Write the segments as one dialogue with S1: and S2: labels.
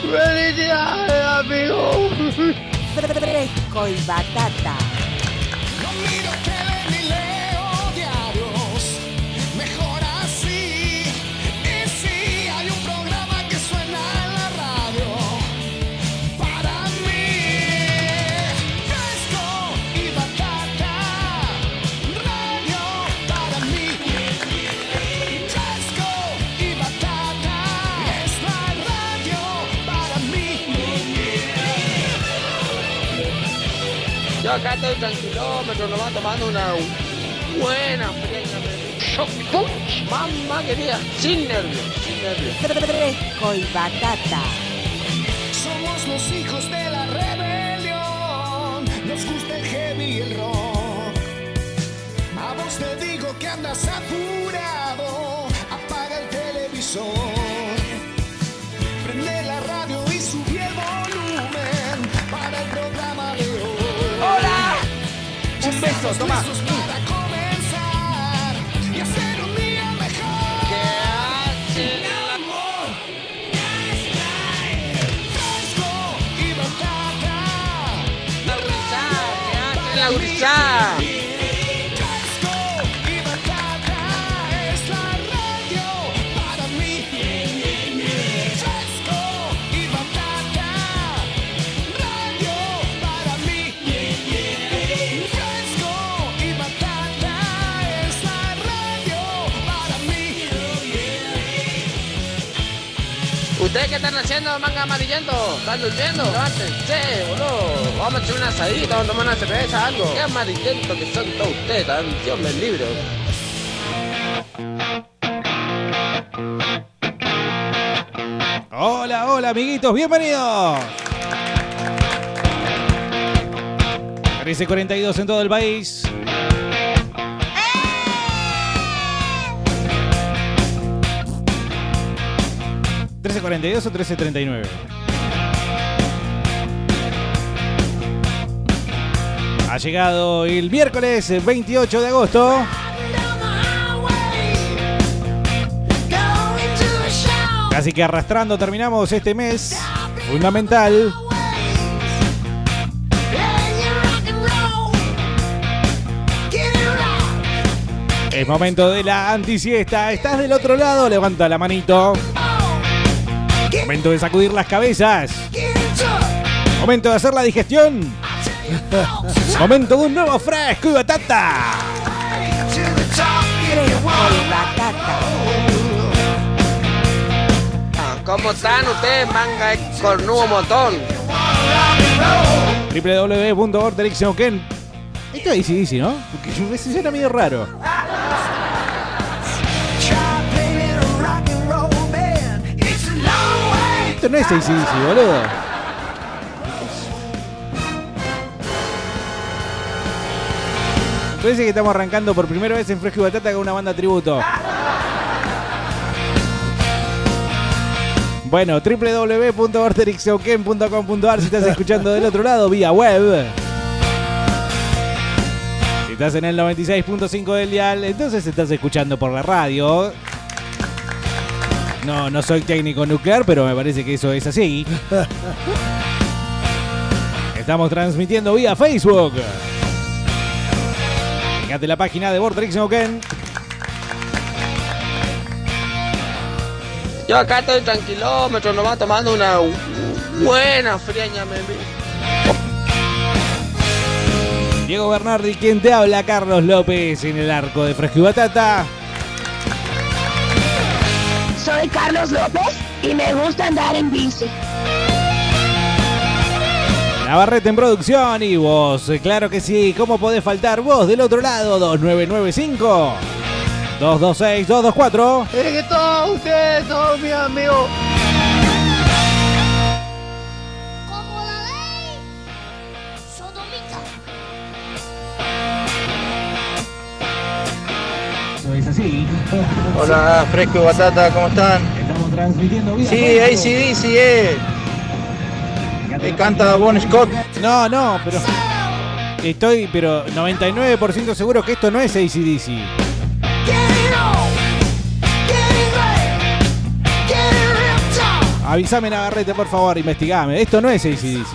S1: ¡Felicidades, amigo!
S2: Fresco y batata.
S3: No miro tele ni leo diarios, mejor así. Y si hay un programa que suena en la radio, para mí, fresco y batata. Radio para mí, fresco y batata. Es la radio para mí.
S1: Yo acá estoy tranquilo, me nomás tomando una buena fría. Shock punch. Mamma querida, sin nervios, sin nervios.
S2: Fresco y batata.
S3: Somos los hijos de la rebelión. Nos gusta el heavy y el rock. A vos te digo que andas apurado. Apaga el televisor. Prende la radio y subí el volumen para el programa de hoy. ¡Hola! Un beso, toma. Para comenzar y hacer un día mejor. Fresco y batata.
S1: La gurizada.
S3: Fresco y batata es la radio para mí. Fresco y batata, radio para mí. Fresco y batata es la radio para mí.
S1: ¿Ustedes qué están haciendo, manga amarillento? ¿Están durmiendo? Levántense, boludo. Vamos a echar una asadita, vamos a tomar una cerveza, algo. Qué amarillento que son todos ustedes, tan- Dios me libre.
S4: Hola, hola, amiguitos, bienvenidos. 1342 en todo el país. ¿1342 o 1339? Ha llegado el miércoles 28 de agosto. Así que arrastrando terminamos este mes fundamental. Es momento de la antisiesta. ¿Estás del otro lado? Levanta la manito. Momento de sacudir las cabezas. Momento de hacer la digestión. Momento de un nuevo fresco y batata.
S2: Fresco y batata.
S1: Ah, ¿Cómo están ustedes, manga de cornudo motón?
S4: www.orderixenoken. Esto es easy, easy, ¿no? Porque yo- eso suena medio raro. Esto no es easy, easy, boludo. Me Parece que estamos arrancando por primera vez en Fresco y Batata con una banda tributo. Bueno, www.orterixauquen.com.ar si estás escuchando del otro lado, vía web. Si estás en el 96.5 del dial, entonces estás escuchando por la radio. No, no soy técnico nuclear, pero me parece que eso es así. Estamos transmitiendo vía Facebook. Fíjate la página de Vortrix Neuquén.
S1: Yo acá estoy tranquilo, me nomás tomando una buena frieña, me
S4: Diego Bernardi, quien te habla, Carlos López en el arco de Fresco y Batata.
S5: Soy Carlos López y me gusta andar en bici.
S4: Navarrete en producción y vos, eh, claro que sí, ¿cómo podés faltar vos del otro lado? 2995 226 224
S1: Es que todos ustedes son mis amigos.
S6: como la ley sodomita.
S7: Hola, Fresco y Batata, ¿cómo están? Estamos transmitiendo bien. Sí, ACDC, eh. Eh, Canta Bon Scott.
S4: No, no, pero estoy pero 99% seguro que esto no es ACDC. Avísame Navarrete, por favor, investigame. Esto no es ACDC.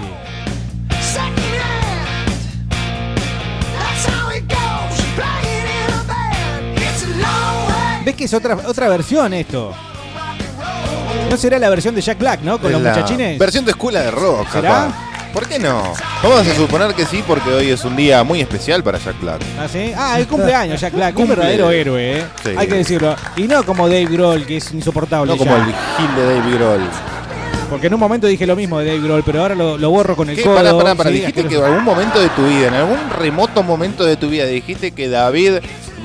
S4: ¿Ves que es otra, otra versión esto? No será la versión de Jack Black, ¿no? Con
S8: Es
S4: los
S8: la
S4: muchachines.
S8: Versión de escuela de rock,
S4: ¿Será?
S8: capaz. ¿Por qué no? Vamos a suponer que sí, porque hoy es un día muy especial para Jack Black.
S4: ¿Ah, sí? Ah, el cumpleaños, Jack Black. Un
S8: Cumple.
S4: verdadero héroe, ¿eh?
S8: Sí.
S4: Hay que decirlo. Y no como Dave Grohl, que es insoportable.
S8: No como
S4: ya.
S8: el vigil de David Grohl.
S4: Porque en un momento dije lo mismo de Dave Grohl, pero ahora lo, lo borro con el
S8: ¿Qué?
S4: codo.
S8: Pará, pará, pará.
S4: Sí,
S8: dijiste
S4: asqueroso.
S8: que en algún momento de tu vida, en algún remoto momento de tu vida, dijiste que David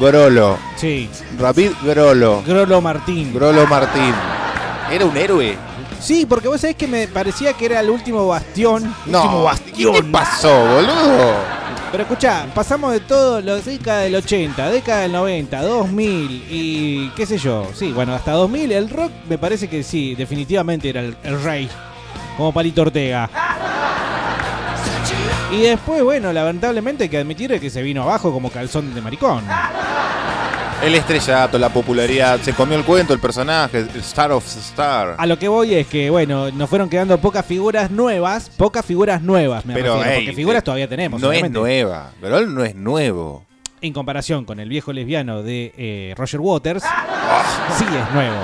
S8: Grolo,
S4: Sí,
S8: David Grolo,
S4: Grolo Martín.
S8: Grolo Martín, era un héroe.
S4: Sí, porque vos sabés que me parecía que era el último bastión. último
S8: No,
S4: bastión.
S8: ¿qué te pasó, boludo?
S4: Pero escuchá, pasamos de todo, la década del 80, década del 90, 2000 y qué sé yo. Sí, bueno, hasta 2000 el rock me parece que sí, definitivamente era el, el rey. Como Palito Ortega. Y después, bueno, lamentablemente hay que admitir que se vino abajo como calzón de maricón.
S8: El estrellato, la popularidad, se comió el cuento, el personaje, el Star of Star.
S4: A lo que voy es que, bueno, nos fueron quedando pocas figuras nuevas, pocas figuras nuevas, me
S8: Pero,
S4: refiero,
S8: ey,
S4: porque figuras
S8: te-
S4: todavía tenemos.
S8: No es
S4: obviamente.
S8: nueva. Grol no es nuevo.
S4: en comparación con el viejo lesbiano de eh, Roger Waters, sí es nuevo.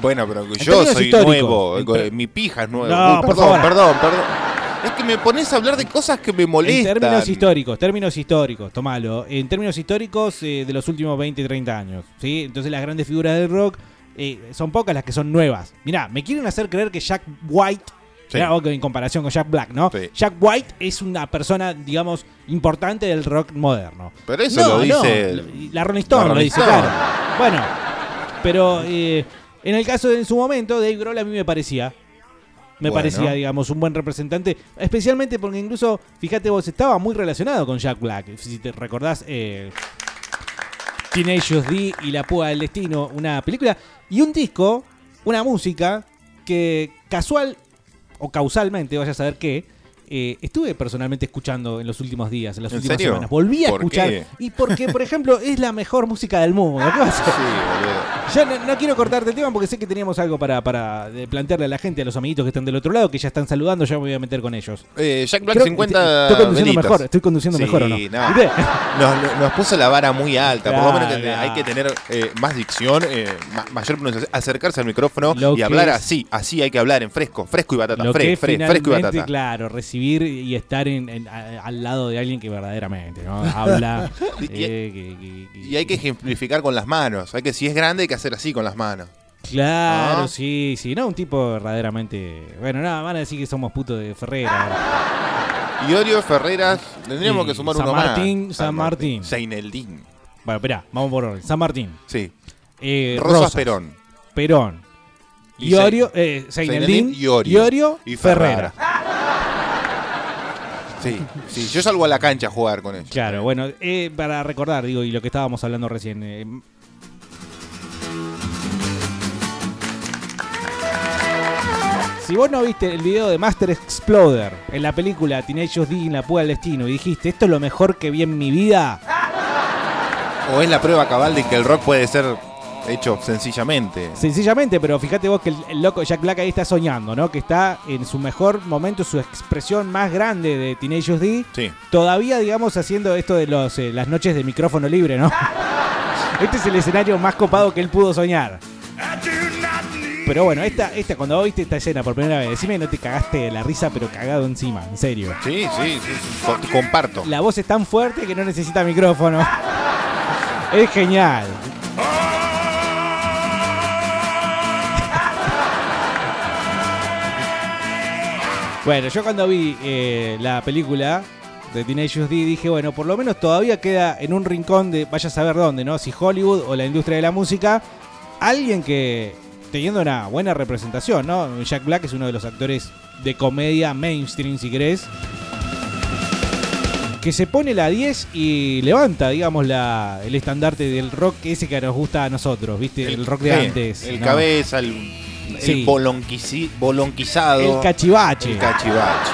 S8: Bueno, pero yo
S4: términos
S8: soy
S4: históricos,
S8: nuevo.
S4: en
S8: co-
S4: ter-
S8: Mi pija es nueva.
S4: No,
S8: Uy,
S4: por
S8: perdón,
S4: favor.
S8: perdón, perdón. Es que me pones a hablar de cosas que me
S4: En
S8: molestan.
S4: términos históricos, términos históricos, tomalo. En términos históricos eh, de los últimos 20, 30 años. ¿sí? Entonces las grandes figuras del rock eh, son pocas las que son nuevas. Mirá, me quieren hacer creer que Jack White,
S8: Sí.
S4: mirá vos que en comparación con Jack Black, ¿no?
S8: Sí.
S4: Jack White es una persona, digamos, importante del rock moderno.
S8: Pero eso lo dice el-
S4: la Rolling Stone
S8: la
S4: lo
S8: Rolling
S4: dice,
S8: Stone.
S4: claro. Bueno, pero eh, en el caso de en su momento, Dave Grohl a mí me parecía me
S8: Bueno.
S4: parecía, digamos, un buen representante. Especialmente porque incluso, fíjate vos, estaba muy relacionado con Jack Black. Si te recordás, eh, Teenage Youth D y La Púa del Destino, una película. Y un disco, una música, que casual o causalmente, vaya a saber qué, eh, estuve personalmente escuchando en los últimos días, en las
S8: ¿En
S4: últimas
S8: serio?
S4: semanas. Volví a
S8: ¿Por
S4: escuchar.
S8: qué?
S4: Y porque, por ejemplo, es la mejor música del mundo. ¿Qué vas a
S8: Sí, boludo.
S4: ya no, no quiero cortarte el tema porque sé que teníamos algo para, para eh, plantearle a la gente, a los amiguitos que están del otro lado, que ya están saludando, ya me voy a meter con ellos.
S8: Eh, Jack Black
S4: Creo que
S8: 50.
S4: estoy conduciendo
S8: velitas.
S4: mejor, estoy conduciendo
S8: Sí,
S4: mejor, ¿o no? ¿Viste?
S8: Nos, nos- nos puso la vara muy alta. Por lo menos que te-
S4: Claro.
S8: hay que tener eh, más dicción, eh, ma- mayor pronunciación, acercarse al micrófono
S4: Lo
S8: y
S4: que
S8: hablar
S4: es-
S8: así. Así hay que hablar en fresco, fresco y batata.
S4: Lo que
S8: Fre,
S4: es
S8: fre, fresco y
S4: finalmente,
S8: batata.
S4: claro, recibir y estar en- en- a- al lado de alguien que verdaderamente ¿no? habla.
S8: Y- y-
S4: eh, que- que-
S8: Y hay que ejemplificar con las manos. Hay que, si es grande, hay que hacer así con las manos.
S4: Claro,
S8: Ah.
S4: sí, sí. No, un tipo verdaderamente. Bueno, nada, van a decir que somos putos de Ferrera.
S8: Y Orio Ferreras, tendríamos
S4: Y
S8: que sumar
S4: San
S8: uno
S4: Martín,
S8: más.
S4: San Martín.
S8: Seineldín.
S4: Bueno, espera, vamos por orden. San Martín.
S8: Sí.
S4: Eh,
S8: Rosas,
S4: Rosas,
S8: Perón.
S4: Perón.
S8: Y
S4: Iorio, eh, Seineldín,
S8: Seineldín y Orio. Y
S4: Ferrera.
S8: Ferrara. Sí, sí. Yo salgo a la cancha a jugar con ellos.
S4: Claro, bueno, eh, para recordar, digo, y lo que estábamos hablando recién. eh, si vos no viste el video de Master Exploder en la película Teenage Youth D en la Púa del Destino y dijiste, esto es lo mejor que vi en mi vida,
S8: O es la prueba cabal de que el rock puede ser hecho sencillamente.
S4: sencillamente, pero fíjate vos que el, el loco Jack Black ahí está soñando, ¿no? Que está en su mejor momento, su expresión más grande de Teenage Youth D.
S8: Sí.
S4: todavía, digamos, haciendo esto de los, eh, las noches de micrófono libre, ¿no? Este es el escenario más copado que él pudo soñar. Pero bueno, esta, esta cuando vos viste esta escena por primera vez, decime que no te cagaste de la risa, pero cagado encima, en serio.
S8: Sí, sí, sí, sí. Co- comparto.
S4: La voz es tan fuerte que no necesita micrófono. Es genial. Bueno, yo cuando vi eh, la película de Teenage Youth D dije, bueno, por lo menos todavía queda en un rincón de vaya a saber dónde, ¿no? Si Hollywood o la industria de la música, alguien que teniendo una buena representación, ¿no? Jack Black es uno de los actores de comedia mainstream, si querés, que se pone la 10 y levanta, digamos, la, el estandarte del rock ese que nos gusta a nosotros, ¿viste? El, rock de
S8: sí,
S4: antes.
S8: El
S4: ¿no?
S8: cabeza, el, el
S4: Sí.
S8: bolonquisi- bolonquizado.
S4: El cachivache.
S8: El cachivache.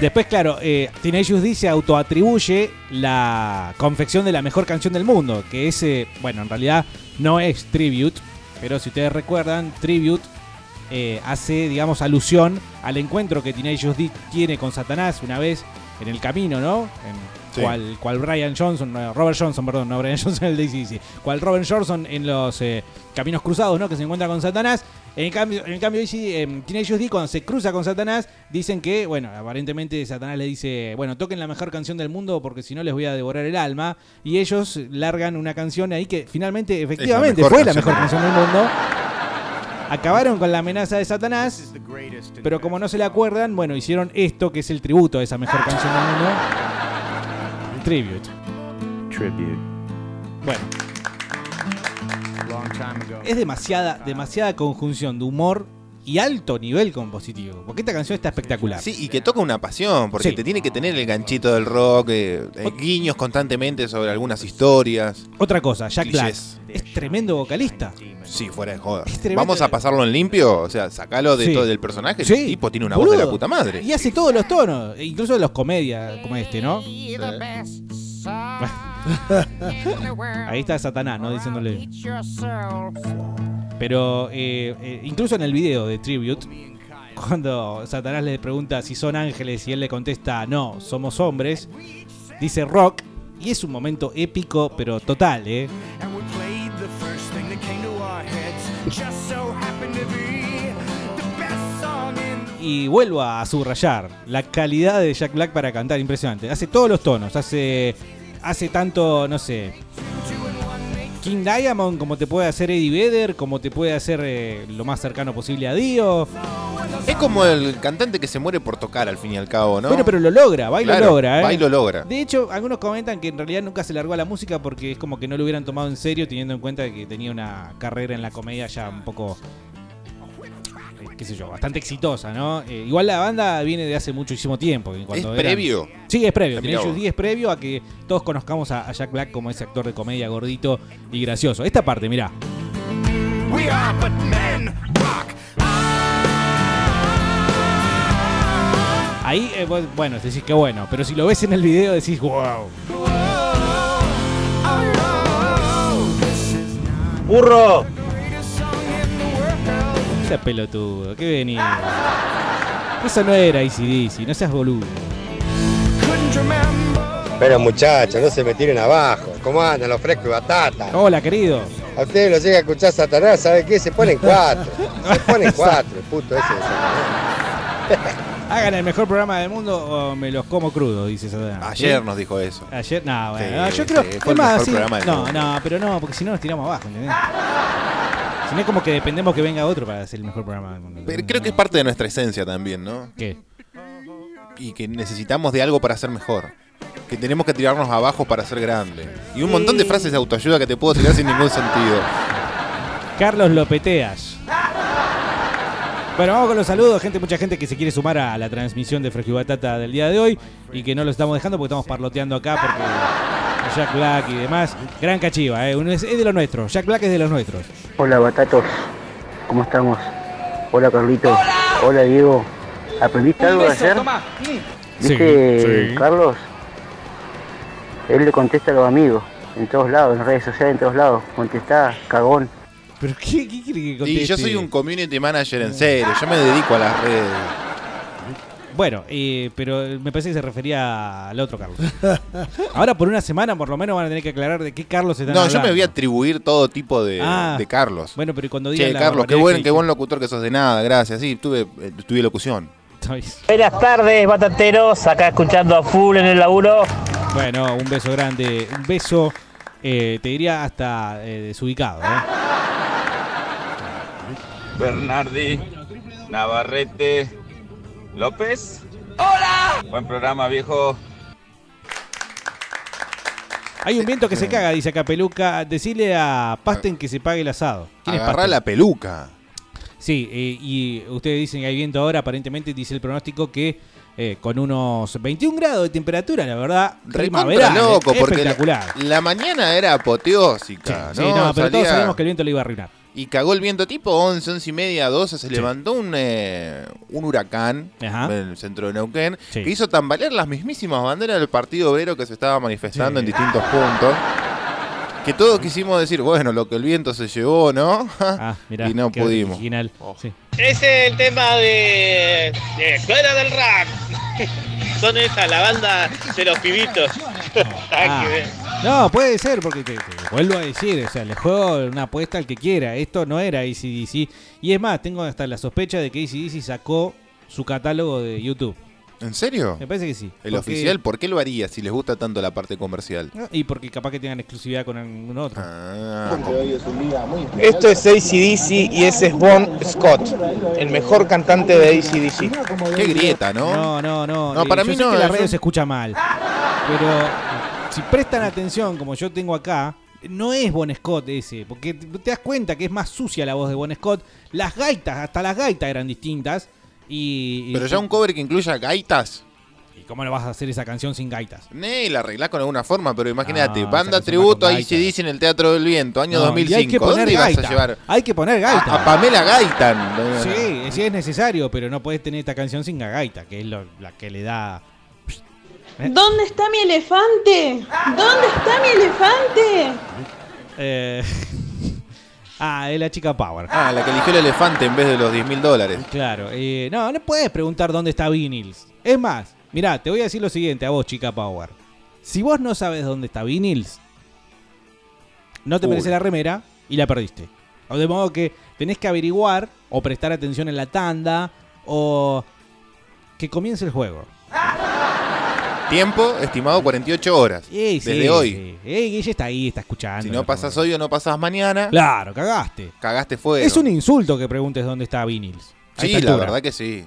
S4: Después, claro, eh, Teenage Youth D se autoatribuye la confección de la mejor canción del mundo, que es, eh, bueno, en realidad no es tribute, Pero si ustedes recuerdan, Tribute eh, hace, digamos, alusión al encuentro que Teenage D tiene con Satanás una vez en el camino, ¿no? En
S8: Sí.
S4: cual, cual Brian Johnson, no, Robert Johnson, perdón, no Brian Johnson, el de ACDC, cual Robert Johnson en los eh, caminos cruzados, ¿no? Que se encuentra con Satanás. En cambio, en cambio AC, em, Teenage D cuando se cruza con Satanás, dicen que, bueno, aparentemente Satanás le dice, bueno, toquen la mejor canción del mundo porque si no les voy a devorar el alma. Y ellos largan una canción ahí que finalmente, efectivamente,
S8: mejor
S4: fue la
S8: canción.
S4: mejor canción del mundo. Acabaron con la amenaza de Satanás pero como no se le acuerdan, bueno, hicieron esto que es el tributo a esa mejor canción del mundo. El tribute. Bueno. Es demasiada, demasiada conjunción de humor y alto nivel compositivo. Porque esta canción está espectacular.
S8: Sí, y que toca una pasión, porque
S4: Ah, Sí.
S8: te tiene que tener el ganchito del rock, eh, eh, guiños constantemente sobre algunas historias.
S4: Otra cosa, Jack Black.
S8: Clichés.
S4: Es tremendo vocalista.
S8: Sí, fuera de joda.
S4: Es tremendo.
S8: Vamos a pasarlo en limpio, o sea, sacalo de
S4: Sí.
S8: todo del personaje. El tipo tiene una voz de la
S4: boludo.
S8: puta madre.
S4: Y hace todos los tonos, e incluso los comedias como este, ¿no? Ahí está Satanás, ¿no? Diciéndole. Pero eh, eh, incluso en el video de Tribute, cuando Satanás le pregunta si son ángeles y él le contesta, no, somos hombres, dice rock. Y es un momento épico, pero total, ¿eh?
S3: And we played the first thing that came to our heads. Just so happened to be the best song in the
S4: Y vuelvo a subrayar la calidad de Jack Black para cantar, impresionante. Hace todos los tonos, hace, hace tanto, no sé, King Diamond como te puede hacer Eddie Vedder, como te puede hacer eh, lo más cercano posible a Dio.
S8: Es como el cantante que se muere por tocar al fin y al cabo, ¿no?
S4: Bueno, pero lo logra, bailo
S8: Claro,
S4: logra, ¿eh?
S8: va y lo logra.
S4: De hecho, algunos comentan que en realidad nunca se largó a la música porque es como que no lo hubieran tomado en serio teniendo en cuenta que tenía una carrera en la comedia ya un poco, eh, qué sé yo, bastante exitosa, ¿no? Eh, igual la banda viene de hace muchísimo tiempo. que
S8: Es
S4: cuando eran-
S8: previo.
S4: Sí, es previo.
S8: Ah,
S4: Teenage
S8: mirá
S4: Mutant
S8: vos.
S4: D es previo a que todos conozcamos a, a Jack Black como ese actor de comedia gordito y gracioso. Esta parte, mirá.
S3: We are but men rock.
S4: Ahí, eh, vos- bueno, decís que bueno, pero si lo ves en el video decís, wow.
S7: ¡Burro!
S4: Ese pelotudo, qué venís. Eso no era ACDC, no seas boludo.
S9: Pero muchachos, no se me tiren abajo. ¿Cómo andan los frescos y batata?
S4: Hola, querido.
S9: A ustedes los llega a escuchar Satanás, ¿sabe qué? Se ponen cuatro. Se ponen cuatro, el puto ese. de Satanás.
S4: Hagan el mejor programa del mundo o me los como crudo, dice Satanás.
S8: Ayer
S4: ¿Sí?
S8: nos dijo eso.
S4: Ayer, no, bueno,
S8: Sí,
S4: no, yo
S8: sí,
S4: creo.
S8: fue
S4: es
S8: el
S4: más,
S8: mejor
S4: sí,
S8: programa del
S4: no,
S8: mundo.
S4: no, pero no, porque si no nos tiramos abajo, ¿entendés? Si no es como que dependemos que venga otro para hacer el mejor programa del mundo.
S8: Pero creo que es parte de nuestra esencia también, ¿no?
S4: ¿Qué?
S8: Y que necesitamos de algo para ser mejor. Que tenemos que tirarnos abajo para ser grande. Y un montón de frases de autoayuda que te puedo tirar sin ningún sentido.
S4: Carlos Lopeteas. Bueno, vamos con los saludos, gente, mucha gente que se quiere sumar a la transmisión de Fresco y Batata del día de hoy y que no lo estamos dejando porque estamos parloteando acá porque Jack Black y demás. Gran cachiva, eh, uno es, es de los nuestros. Jack Black es de los nuestros.
S10: Hola batatos, ¿cómo estamos? Hola Carlitos, hola, Diego, ¿aprendiste algo de ayer? ¿Viste Carlos? Él le contesta a los amigos, en todos lados, en redes sociales, en todos lados, contestá, cagón.
S4: Pero ¿qué, qué quiere que conteste?
S8: Y yo soy un community manager en serio. Yo me dedico a las redes.
S4: Bueno, eh, pero me parece que se refería al otro Carlos. Ahora por una semana por lo menos van a tener que aclarar de qué Carlos se
S8: No, yo me voy a atribuir todo tipo de,
S4: Ah.
S8: de Carlos.
S4: Bueno, pero cuando diga
S8: Che,
S4: la
S8: Carlos, qué
S4: barbaridad
S8: buen,
S4: que-
S8: qué buen locutor que sos de nada, gracias. Sí, tuve, eh, tuve locución.
S10: Buenas tardes batateros, acá escuchando a full en el laburo.
S4: Bueno, un beso grande, un beso, eh, te diría hasta eh, desubicado. ¿eh?
S11: Bernardi, Navarrete, López. ¡Hola! Buen programa, viejo.
S4: Hay un viento que se caga, dice acá Peluca. Decile a Pasten que se pague el asado. ¿Quién es
S8: Agarrá
S4: Pasten?
S8: la peluca.
S4: Sí, eh, y ustedes dicen que hay viento ahora, aparentemente dice el pronóstico que eh, con unos 21 grados de temperatura, la verdad,
S8: Recontra
S4: primaveral,
S8: loco,
S4: eh,
S8: porque
S4: espectacular.
S8: la, la mañana era
S4: Sí,
S8: apoteósica,
S4: sí,
S8: ¿no?
S4: no, pero todos
S8: Salía
S4: sabíamos que el viento lo iba a arruinar.
S8: Y cagó el viento tipo 11, 11 y media, 12. Se
S4: Sí.
S8: levantó un, eh, un huracán
S4: Ajá.
S8: en el centro de Neuquén
S4: Sí.
S8: que hizo tambalear las mismísimas banderas del Partido Obrero que se estaba manifestando
S4: Sí.
S8: en distintos puntos. Que todos quisimos decir, bueno, lo que el viento se llevó, ¿no? Ah,
S4: Ah.
S8: y no
S4: qué
S8: pudimos.
S4: original. Sí.
S12: Es el tema de, de Escuela del Rap. Son esa, la banda de los pibitos.
S4: Ah. No, puede ser, porque te, te vuelvo a decir, o sea, le juego una apuesta al que quiera. Esto no era ACDC. Y es más, tengo hasta la sospecha de que ACDC sacó su catálogo de YouTube.
S8: ¿En serio?
S4: Me parece que sí.
S8: El
S4: porque- Ah,
S8: oficial, ¿por qué lo haría si les gusta tanto la parte comercial? Ah,
S4: Y porque capaz que tengan exclusividad con algún otro.
S13: Esto es ACDC y ese es Bon Scott, el mejor cantante de ACDC.
S8: Qué grieta, ¿no?
S4: No, no, no.
S8: No,
S4: Eh,
S8: para
S4: yo
S8: mí
S4: sé
S8: no,
S4: que la
S8: yo-
S4: radio se escucha mal. Pero si prestan atención, como yo tengo acá, no es Bon Scott ese. Porque te te das cuenta que es más sucia la voz de Bon Scott. Las gaitas, hasta las gaitas eran distintas. Y, y-
S8: Pero ya un cover que incluya gaitas.
S4: ¿Y cómo lo vas a hacer esa canción sin gaitas?
S8: Ney, la arreglás con alguna forma, pero imagínate,
S4: No,
S8: banda
S4: esa canción
S8: tributo
S4: va con
S8: ahí se dice en el Teatro del Viento, año
S4: No, y
S8: 2005.
S4: hay que poner
S8: ¿Dónde
S4: gaita.
S8: vas a llevar?
S4: Hay que poner gaita.
S8: A, a Pamela Gaitan.
S4: Sí, sí es necesario, pero no puedes tener esta canción sin la gaita, que es lo- la que le da. ¿eh?
S14: ¿Dónde está mi elefante? ¿Dónde está mi elefante?
S4: eh, ah, es la chica Power.
S8: Ah, la que eligió el elefante en vez de los 10 mil dólares.
S4: Claro, eh, no, no puedes preguntar dónde está Vinils. Es más, mirá, te voy a decir lo siguiente a vos, chica Power. Si vos no sabes dónde está Vinils, no te
S8: Uy.
S4: merece la remera y la perdiste. O de modo que tenés que averiguar o prestar atención en la tanda o que comience el juego.
S8: Tiempo estimado 48 horas.
S4: Ey, sí,
S8: desde hoy.
S4: sí. Ey, ella está ahí, está escuchando.
S8: Si no pasás hoy o no pasás mañana.
S4: Claro, cagaste.
S8: Cagaste fuego.
S4: Es un insulto que preguntes dónde está Vinils. a esta
S8: Sí, la
S4: altura.
S8: verdad que sí.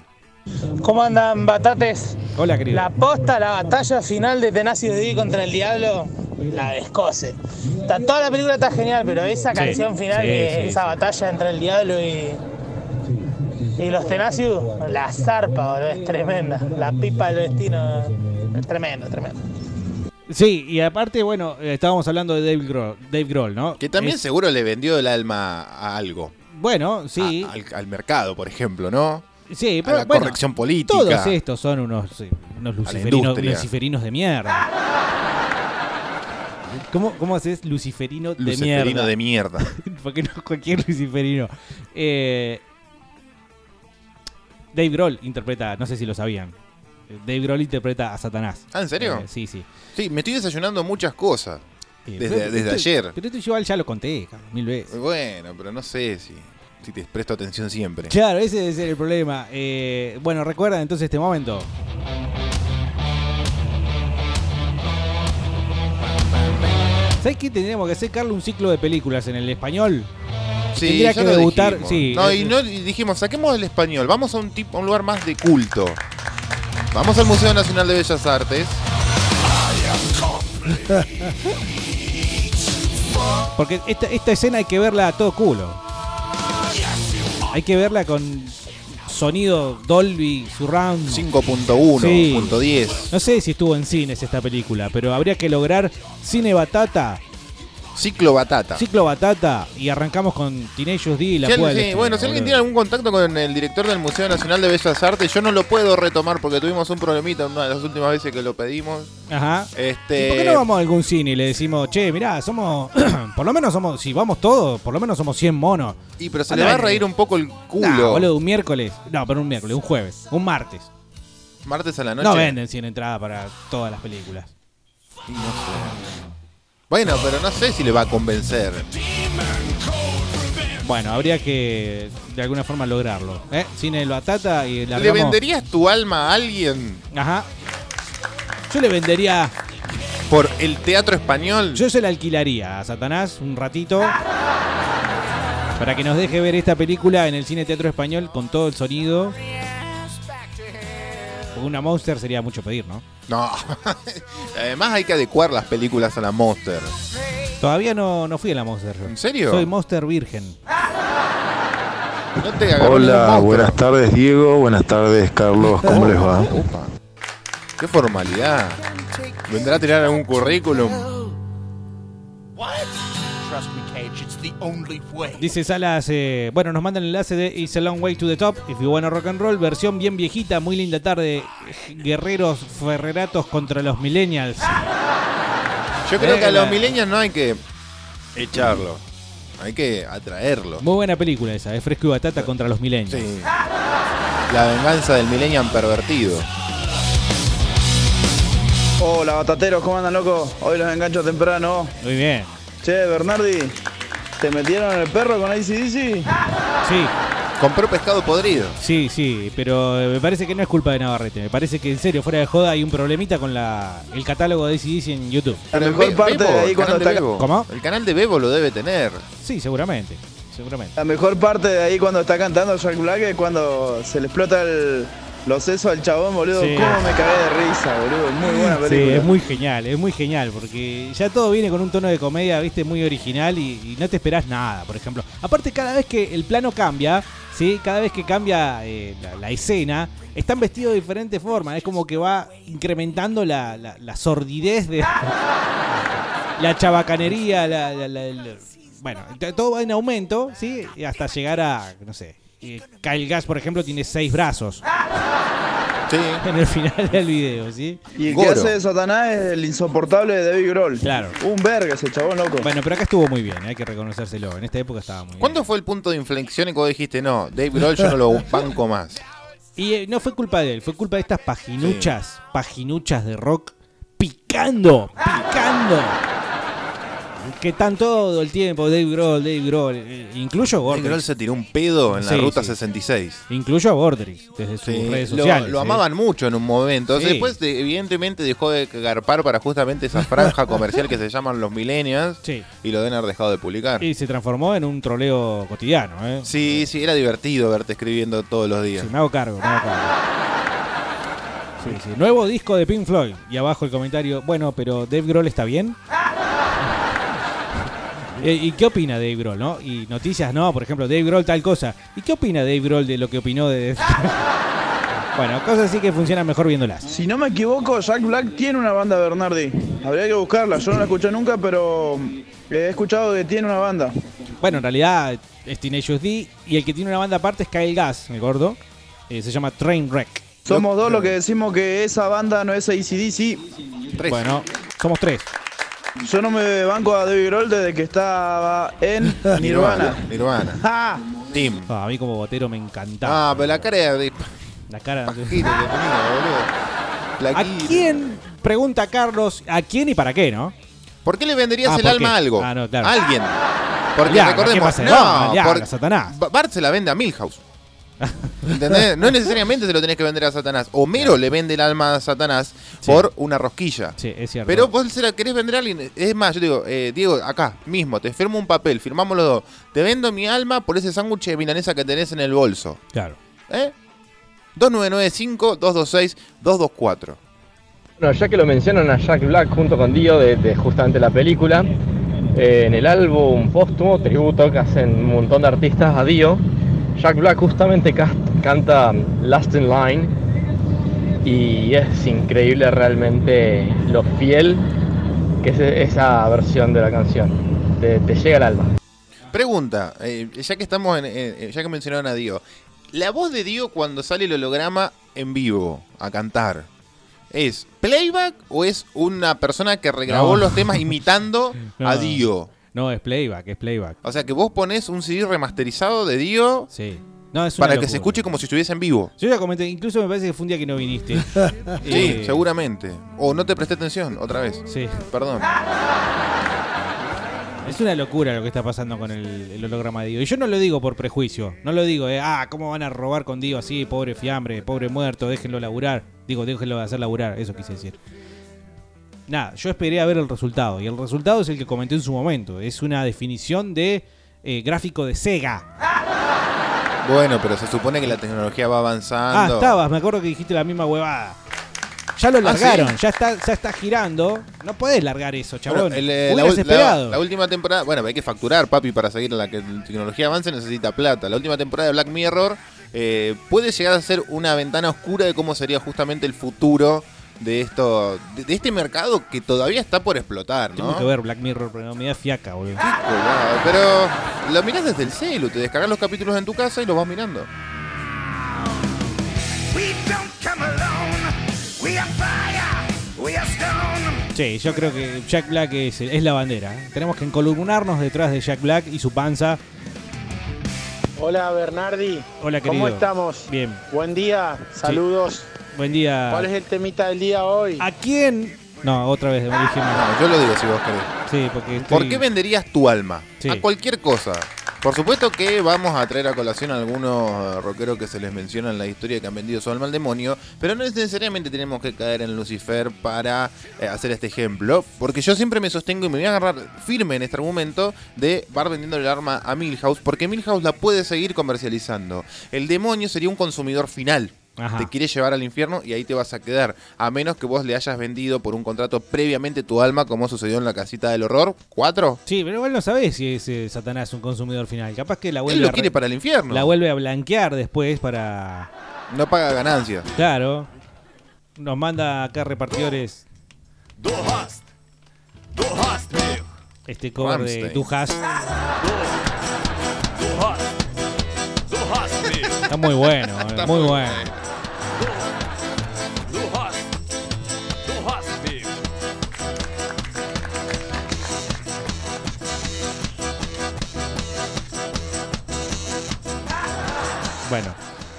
S13: ¿Cómo andan, batates?
S4: Hola, querido.
S13: La posta, la batalla final de Tenacious D contra el Diablo, la descoce. Está- toda la película está genial, pero esa
S4: Sí,
S13: canción final,
S4: sí,
S13: que-
S4: sí,
S13: esa batalla entre el Diablo y, y los Tenacious, la zarpa, boludo, es tremenda. La pipa del destino, es tremendo, tremendo.
S4: Sí, y aparte, bueno, eh, estábamos hablando de Dave Grohl, Dave Grohl, ¿no?
S8: Que también
S4: Es-
S8: seguro le vendió el alma a algo.
S4: Bueno, sí.
S8: al, al mercado, por ejemplo, ¿no?
S4: Sí,
S8: a
S4: pero
S8: la
S4: bueno,
S8: corrección política.
S4: Todos estos son unos, eh, unos
S8: la
S4: luciferinos,
S8: industria.
S4: luciferinos de mierda. ¿Cómo, cómo haces luciferino de
S8: Luciferino
S4: mierda?
S8: de mierda.
S4: Porque no cualquier luciferino. Eh, Dave Grohl interpreta, no sé si lo sabían. eh, Dave Grohl interpreta a Satanás.
S8: Ah, ¿en serio?
S4: Eh, sí, sí.
S8: Sí, me estoy desayunando muchas cosas.
S4: Eh,
S8: Desde,
S4: pero-
S8: desde
S4: pero-
S8: ayer.
S4: Pero esto yo ya lo conté, cabrón, mil veces.
S8: Pues Bueno, pero no sé si, si te presto atención siempre.
S4: Claro, ese debe ser el problema. Eh, bueno, recuerdan entonces este momento. ¿Sabes qué tendríamos que hacer, Carlos, un ciclo de películas en el español?
S8: Sí,
S4: Tendría
S8: ya
S4: que
S8: lo
S4: debutar.
S8: dijimos.
S4: Sí,
S8: No,
S4: eh,
S8: y, no- y dijimos, saquemos el español, vamos a un, tipo, a un lugar más de culto. Vamos al Museo Nacional de Bellas Artes.
S4: Porque esta, esta escena hay que verla a todo culo. Hay que verla con sonido Dolby Surround.
S8: 5.1,
S4: Sí.
S8: 5.10.
S4: No sé si estuvo en cines esta película, pero habría que lograr cine batata.
S8: Ciclo batata.
S4: Ciclo batata y arrancamos con Teenage D y la
S8: Si
S4: Fuga
S8: alguien-
S4: del
S8: sí,
S4: Destino,
S8: bueno, si alguien
S4: boludo.
S8: tiene algún contacto con el director del Museo Nacional de Bellas Artes, yo no lo puedo retomar porque tuvimos un problemita una de las últimas veces que lo pedimos.
S4: Ajá.
S8: Este,
S4: ¿Y por qué no vamos a algún cine y le decimos, che, mirá, somos. por lo menos somos. Si vamos todos, por lo menos somos 100 monos.
S8: Y pero se
S4: Anda,
S8: le va a
S4: eh.
S8: reír un poco el culo.
S4: Nah, boludo, un miércoles. No, pero un miércoles, un jueves, un martes.
S8: Martes a la noche.
S4: No venden 100 entradas para todas las películas.
S8: Y no sé. Bueno, pero no sé si le va a convencer.
S4: Bueno, habría que de alguna forma lograrlo. ¿Eh? Cine del Batata y la
S8: ¿Le venderías tu alma a alguien?
S4: Ajá. Yo le vendería.
S8: ¿Por el teatro español?
S4: Yo se la alquilaría a Satanás un ratito. Para que nos deje ver esta película en el cine teatro español con todo el sonido. Porque una monster sería mucho pedir, ¿no?
S8: No. Además hay que adecuar las películas a la Monster.
S4: Todavía no, no fui a la monster. ¿En
S8: serio?
S4: Soy monster virgen.
S8: No te agarró ningún
S15: Hola,
S8: monstruo.
S15: buenas tardes Diego, buenas tardes Carlos, ¿cómo les va?
S8: Qué formalidad. ¿Vendrá a tirar algún currículum?
S16: Trust me, Cage, it's the only way.
S4: Dice Salas, eh, bueno, nos manda el enlace de It's a Long Way to the Top, If You Wanna Rock and Roll, versión bien viejita, muy linda tarde, guerreros ferreratos contra los millennials.
S8: Yo creo
S4: Eh,
S8: que a los
S4: la-
S8: milenios no hay que Echarlo. Hay que atraerlo.
S4: Muy buena película esa, es Fresco y Batata contra los milenios.
S8: Sí. La venganza del millennial pervertido.
S17: Hola, batateros, ¿cómo andan, loco? Hoy los engancho temprano.
S4: Muy bien.
S17: Che, Bernardi, ¿te metieron el perro con ACDC?
S4: Sí.
S8: Compró pescado podrido.
S4: Sí, sí, pero eh, me parece que no es culpa de Navarrete. Me parece que en serio, fuera de joda, hay un problemita con la, el catálogo de ACDC en YouTube.
S17: La Pero mejor Be- parte Bebo, de ahí el cuando canal de está- Bebo.
S4: ¿Cómo?
S8: El canal de Bebo lo debe tener.
S4: Sí, seguramente. Seguramente.
S17: La mejor parte de ahí cuando está cantando Jack Black es cuando se le explota el, los sesos al chabón, boludo.
S4: Sí.
S17: ¿Cómo me cagué de risa, boludo? Muy buena película.
S4: Sí, es muy genial, es muy genial, porque ya todo viene con un tono de comedia, viste, muy original y, y no te esperás nada, por ejemplo. Aparte, cada vez que el plano cambia, ¿sí? cada vez que cambia eh, la, la escena, están vestidos de diferentes formas. Es como que va incrementando la, la- la sordidez de la chabacanería, la, la- la- la- bueno, t- todo va en aumento, ¿sí? Y Hasta llegar a, no sé. eh, Kyle Gas, por ejemplo, tiene seis brazos. En el final del video, ¿sí?
S17: Y el que hace de Satanás es el insoportable de David Grohl.
S4: Claro.
S17: Un verga ese chabón, loco.
S4: Bueno, pero acá estuvo muy bien, hay que reconocérselo. En esta época estaba muy bien.
S8: ¿Cuándo fue el punto de inflexión en que vos dijiste, no, Dave Grohl yo no lo banco más?
S4: Y eh, no fue culpa de él, fue culpa de estas paginuchas, paginuchas de rock picando, picando. Que están todo el tiempo, Dave Grohl, Dave Grohl, eh, incluyo a
S8: Dave Grohl
S4: Gordrix.
S8: se tiró un pedo en la
S4: Sí,
S8: ruta
S4: sí.
S8: 66.
S4: Incluyo a Gordrix desde sus
S8: Sí,
S4: redes
S8: lo-
S4: sociales.
S8: Lo,
S4: eh.
S8: amaban mucho en un momento.
S4: Sí.
S8: Después, de- evidentemente, dejó de garpar para justamente esa franja comercial que se llaman los millennials. Y lo deben haber dejado de publicar.
S4: Y se transformó en un troleo cotidiano, ¿eh?
S8: Sí, sí, era divertido verte escribiendo todos los días.
S4: Sí, me hago cargo, me hago cargo. Sí, sí. Nuevo disco de Pink Floyd. Y abajo el comentario, bueno, pero Dave Grohl está bien. Eh, ¿Y qué opina Dave Grohl, no? Y noticias, no, por ejemplo, Dave Grohl tal cosa. ¿Y qué opina Dave Grohl de lo que opinó de Bueno, cosas así que funcionan mejor viéndolas.
S17: Si no me equivoco, Jack Black tiene una banda, Bernardi. Habría que buscarla, yo no la escuché nunca, pero he escuchado que tiene una banda.
S4: Bueno, en realidad es Teenage D y el que tiene una banda aparte es Kyle Gas, el gordo. Eh, se llama Trainwreck.
S17: Somos dos los que decimos que esa banda no es ACDC.
S4: Bueno, somos tres.
S17: Yo no me banco a David Grohl desde que estaba en Nirvana. Ah.
S8: Nirvana.
S17: ¡Ja!
S8: Tim.
S4: Ah, a mí como botero me encantaba.
S8: Ah, pero la cara de...
S4: La cara de...
S8: La
S4: ¿A quién? Pregunta Carlos, ¿a quién y para qué, no?
S8: ¿Por qué le venderías
S4: Ah,
S8: el
S4: ¿por
S8: alma
S4: qué?
S8: a algo?
S4: Ah, no, claro.
S8: A alguien. Porque
S4: Aliaga, ¿qué
S8: recordemos,
S4: pasa?
S8: no,
S4: Aliaga,
S8: por-
S4: Satanás.
S8: Ba- Bart se la vende a Milhouse. ¿Entendés? No necesariamente se lo tenés que vender a Satanás. Homero le vende el alma a Satanás por una rosquilla.
S4: Sí, es cierto.
S8: Pero vos se la querés vender a alguien. Es más, yo te digo, eh, Diego, acá mismo, te firmo un papel, firmamos los dos. Te vendo mi alma por ese sándwich de milanesa que tenés en el bolso.
S4: Claro.
S8: ¿Eh? 2995, 226, 224.
S18: Bueno, ya que lo mencionan a Jack Black junto con Dio de, de justamente la película, eh, en el álbum póstumo, tributo que hacen un montón de artistas a Dio, Jack Black justamente cas- canta Last in Line y es increíble realmente lo fiel que es esa versión de la canción. Te, te llega al alma.
S8: Pregunta, eh, ya que estamos en, en- eh, ya que mencionaron a Dio, la voz de Dio cuando sale el holograma en vivo a cantar, ¿es playback o es una persona que
S4: No.
S8: regrabó los temas imitando
S4: No.
S8: a Dio?
S4: No, es playback, es playback.
S8: O sea que vos ponés un CD remasterizado de Dio
S4: Sí. No, es una
S8: para que se
S4: locura.
S8: escuche como si estuviese en vivo.
S4: Yo ya comenté, incluso me parece que fue un día que no viniste.
S8: Sí,
S4: Eh,
S8: seguramente. O no te presté atención, otra vez.
S4: Sí.
S8: Perdón.
S4: Ah. Es una locura lo que está pasando con el, el holograma de Dio. Y yo no lo digo por prejuicio. No lo digo, eh, ah, ¿cómo van a robar con Dio así? Pobre fiambre, pobre muerto, déjenlo laburar. Digo, déjenlo hacer laburar, eso quise decir. Nada, yo esperé a ver el resultado. Y el resultado es el que comenté en su momento. Es una definición de eh, gráfico de Sega.
S8: Bueno, pero se supone que la tecnología va
S4: Ah,
S8: avanzando.
S4: estabas, me acuerdo que dijiste la misma huevada. Ya lo
S8: Ah,
S4: largaron,
S8: ¿sí?
S4: ya, está, ya está girando. No podés largar eso, chabón.
S8: Bueno, el, eh, la,
S4: Hubieras
S8: ul-
S4: esperado.
S8: la- la última temporada, bueno, hay que facturar, papi, para seguir en la que la tecnología avance necesita plata. La última temporada de Black Mirror eh, puede llegar a ser una ventana oscura de cómo sería justamente el futuro de esto, de, de este mercado que todavía está por explotar, ¿no?
S4: Tengo que ver Black Mirror, pero me da fiaca, boludo.
S8: Colgado, Pero lo mirás desde el celu, te descargas los capítulos en tu casa y los vas mirando.
S3: We don't come alone. We are fire. We are stone.
S4: Sí, yo creo que Jack Black es, es la bandera. Tenemos que encolumnarnos detrás de Jack Black y su panza.
S19: Hola Bernardi.
S4: Hola, querido.
S19: ¿Cómo estamos?
S4: Bien. Ah.
S19: Buen día, saludos.
S4: Buen día.
S19: ¿Cuál es el temita del día hoy?
S4: ¿A quién? No, otra vez me dije mal.
S8: No, yo lo digo si vos querés.
S4: Sí, porque estoy-
S8: ¿Por qué venderías tu alma?
S4: Este Sí.
S8: A cualquier cosa. Por supuesto que vamos a traer a colación a algunos eh, rockeros que se les menciona en la historia que han vendido su alma al demonio, pero no necesariamente tenemos que caer en Lucifer para eh, hacer este ejemplo, porque yo siempre me sostengo y me voy a agarrar firme en este argumento de Bar vendiendo el arma a Milhouse, porque Milhouse la puede seguir comercializando. El demonio sería un consumidor final.
S4: Ajá.
S8: Te quiere llevar al infierno y ahí te vas a quedar. A menos que vos le hayas vendido por un contrato previamente tu alma, como sucedió en la casita del horror. ¿Cuatro?
S4: Sí, pero igual no sabés si es eh, Satanás un consumidor final. Capaz que la vuelve
S8: Él lo
S4: a re-
S8: quiere para el infierno.
S4: la vuelve a blanquear después para.
S8: No paga ganancias.
S4: Claro. Nos manda acá repartidores. Este cover de
S8: Rammstein.
S4: Du hast. Está muy bueno, eh,
S20: Está
S4: muy
S20: muy
S4: bueno. Bueno,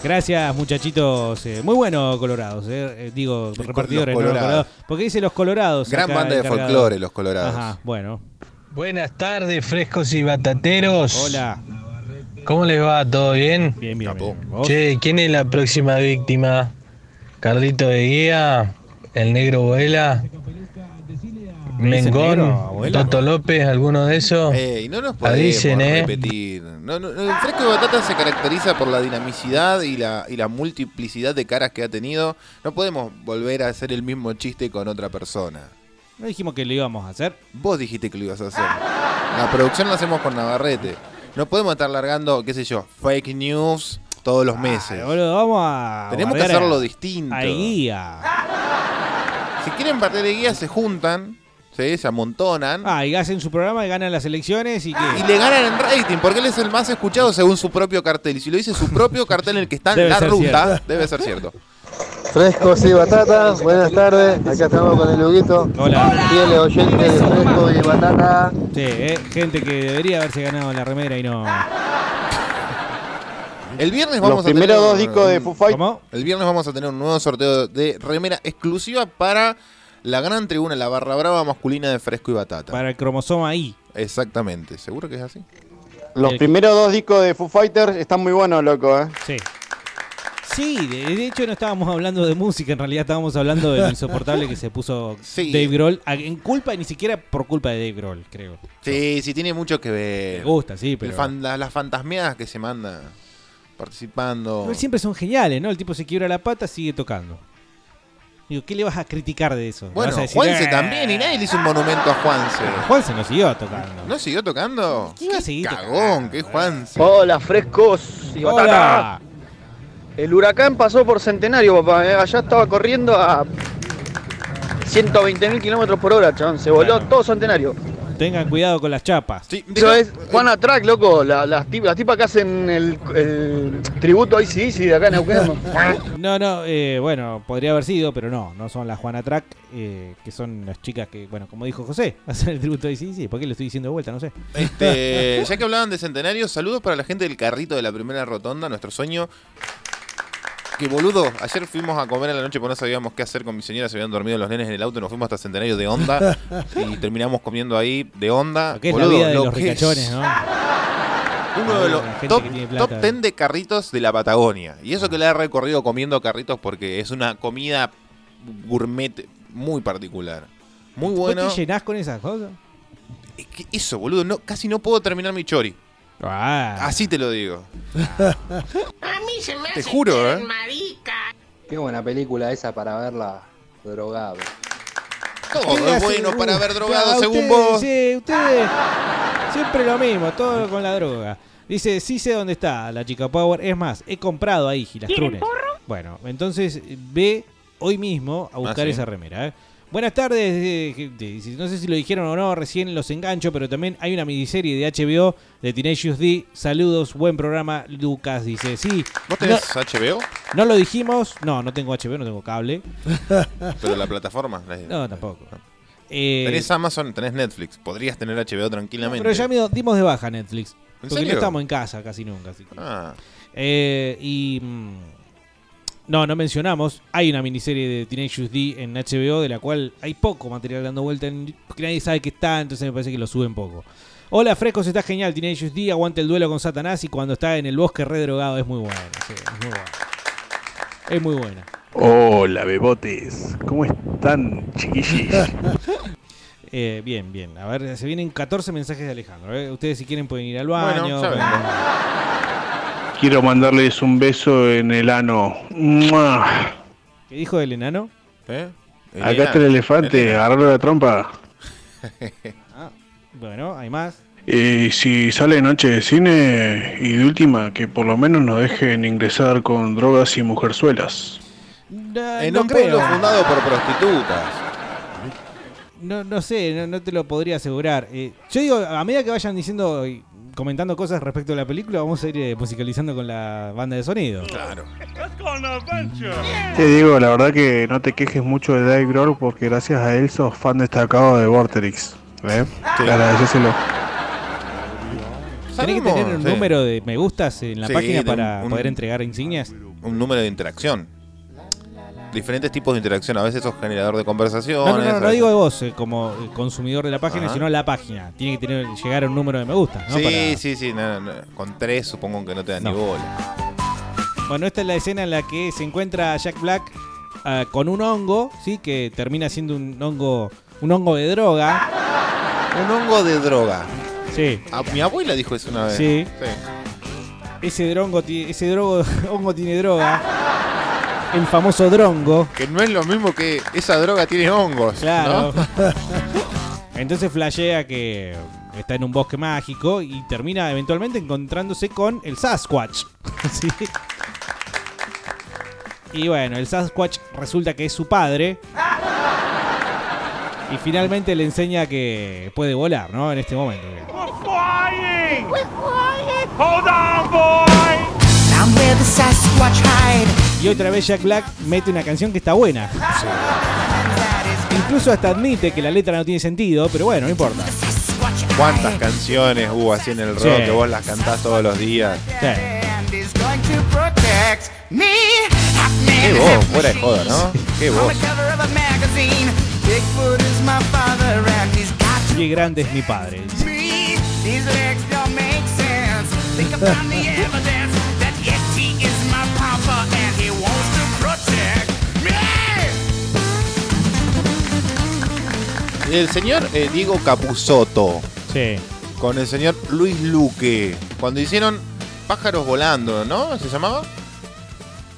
S4: gracias muchachitos. eh, muy bueno, Colorados. eh, eh, digo, repartidores, no, los
S8: Colorados.
S4: Colorados. Porque dice los Colorados.
S8: Gran
S4: acá
S8: banda de
S4: encargado.
S8: folclore, los Colorados.
S4: Ajá, bueno.
S21: Buenas tardes, frescos y batateros.
S4: Hola.
S21: ¿Cómo les va? ¿Todo bien?
S4: Bien, bien. bien. ¿Vos?
S21: Che, ¿quién es la próxima víctima? ¿Carlito de Guía? ¿El negro Vuela?
S8: ¿Me dicen
S21: ¿Mengón?
S8: negro, Vuela?
S21: ¿Toto López? ¿Alguno de esos?
S8: Ey, Eh, no nos podemos
S21: Avisen, ¿eh?
S8: repetir. No, no, no, el fresco de batata se caracteriza por la dinamicidad y la, y la multiplicidad de caras que ha tenido. No podemos volver a hacer el mismo chiste con otra persona.
S4: No dijimos que lo íbamos a hacer.
S8: Vos dijiste que lo ibas a hacer. La producción la hacemos con Navarrete. No podemos estar largando, qué sé yo, fake news todos los meses.
S4: Ah, Boludo, vamos a.
S8: Tenemos que
S4: bardear a-
S8: hacerlo distinto.
S4: A guía.
S8: Si quieren partir de guía, se juntan, ¿sí? se amontonan.
S4: Ah, y hacen su programa y ganan las elecciones y que.
S8: Y le ganan en rating, porque él es el más escuchado según su propio cartel. Y si lo dice su propio cartel en el que está
S4: Debe
S8: en la
S4: ser
S8: ruta,
S4: cierto.
S8: debe ser cierto.
S22: Frescos y batatas, buenas tardes, acá estamos con el Luguito.
S4: Hola.
S22: Fieles oyentes de Frescos y Batata.
S4: Sí, eh, gente que debería haberse ganado la remera y no.
S8: El viernes vamos a tener un-
S4: ¿Cómo?
S8: El viernes vamos a tener un nuevo sorteo de remera exclusiva para la gran tribuna, la barra brava masculina de Fresco y Batata.
S4: Para el cromosoma I.
S8: Exactamente, ¿seguro que es así?
S22: Los
S4: Eh,
S22: primeros dos discos de Foo Fighters están muy buenos, loco, eh.
S4: Sí. Sí, de, de hecho no estábamos hablando de música, en realidad estábamos hablando de lo insoportable que se puso Dave Grohl. a- En culpa, ni siquiera por culpa de Dave Grohl, creo.
S8: Sí, sí, tiene mucho que ver.
S4: Me gusta, sí,
S8: El
S4: pero-
S8: fan- la- las fantasmeadas que se manda participando.
S4: Pero siempre son geniales, ¿no? El tipo se quiebra la pata, sigue tocando. Digo, ¿qué le vas a criticar de eso? ¿Le
S8: Bueno,
S4: vas a decir,
S8: Juanse
S4: "Eh"?
S8: también, y nadie le hizo un monumento a Juanse.
S4: Juanse no siguió tocando.
S8: ¿No siguió tocando?
S4: ¿Qué iba a seguir
S8: Cagón, qué Juanse.
S22: Hola, frescos y
S8: Hola.
S22: batata. El huracán pasó por Centenario, papá. eh. Allá estaba corriendo a 120.000 kilómetros por hora, chabón. Se voló todo Centenario.
S4: Tengan cuidado con las chapas.
S22: Eso es Juan Atrac, loco. La- las, tip- las tipas que hacen el, el tributo a ICDC de acá en Neuquén.
S4: No, no, eh, bueno, podría haber sido, pero no, no son las Juana Track, eh, que son las chicas que, bueno, como dijo José, hacen el tributo de sí, sí, ¿por qué lo estoy diciendo de vuelta? No sé.
S8: Este, ya que hablaban de centenarios, saludos para la gente del carrito de la primera rotonda, nuestro sueño. Que boludo, ayer fuimos a comer a la noche porque no sabíamos qué hacer con mi señora, se habían dormido los nenes en el auto, nos fuimos hasta Centenario de onda y terminamos comiendo ahí de onda.
S4: Que es la
S8: Boludo,
S4: vida de
S8: lo
S4: los
S8: que es Ah,
S4: ricachones, ¿no?
S8: Uno de los
S4: Ah, La gente
S8: top,
S4: que tiene
S8: top
S4: plata. Ah.
S8: 10 de carritos de la Patagonia. Y eso que la he recorrido comiendo carritos porque es una comida gourmet muy particular. Muy
S4: ¿Vos
S8: bueno.
S4: te llenás con esas cosas?
S8: ¿Qué- Eso, boludo, no, casi no puedo terminar mi chori.
S4: Ah.
S8: Así te lo digo.
S6: A mí se me
S8: Te
S6: hace
S8: juro,
S6: que
S8: ¿eh?
S6: eres marica.
S1: Qué buena película esa para verla drogado.
S8: Todo es bueno
S4: Uh,
S8: para ver drogado,
S4: Claro,
S8: según
S4: ustedes,
S8: vos.
S4: Sí, ustedes. Siempre lo mismo, todo con la droga. Dice, sí sé dónde está la chica Power. Es más, he comprado ahí
S23: ¿Quieren
S4: gilastrunes. Bueno, entonces ve hoy mismo
S8: Ah,
S4: a buscar
S23: sí.
S4: esa remera. ¿eh? Buenas tardes, eh, gente. Dice, no sé si lo dijeron o no, recién los engancho, pero también hay una miniserie de HBO de Teenage D. Saludos, buen programa, Lucas. Dice, sí.
S8: ¿Vos tenés HBO?
S4: No lo dijimos, no, no tengo HBO, no tengo cable.
S8: Pero la plataforma. la-
S4: No, tampoco. Eh,
S8: tenés Amazon, tenés Netflix. Podrías tener HBO tranquilamente.
S4: Pero ya me- dimos de baja Netflix.
S8: ¿En
S4: porque
S8: serio?
S4: no estamos en casa casi nunca. así que-
S8: Ah.
S4: Eh, y. mm, No, no mencionamos. Hay una miniserie de Teenage D en HBO de la cual hay poco material dando vuelta. En, porque nadie sabe que está, entonces me parece que lo suben poco. Hola, frescos, está genial. Teenage D aguanta el duelo con Satanás y cuando está en el bosque redrogado es muy bueno. sí, es muy bueno. Es muy buena.
S24: Hola, bebotes. ¿Cómo están, chiquillis?
S4: Eh, bien, bien. A ver, se vienen 14 mensajes de Alejandro. ¿eh? Ustedes si quieren pueden ir al baño.
S8: Bueno, ya
S4: pueden-
S24: Quiero mandarles un beso en el ano. ¡Mua!
S4: ¿Qué dijo el enano?
S8: ¿Eh?
S24: Acá está el elefante, agarrarlo la trompa.
S4: Ah, bueno, hay más.
S24: Y si sale noche de cine, y de última, que por lo menos nos dejen ingresar con drogas y mujerzuelas.
S8: En
S4: no
S8: un
S4: creo.
S8: pueblo fundado por prostitutas.
S4: No, no sé, no, no te lo podría asegurar. Eh, yo digo, a medida que vayan diciendo y comentando cosas respecto a la película, vamos a ir eh, musicalizando con la banda de sonido.
S8: Claro.
S24: Te digo, la verdad que no te quejes mucho de Dave Grohl porque gracias a él sos fan destacado de Vorterix. ¿eh? Agradecéselo.
S4: ¿Tenés que
S8: Sabemos,
S4: tener un
S8: sí.
S4: número de me gustas en la
S8: Sí,
S4: página
S8: de
S4: para
S8: un- un-
S4: poder entregar insignias?
S8: Un número de interacción. Diferentes tipos de interacción. A veces sos generador de
S4: No, no,
S8: conversaciones.
S4: no, no,
S8: a
S4: lo
S8: veces-
S4: digo de vos eh, como eh, consumidor de la página,
S8: Ajá.
S4: sino la página. Tiene que tener, llegar a un número de me gustas, ¿no?
S8: sí,
S4: Para-
S8: sí, sí, no, no, no. Con tres supongo que no te dan
S4: No.
S8: ni bola.
S4: Bueno, esta es la escena en la que se encuentra Jack Black ah, con un hongo, ¿sí? Que termina siendo un hongo, un hongo de droga.
S8: Un hongo de droga.
S4: Sí.
S8: Ah, mi abuela dijo eso una vez.
S4: Sí. Ese, drongo, ti- ese drogo, hongo tiene droga. El famoso drongo.
S8: Que no es lo mismo que esa droga tiene hongos.
S4: Claro.
S8: ¿no?
S4: Entonces flashea que está en un bosque mágico y termina eventualmente encontrándose con el Sasquatch. Sí. Y bueno, el Sasquatch resulta que es su padre. Y finalmente le enseña que puede volar, ¿no? En este momento.
S3: flying! We're flying! Hold on, boy!
S4: I'm where the Sasquatch hide. Y otra vez Jack Black mete una canción que está buena. Incluso hasta admite que la letra no tiene sentido, pero bueno, no importa.
S8: ¿Cuántas canciones hubo así en el rock
S4: Sí.
S8: que vos las cantás todos los días?
S3: And is going to protect me.
S8: Qué voz, fuera de joda, ¿no? Qué
S3: On
S8: voz.
S3: the cover of a magazine. Bigfoot is my father and he's got
S4: Qué grande es mi padre.
S3: me. These legs don't make sense. Think about the evidence that Yeti is my papa and he wants to protect me.
S8: El señor eh, Diego Capusotto.
S4: Sí.
S8: Con el señor Luis Luque. Cuando hicieron Pájaros Volando, ¿no? ¿Se llamaba?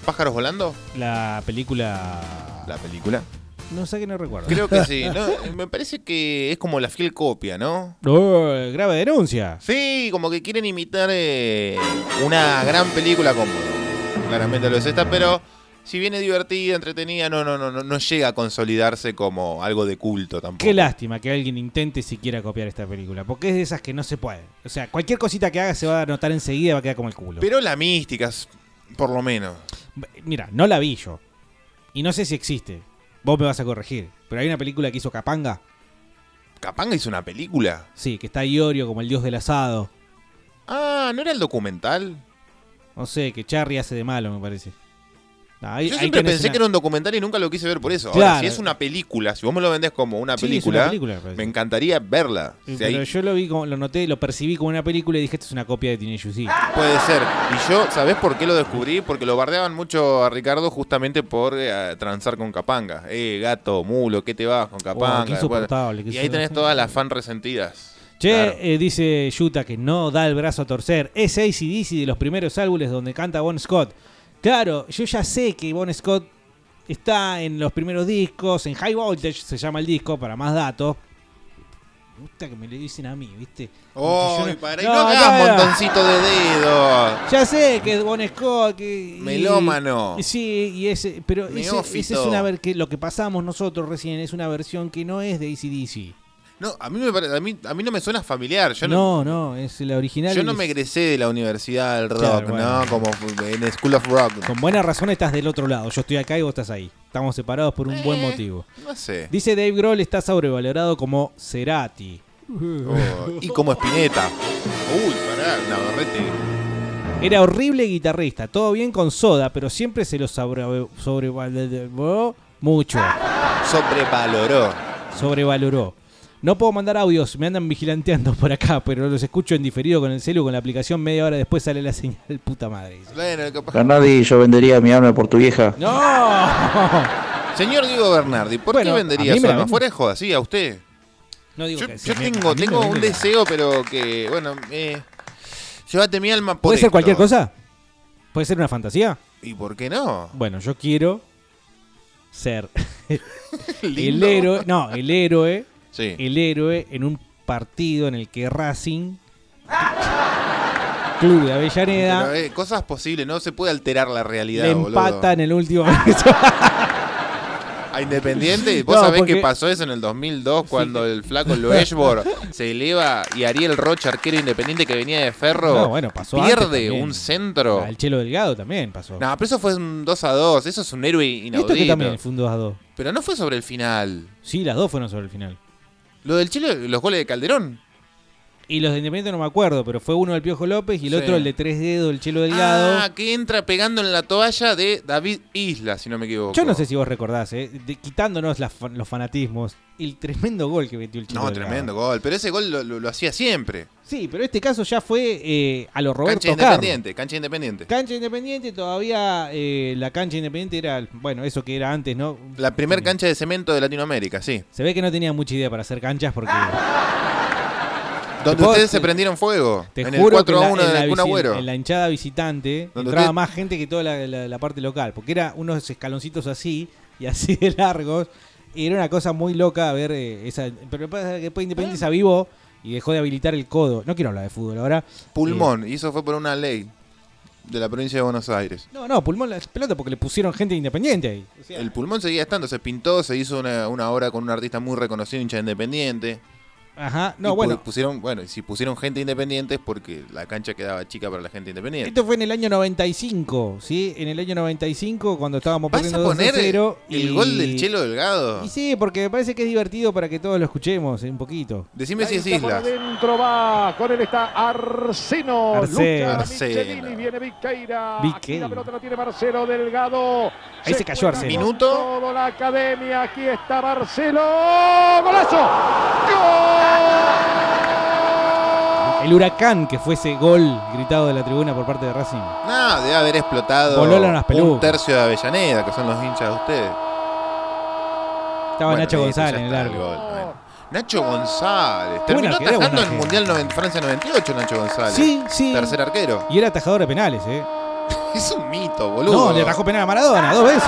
S8: ¿Pájaros Volando?
S4: La película.
S8: La película.
S4: No sé que no recuerdo.
S8: Creo que sí. ¿no? Me parece que es como la fiel copia, ¿no?
S4: Oh, grave denuncia.
S8: Sí, como que quieren imitar eh, una gran película como claramente lo es esta, pero si viene divertida, entretenida, no, no, no, no, no llega a consolidarse como algo de culto tampoco.
S4: Qué lástima que alguien intente siquiera copiar esta película, porque es de esas que no se puede. O sea, cualquier cosita que haga se va a notar enseguida y va a quedar como el culo.
S8: Pero la mística, es, por lo menos.
S4: Mira, no la vi yo. Y no sé si existe. Vos me vas a corregir. Pero hay una película que hizo Capanga.
S8: ¿Capanga hizo una película?
S4: Sí, que está Iorio como el dios del asado.
S8: Ah, ¿no era el documental?
S4: No sé, que Charry hace de malo, me parece. Ah, No, ahí-
S8: Yo
S4: ahí
S8: siempre
S4: tenés
S8: pensé
S4: una-
S8: que era un documental y nunca lo quise ver por eso.
S4: Claro.
S8: Ahora, si es una película, si vos me lo vendés como una
S4: Sí, es
S8: película,
S4: una película, me parece.
S8: me encantaría verla.
S4: Sí,
S8: Si ahí-
S4: Pero yo lo vi, como, lo noté, lo percibí como una película y dije, esto es una copia de Teenage D.
S8: Puede ser. Y yo, ¿sabés por qué lo descubrí? Porque lo bardeaban mucho a Ricardo justamente por eh, transar con Capanga. Eh, gato, mulo, ¿qué te vas con Capanga?
S4: Oh, qué
S8: Después-
S4: insoportable que
S8: y ahí
S4: sos.
S8: tenés todas las fan resentidas.
S4: Che,
S8: Claro.
S4: eh, dice Yuta que no da el brazo a torcer. Es ACDC de los primeros álbumes donde canta Bon Scott. Claro, yo ya sé que Bon Scott está en los primeros discos, en High Voltage se llama el disco, para más datos. Me gusta que me lo dicen a mí, ¿viste?
S8: Oh,
S4: Como que yo
S8: y para, y
S4: No,
S8: no hagas
S4: para.
S8: montoncito de dedos.
S4: Ya sé que es Bon Scott. Que, y-
S8: Melómano.
S4: y sí, y ese, pero ese,
S8: Neófito.
S4: ese es una ver que lo que pasamos nosotros recién es una versión que no es de ACDC.
S8: No, a mí, me pare- a, mí, a mí no me suena familiar. Yo no,
S4: No, no, es la original.
S8: yo no
S4: es-
S8: me egresé de la Universidad del Rock,
S4: Claro, bueno.
S8: ¿no? Como en School of Rock.
S4: Con buena razón estás del otro lado. Yo estoy acá y vos estás ahí. Estamos separados por un
S8: Eh.
S4: buen motivo.
S8: No sé.
S4: Dice Dave Grohl está sobrevalorado como Cerati.
S8: Oh, y como Spinetta. Uy, pará, Navarrete.
S4: Era horrible guitarrista, todo bien con soda, pero siempre se lo sobre- sobrevaloró mucho.
S8: Sobrevaloró.
S4: Sobrevaloró. No puedo mandar audios, me andan vigilanteando por acá, pero los escucho en diferido con el celu, con la aplicación media hora después sale la señal, puta madre.
S8: Bueno, capaz-
S2: Bernardi, yo vendería mi alma por tu vieja.
S4: ¡No!
S8: Señor Diego Bernardi, ¿por
S4: Bueno,
S8: qué vendería
S4: a mí
S8: su
S4: me la
S8: alma?
S4: venden.
S8: Fuera de joda, sí, a usted.
S4: No digo
S8: yo
S4: que sea
S8: yo
S4: mía, a
S8: tengo,
S4: mí me
S8: tengo un
S4: venden.
S8: deseo, pero que, bueno, eh, llévate mi alma por
S4: ¿Puede ser
S8: esto.
S4: cualquier cosa? ¿Puede ser una fantasía?
S8: ¿Y por qué no?
S4: Bueno, yo quiero ser el
S8: Lindo.
S4: héroe. No, el héroe. El héroe en un partido en el que Racing
S8: Ah.
S4: Club de
S8: Pero,
S4: Avellaneda
S8: eh, cosas posibles, no se puede alterar la realidad,
S4: le
S8: boludo.
S4: empata en el último minuto.
S8: A Independiente, vos
S4: No,
S8: sabés
S4: porque-
S8: que pasó eso en el 2002 cuando el flaco Loeshbor se eleva y Ariel Rocha, arquero independiente que venía de Ferro,
S4: No, bueno, pasó antes
S8: pierde
S4: también.
S8: un centro.
S4: Al Ah, Chelo Delgado también pasó.
S8: No, pero eso fue un 2 a 2, eso es un héroe
S4: Esto que
S8: inaudito.
S4: también fue un 2 a 2.
S8: Pero no fue sobre el final.
S4: Sí, las dos fueron sobre el final.
S8: Lo del Chile, los goles de Calderón.
S4: Y los de Independiente no me acuerdo, pero fue uno del Piojo López y el
S8: Sí.
S4: otro el de tres dedos, el Chelo Delgado.
S8: Ah, que entra pegando en la toalla de David Isla, si no me equivoco.
S4: Yo no sé si vos recordás, eh, de- quitándonos las fan- los fanatismos, el tremendo gol que metió el Chelo
S8: No,
S4: Delgado.
S8: tremendo gol, pero ese gol lo, lo- lo hacía siempre.
S4: Sí, pero este caso ya fue eh, a los Roberto
S8: cancha
S4: Carlos.
S8: independiente, cancha independiente.
S4: Cancha Independiente, todavía eh, la cancha Independiente era, bueno, eso que era antes, ¿no?
S8: La primer cancha de cemento de Latinoamérica, sí.
S4: Se ve que no tenía mucha idea para hacer canchas porque...
S8: Donde
S4: Te
S8: ustedes
S4: puedo-
S8: se prendieron fuego.
S4: Te
S8: en el
S4: juro que
S8: 4
S4: en
S8: a
S4: la-
S8: 1
S4: en la
S8: de Kun
S4: visi-
S8: Agüero.
S4: en la hinchada visitante
S8: Donde
S4: entraba
S8: usted-
S4: más gente que toda la, la- la parte local, porque era unos escaloncitos así y así de largos. Y era una cosa muy loca ver eh, esa. Pero pasa que después Independiente se avivó y dejó de habilitar el codo. No quiero hablar de fútbol ahora.
S8: Pulmón, y eso fue por una ley de la provincia de Buenos Aires.
S4: No, no, pulmón la pelota porque le pusieron gente independiente ahí.
S8: El pulmón seguía estando, se pintó, se hizo una, una obra con un artista muy reconocido, hincha independiente.
S4: Ajá,
S8: Y
S4: no,
S8: pu-
S4: bueno.
S8: Pusieron, bueno, y si pusieron gente independiente es porque la cancha quedaba chica para la gente independiente.
S4: Esto fue en el año 95, ¿sí? En el año 95, cuando estábamos
S8: ¿Vas a
S4: perdiendo 2
S8: poner el,
S4: 0. y-
S8: gol del Chelo Delgado?
S4: Y sí, porque me parece que es divertido para que todos lo escuchemos eh, un poquito.
S8: Decime si es
S5: Está por
S8: Isla.
S5: adentro va, con él está Arseno.
S4: Arseno.
S5: Lucha
S4: Arseno.
S5: Michelini, viene Viqueira.
S4: Viqueira.
S5: Ah, Aquí la pelota la tiene Marcelo Delgado.
S4: Ahí se cayó
S5: juega
S4: Arseno.
S5: con
S4: Minuto.
S5: Todo la academia, aquí está Marcelo. ¡Golazo! ¡Gol!
S4: El huracán que fue ese gol gritado de la tribuna por parte de Racing.
S8: No, debe haber explotado
S4: Voló las
S8: un
S4: pelucas.
S8: tercio de Avellaneda, que son los hinchas de ustedes.
S4: Estaba
S8: Bueno,
S4: Nacho
S8: listo,
S4: González
S8: ya
S4: en el
S8: está
S4: arco.
S8: gol, bueno. Nacho González.
S4: Buena
S8: Terminó
S4: que era,
S8: atajando
S4: buena
S8: en
S4: que
S8: el
S4: era.
S8: Mundial noven- Francia 98, Nacho González.
S4: Sí, sí.
S8: Tercer arquero.
S4: Y era atajador de penales, ¿eh?
S8: Es un mito, boludo.
S4: No, le atajó penal a Maradona dos veces.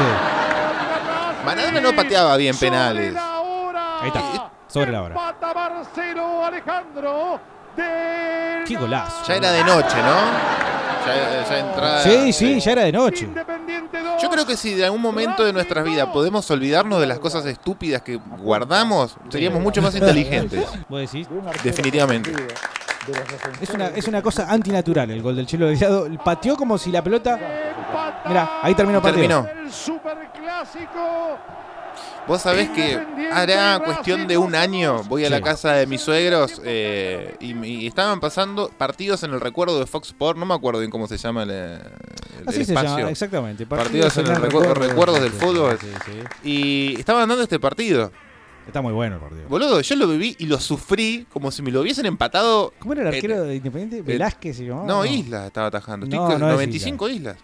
S8: Maradona no pateaba bien penales.
S4: Ahí está, sobre la hora.
S5: Pata Marcelo Alejandro. De
S4: Qué golazo.
S8: Ya era de noche, ¿no? Ya, ya entrada.
S4: Sí, sí, ya era de noche.
S8: Yo creo que si de algún momento de nuestras vidas podemos olvidarnos de las cosas estúpidas que guardamos, seríamos mucho más inteligentes.
S4: ¿Vos decís?
S8: Definitivamente.
S4: Es una, es una cosa antinatural el gol del Chelo Delgado. Pateó como si la pelota. Mirá, ahí terminó el partido.
S8: Terminó.
S5: El superclásico.
S8: Vos sabés que hará cuestión de un año voy a la
S4: Sí.
S8: casa de mis suegros eh, y, y estaban pasando partidos en el recuerdo de Fox Sport, no me acuerdo bien cómo se llama el, eh, el-
S4: Así
S8: el
S4: se
S8: espacio.
S4: llama, exactamente.
S8: Partidos en el recuerdo, recuerdos del fútbol. Y estaban dando este partido.
S4: Está muy bueno el partido.
S8: Boludo, yo lo viví y lo sufrí como si me lo hubiesen empatado.
S4: ¿Cómo era el arquero de Independiente? Velázquez se llamaba.
S8: Este, eh, No, Isla estaba atajando. Estoy
S4: No,
S8: con
S4: no es
S8: 95 islas.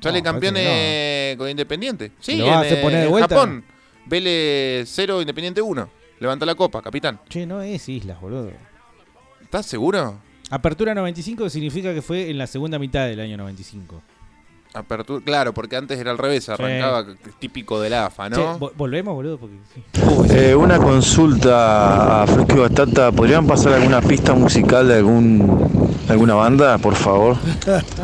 S8: Sale
S4: No,
S8: campeón
S4: parece que no.
S8: eh, con Independiente. Sí,
S4: ¿Lo
S8: en,
S4: vas a hacer
S8: eh,
S4: poner de
S8: en
S4: vuelta?
S8: Japón. Vélez 0, Independiente 1. Levanta la copa, capitán.
S4: Che, no es Islas, boludo.
S8: ¿Estás seguro?
S4: Apertura 95 significa que fue en la segunda mitad del año 95.
S8: Apertura, claro, porque antes era al revés, arrancaba típico del AFA,
S4: Che,
S8: ¿no?
S4: vo- volvemos, boludo, porque. sí.
S2: Eh, una consulta a Fresco y Batata. ¿Podrían pasar alguna pista musical de algún de alguna banda, por favor?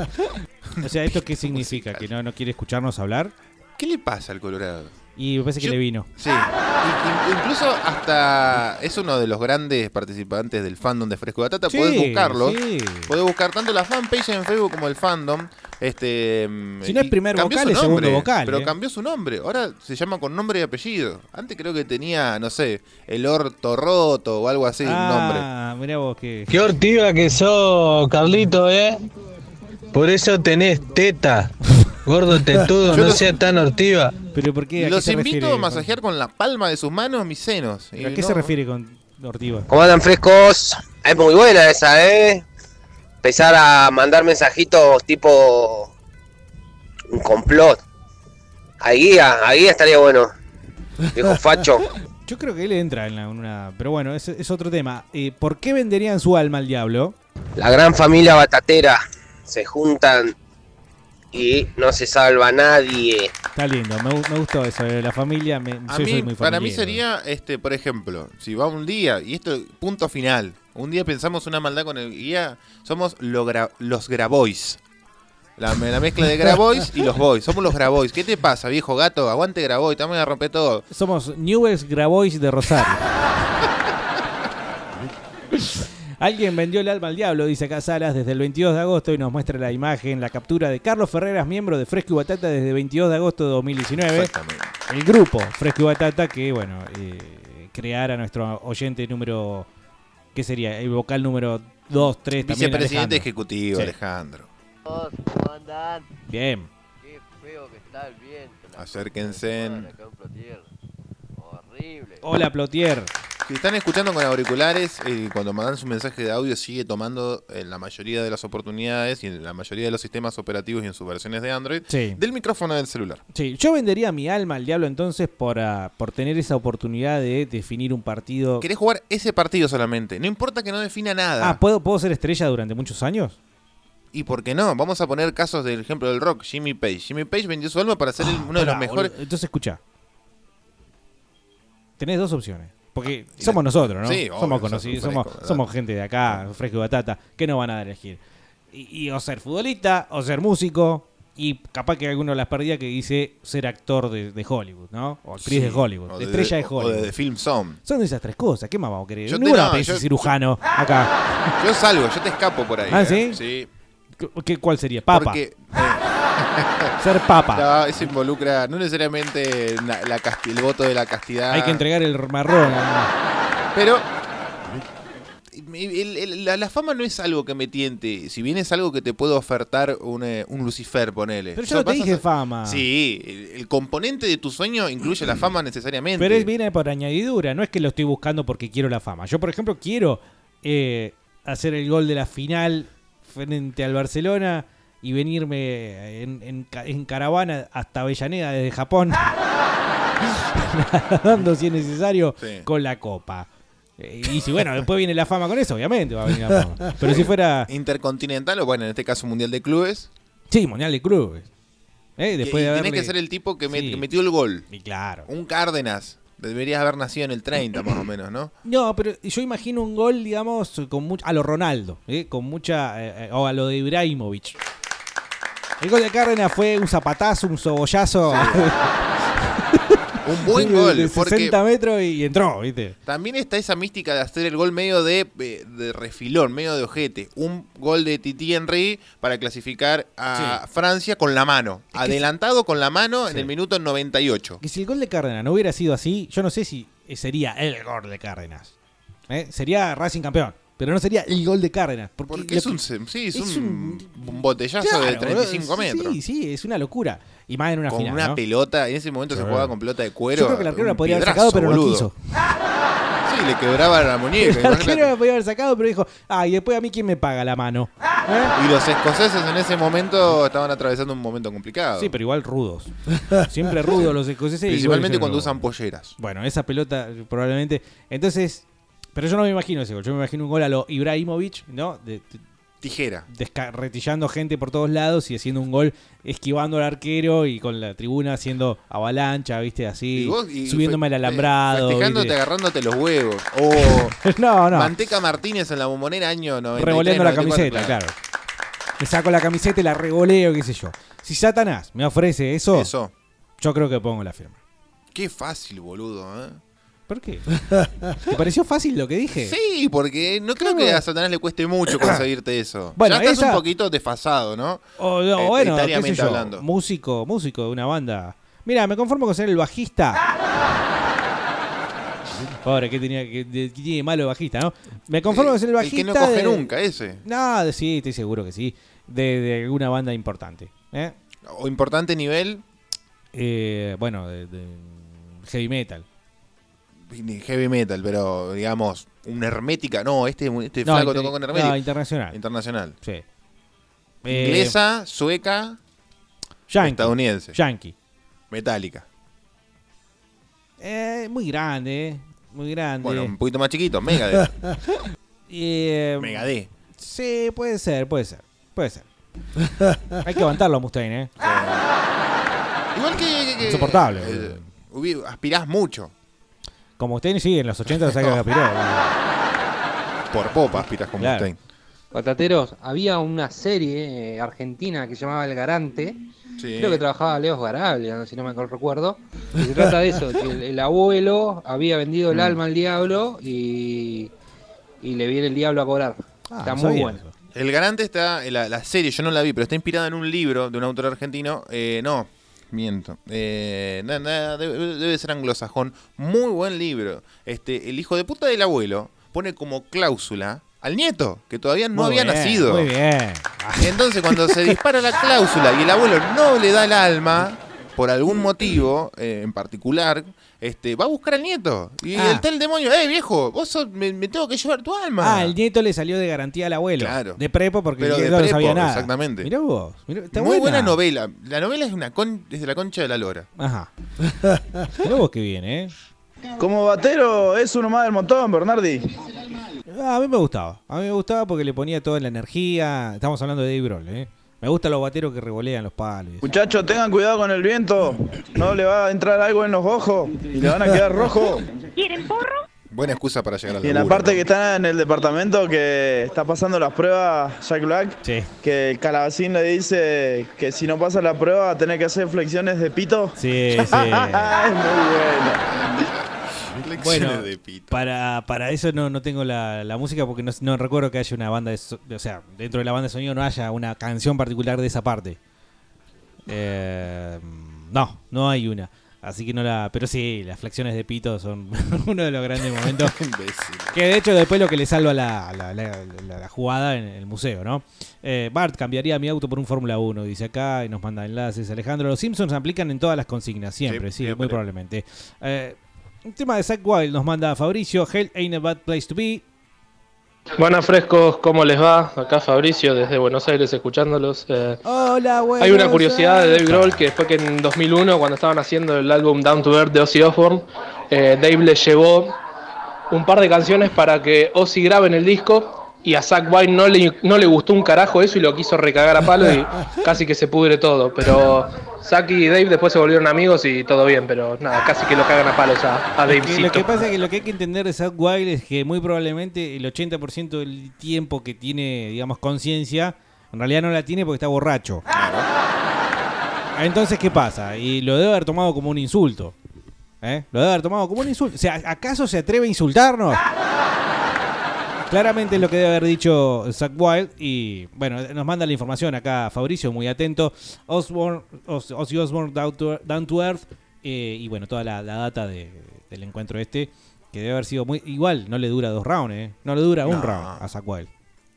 S4: o sea, ¿esto qué significa? ¿Que no, no quiere escucharnos hablar?
S8: ¿Qué le pasa al Colorado?
S4: Y me parece que le vino.
S8: Sí. In- in- Incluso hasta es uno de los grandes participantes del fandom de Fresco de Batata.
S4: Sí,
S8: podés buscarlo.
S4: sí.
S8: Podés buscar tanto la fanpage en Facebook como el fandom. Este, mm,
S4: Si no es
S8: y
S4: primer
S8: cambió
S4: vocal,
S8: su
S4: es segundo
S8: nombre,
S4: vocal,
S8: Pero
S4: eh.
S8: cambió su nombre. Ahora se llama con nombre y apellido. Antes creo que tenía, no sé, el orto roto o algo así, un nombre.
S4: Ah, mirá vos que.
S21: Qué ortiva que sos, Carlito, ¿eh? Por eso tenés teta. Gordo tetudo, no seas tan ortiva.
S4: Pero ¿por qué?
S8: Los invito a masajear con la palma de sus manos mis senos. Y
S4: ¿A qué
S8: no-
S4: se refiere con Ortiva?
S25: ¿Cómo andan frescos? Es muy buena esa, ¿eh? Empezar a mandar mensajitos tipo un complot. Ahí guía, ahí guía estaría bueno. Viejo facho.
S4: Yo creo que él entra en, la- en una. Pero bueno, es, es otro tema. Eh, ¿Por qué venderían su alma al diablo?
S25: La gran familia batatera se juntan y no se salva nadie.
S4: Está lindo, me, gu- me gustó eso. eh, La familia, me,
S8: A
S4: yo
S8: mí,
S4: soy muy
S8: para mí
S4: familiero.
S8: sería, este, por ejemplo, si va un día, y esto, punto final, un día pensamos una maldad con el guía, somos lo gra- los Grabois. La, me- la mezcla de Grabois y los Boys. Somos los Grabois. ¿Qué te pasa, viejo gato? Aguante Grabois, te vamos a romper todo.
S4: Somos Newell's Grabois de Rosario. Alguien vendió el alma al diablo, dice acá Salas, desde el 22 de agosto y nos muestra la imagen, la captura de Carlos Ferreras, miembro de Fresco y Batata desde el 22 de agosto de 2019.
S8: Exactamente.
S4: El grupo Fresco y Batata que, bueno, eh, creara nuestro oyente número, ¿qué sería? El vocal número 2, 3, también
S8: Vicepresidente
S4: Alejandro.
S8: ejecutivo,
S4: Sí.
S8: Alejandro.
S7: ¿Cómo andan?
S4: Bien.
S7: Qué feo que está el viento. la
S8: Acérquense.
S7: puta madre, acá en Plotier. Horrible.
S4: Hola, Plotier.
S8: Si están escuchando con auriculares, eh, cuando mandan su mensaje de audio sigue tomando en la mayoría de las oportunidades y en la mayoría de los sistemas operativos y en sus versiones de Android
S4: Sí.
S8: del micrófono del celular.
S4: Sí, yo vendería mi alma al diablo entonces por, ah, por tener esa oportunidad de definir un partido.
S8: Querés jugar ese partido solamente. No importa que no defina nada.
S4: Ah, ¿puedo, ¿puedo ser estrella durante muchos años?
S8: ¿Y por qué no? Vamos a poner casos del ejemplo del rock, Jimmy Page. Jimmy Page vendió su alma para ser el- uno de los
S4: Pará,
S8: mejores.
S4: boludo. Entonces, escucha. Tenés dos opciones. Porque somos nosotros, ¿no?
S8: Ah, Sí, obvio,
S4: somos
S8: nosotros
S4: conocidos,
S8: somos
S4: somos,
S8: frescos,
S4: somos gente de acá, fresco y batata, que no van a elegir. Y, y o ser futbolista, o ser músico, y capaz que alguno las perdía que dice ser actor de, de Hollywood, ¿no? O actriz
S8: Sí,
S4: de Hollywood,
S8: o
S4: de estrella de
S8: o
S4: Hollywood.
S8: de The Film Zone.
S4: Son esas tres cosas, ¿qué más vamos a querer?
S8: Yo
S4: Yo
S8: te-
S4: Ninguna
S8: no,
S4: te dice
S8: yo-
S4: cirujano acá.
S8: Yo salgo, yo te escapo por ahí.
S4: ¿Ah,
S8: eh.
S4: sí?
S8: Sí.
S4: ¿Qué, ¿Cuál sería? Papa.
S8: Porque
S4: Ser papa.
S8: no, eso involucra no necesariamente na- la casti- el voto de la castidad.
S4: Hay que entregar el marrón. ¿no?
S8: Pero el- el- la, la fama no es algo que me tiente. Si bien es algo que te puedo ofertar un, eh, un Lucifer, ponele.
S4: Pero
S8: So-
S4: yo no te
S8: vas a-
S4: dije fama.
S8: Sí, el, el componente de tu sueño incluye la fama necesariamente.
S4: Pero es- viene por añadidura, no es que lo estoy buscando porque quiero la fama. Yo, por ejemplo, quiero eh, hacer el gol de la final frente al Barcelona y venirme en, en ca- en caravana hasta Avellaneda desde Japón, nadando si es necesario, con la copa. Eh, Y si bueno, después viene la fama con eso, obviamente va a venir la fama. Pero si fuera.
S8: Intercontinental o bueno, en este caso Mundial de Clubes.
S4: Sí, Mundial de Clubes. Eh, después
S8: Y- y
S4: de
S8: tenés
S4: haberle-
S8: que ser el tipo que, met-
S4: Sí.
S8: que metió el gol.
S4: Y claro.
S8: Un Cárdenas. Deberías haber nacido en el 30 más o menos, ¿no?
S4: No, pero yo imagino un gol, digamos, con mucho, a lo Ronaldo, ¿eh? con mucha. eh, eh, o a lo de Ibrahimovic. El gol de Cárdenas fue un zapatazo, un sobollazo.
S8: Un buen gol,
S4: De
S8: porque-
S4: 60 metros y, y entró, ¿viste?
S8: También está esa mística de hacer el gol medio de, eh, de refilón, medio de ojete. Un gol de Titi Henry para clasificar a Francia con la mano. Adelantado con la mano en el minuto 98.
S4: Que si el gol de Cárdenas no hubiera sido así, yo no sé si eh, sería el gol de Cárdenas. ¿eh? Sería Racing campeón, pero no sería el gol de Cárdenas. Porque,
S8: Porque
S4: lo
S8: es
S4: que-
S8: un, se- sí, es
S4: es
S8: un, un botellazo de
S4: Claro,
S8: 35
S4: boludo, sí,
S8: metros.
S4: Sí, sí, es una locura. Y más en una
S8: con
S4: final.
S8: una
S4: ¿no?
S8: pelota. En ese momento se
S4: Sí.
S8: jugaba con pelota de cuero.
S4: Yo creo que el arquero
S8: un
S4: la podría haber
S8: piedrazo,
S4: sacado, pero
S8: boludo.
S4: no quiso.
S8: Sí, le quebraba la muñeca.
S4: El
S8: imagínate.
S4: arquero la podía haber sacado, pero dijo, ah, y después a mí quién me paga la mano. ¿Eh?
S8: Y los escoceses en ese momento estaban atravesando un momento complicado.
S4: Sí, pero igual rudos. Siempre rudos los escoceses.
S8: Principalmente
S4: igual
S8: cuando
S4: hicieron
S8: usan polleras.
S4: el gol. Bueno, esa pelota eh, probablemente... Entonces, pero yo no me imagino ese gol. Yo me imagino un gol a lo Ibrahimovic, ¿no? De- de-
S8: Tijera.
S4: descarretillando gente por todos lados y haciendo un gol, esquivando al arquero y con la tribuna haciendo avalancha, ¿viste? Así,
S8: Y vos- y
S4: subiéndome al alambrado.
S8: Festejándote,
S4: ¿viste?
S8: agarrándote los huevos. O
S4: No, no.
S8: Manteca Martínez en la bombonera año 93,
S4: revoleando la
S8: 94,
S4: camiseta, claro. Me saco la camiseta y la revoleo, qué sé yo. Si Satanás me ofrece eso,
S8: Eso.
S4: yo creo que pongo la firma.
S8: Qué fácil, boludo, ¿eh?
S4: ¿Por qué? ¿Te pareció fácil lo que dije?
S8: Sí, porque no creo que a Satanás le cueste mucho conseguirte eso.
S4: Bueno,
S8: ya estás
S4: esa-
S8: un poquito desfasado, ¿no?
S4: O, no,
S8: Eh,
S4: bueno, qué
S8: etariamente
S4: sé yo,
S8: hablando.
S4: músico, músico de una banda. Mira, me conformo con ser el bajista. Pobre, ¿qué, tenía, qué- de- qué tiene de malo el bajista, no? Me conformo con ser el
S8: el
S4: bajista.
S8: que no coge
S4: de-
S8: nunca, ese.
S4: No, de- sí, estoy seguro que sí. De, de alguna banda importante. ¿eh?
S8: ¿O importante nivel?
S4: bueno, de, de heavy metal.
S8: Ni Heavy metal, pero digamos, una hermética. No, este, este
S4: No,
S8: flaco
S4: inter-
S8: tocó con hermética.
S4: no, internacional.
S8: Internacional.
S4: Sí. Eh,
S8: Inglesa, sueca,
S4: Yankee.
S8: estadounidense.
S4: Yankee.
S8: Metálica.
S4: Eh, muy grande, eh, muy grande.
S8: Bueno, un poquito más chiquito, Megadeth.
S4: Eh,
S8: Megadeth.
S4: Sí, puede ser, puede ser. Puede ser. Hay que aguantarlo a Mustaine, ¿eh?
S8: Igual que. que- que-
S4: Insoportable.
S8: eh, hubi- aspirás mucho.
S4: Como Mustaine, sí, en los 80 lo saca Ah, de
S8: Por popa aspirás con
S4: Claro.
S8: Mustaine.
S1: Patateros, había una serie eh, argentina que se llamaba El Garante. Creo que trabajaba Leos Garablia, no- si no me acuerdo- recuerdo. Y se trata de eso, que el, el abuelo había vendido
S21: Mm.
S1: el alma al diablo y, y le viene el diablo a cobrar. Está muy bueno.
S8: El Garante está. eh, La, la serie, yo no la vi, pero está inspirada en un libro de un autor argentino. Eh, no, miento. Eh, na- na- debe, debe ser anglosajón. Muy buen libro. Este, el hijo de puta del abuelo pone como cláusula al nieto, que todavía no
S4: Muy
S8: había
S4: bien,
S8: nacido.
S4: Muy bien.
S8: Y entonces cuando se dispara la cláusula y el abuelo no le da el alma, por algún motivo eh, en particular, este, va a buscar al nieto. Y
S4: Ah.
S8: el tal demonio, eh viejo, vos sos- me, me tengo que llevar tu alma.
S4: Ah, el nieto le salió de garantía al abuelo.
S8: Claro.
S4: De prepo porque
S8: Pero
S4: el
S8: de
S4: nieto no
S8: prepo,
S4: sabía nada.
S8: exactamente.
S4: Mirá vos. mirá- está
S8: Muy buena. novela. La novela es una con, desde la concha de la lora.
S4: Ajá. Mirá vos que bien, ¿eh?
S17: Como batero es uno más del montón, Bernardi.
S4: Ah, a mí me gustaba. A mí me gustaba porque le ponía toda la energía. Estamos hablando de Dave Grohl, ¿eh? Me gustan los bateros que revolean los palos.
S17: Muchachos, tengan cuidado con el viento. No le va a entrar algo en los ojos y le van a quedar rojo.
S6: ¿Quieren porro?
S8: Buena excusa para llegar al
S17: Y en la
S8: laburo,
S17: parte que está en el departamento que está pasando las pruebas Jack Black, que el calabacín le dice que si no pasa la prueba va a tener que hacer flexiones de pito.
S4: Sí,
S17: es muy bueno.
S4: Bueno, para, para eso no, no tengo la, la música porque no, no recuerdo que haya una banda de so- O sea, dentro de la banda de sonido no haya una canción particular de esa parte. Eh, no, no hay una. Así que no la. Pero sí, las flexiones de pito son uno de los grandes momentos. que de hecho, después lo que le salva la, la- la- la- la jugada en el museo, ¿no? Eh, Bart cambiaría mi auto por un Fórmula 1, dice acá y nos manda enlaces. Alejandro, los Simpsons aplican en todas las consignas, siempre, sí, muy probablemente. Eh, un tema de Zack Wild nos manda Fabricio. Hell ain't a bad place to be.
S9: Buenas frescos, ¿cómo les va? Acá Fabricio desde Buenos Aires escuchándolos. Eh,
S4: Hola,
S9: hay una curiosidad de Dave Grohl que fue que en 2001, cuando estaban haciendo el álbum Down to Earth de Ozzy Osbourne, eh, Dave le llevó un par de canciones para que Ozzy grabe en el disco y a Zack White no le, no le gustó un carajo eso y lo quiso recagar a palo y casi que se pudre todo. Pero Zack y Dave después se volvieron amigos y todo bien, pero nada, casi que lo cagan a palos a, a
S4: Lo que- Lo
S9: Davecito.
S4: que pasa es que lo que hay que entender de Zack Wild es que muy probablemente el 80% del tiempo que tiene, digamos, conciencia, en realidad no la tiene porque está borracho. Entonces, ¿qué pasa? Y lo debe haber tomado como un insulto. ¿eh? Lo debe haber tomado como un insulto. O sea, ¿acaso se atreve a insultarnos? Claramente es lo que debe haber dicho Zack Wild. Y bueno, nos manda la información acá Fabricio, muy atento. Osborne, Os- Ozzy Osbourne, Down to, Down to Earth. eh, y bueno, toda la, la data de- del encuentro este. Que debe haber sido muy. Igual, no le dura dos rounds, ¿eh? No le dura un
S8: No.
S4: round a Zack Wild.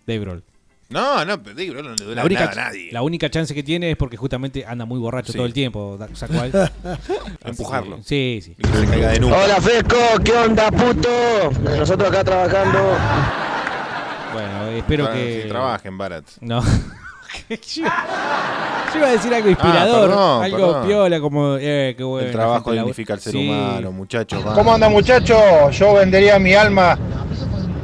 S4: Dave Grohl.
S8: No, no, pero Dave Grohl no le duele
S4: La única,
S8: nada a nadie.
S4: la única chance que tiene es porque justamente anda muy borracho
S8: Sí.
S4: todo el tiempo, da- Zack Wild. Así
S8: Empujarlo.
S4: que- Sí, sí.
S8: Que se caiga de nuca.
S10: Hola Fresco, ¿qué onda puto? Nosotros acá trabajando.
S4: Bueno, espero
S8: Para-
S4: que.
S8: sí, trabajen, Barat.
S4: No. Yo iba a decir algo inspirador,
S8: Ah, perdón,
S4: algo
S8: perdón.
S4: piola, como. eh, qué bueno,
S8: el trabajo
S4: gente labura-
S8: dignifica al ser
S4: Sí.
S8: humano, muchachos. va.
S11: ¿Cómo anda muchachos? Yo vendería mi alma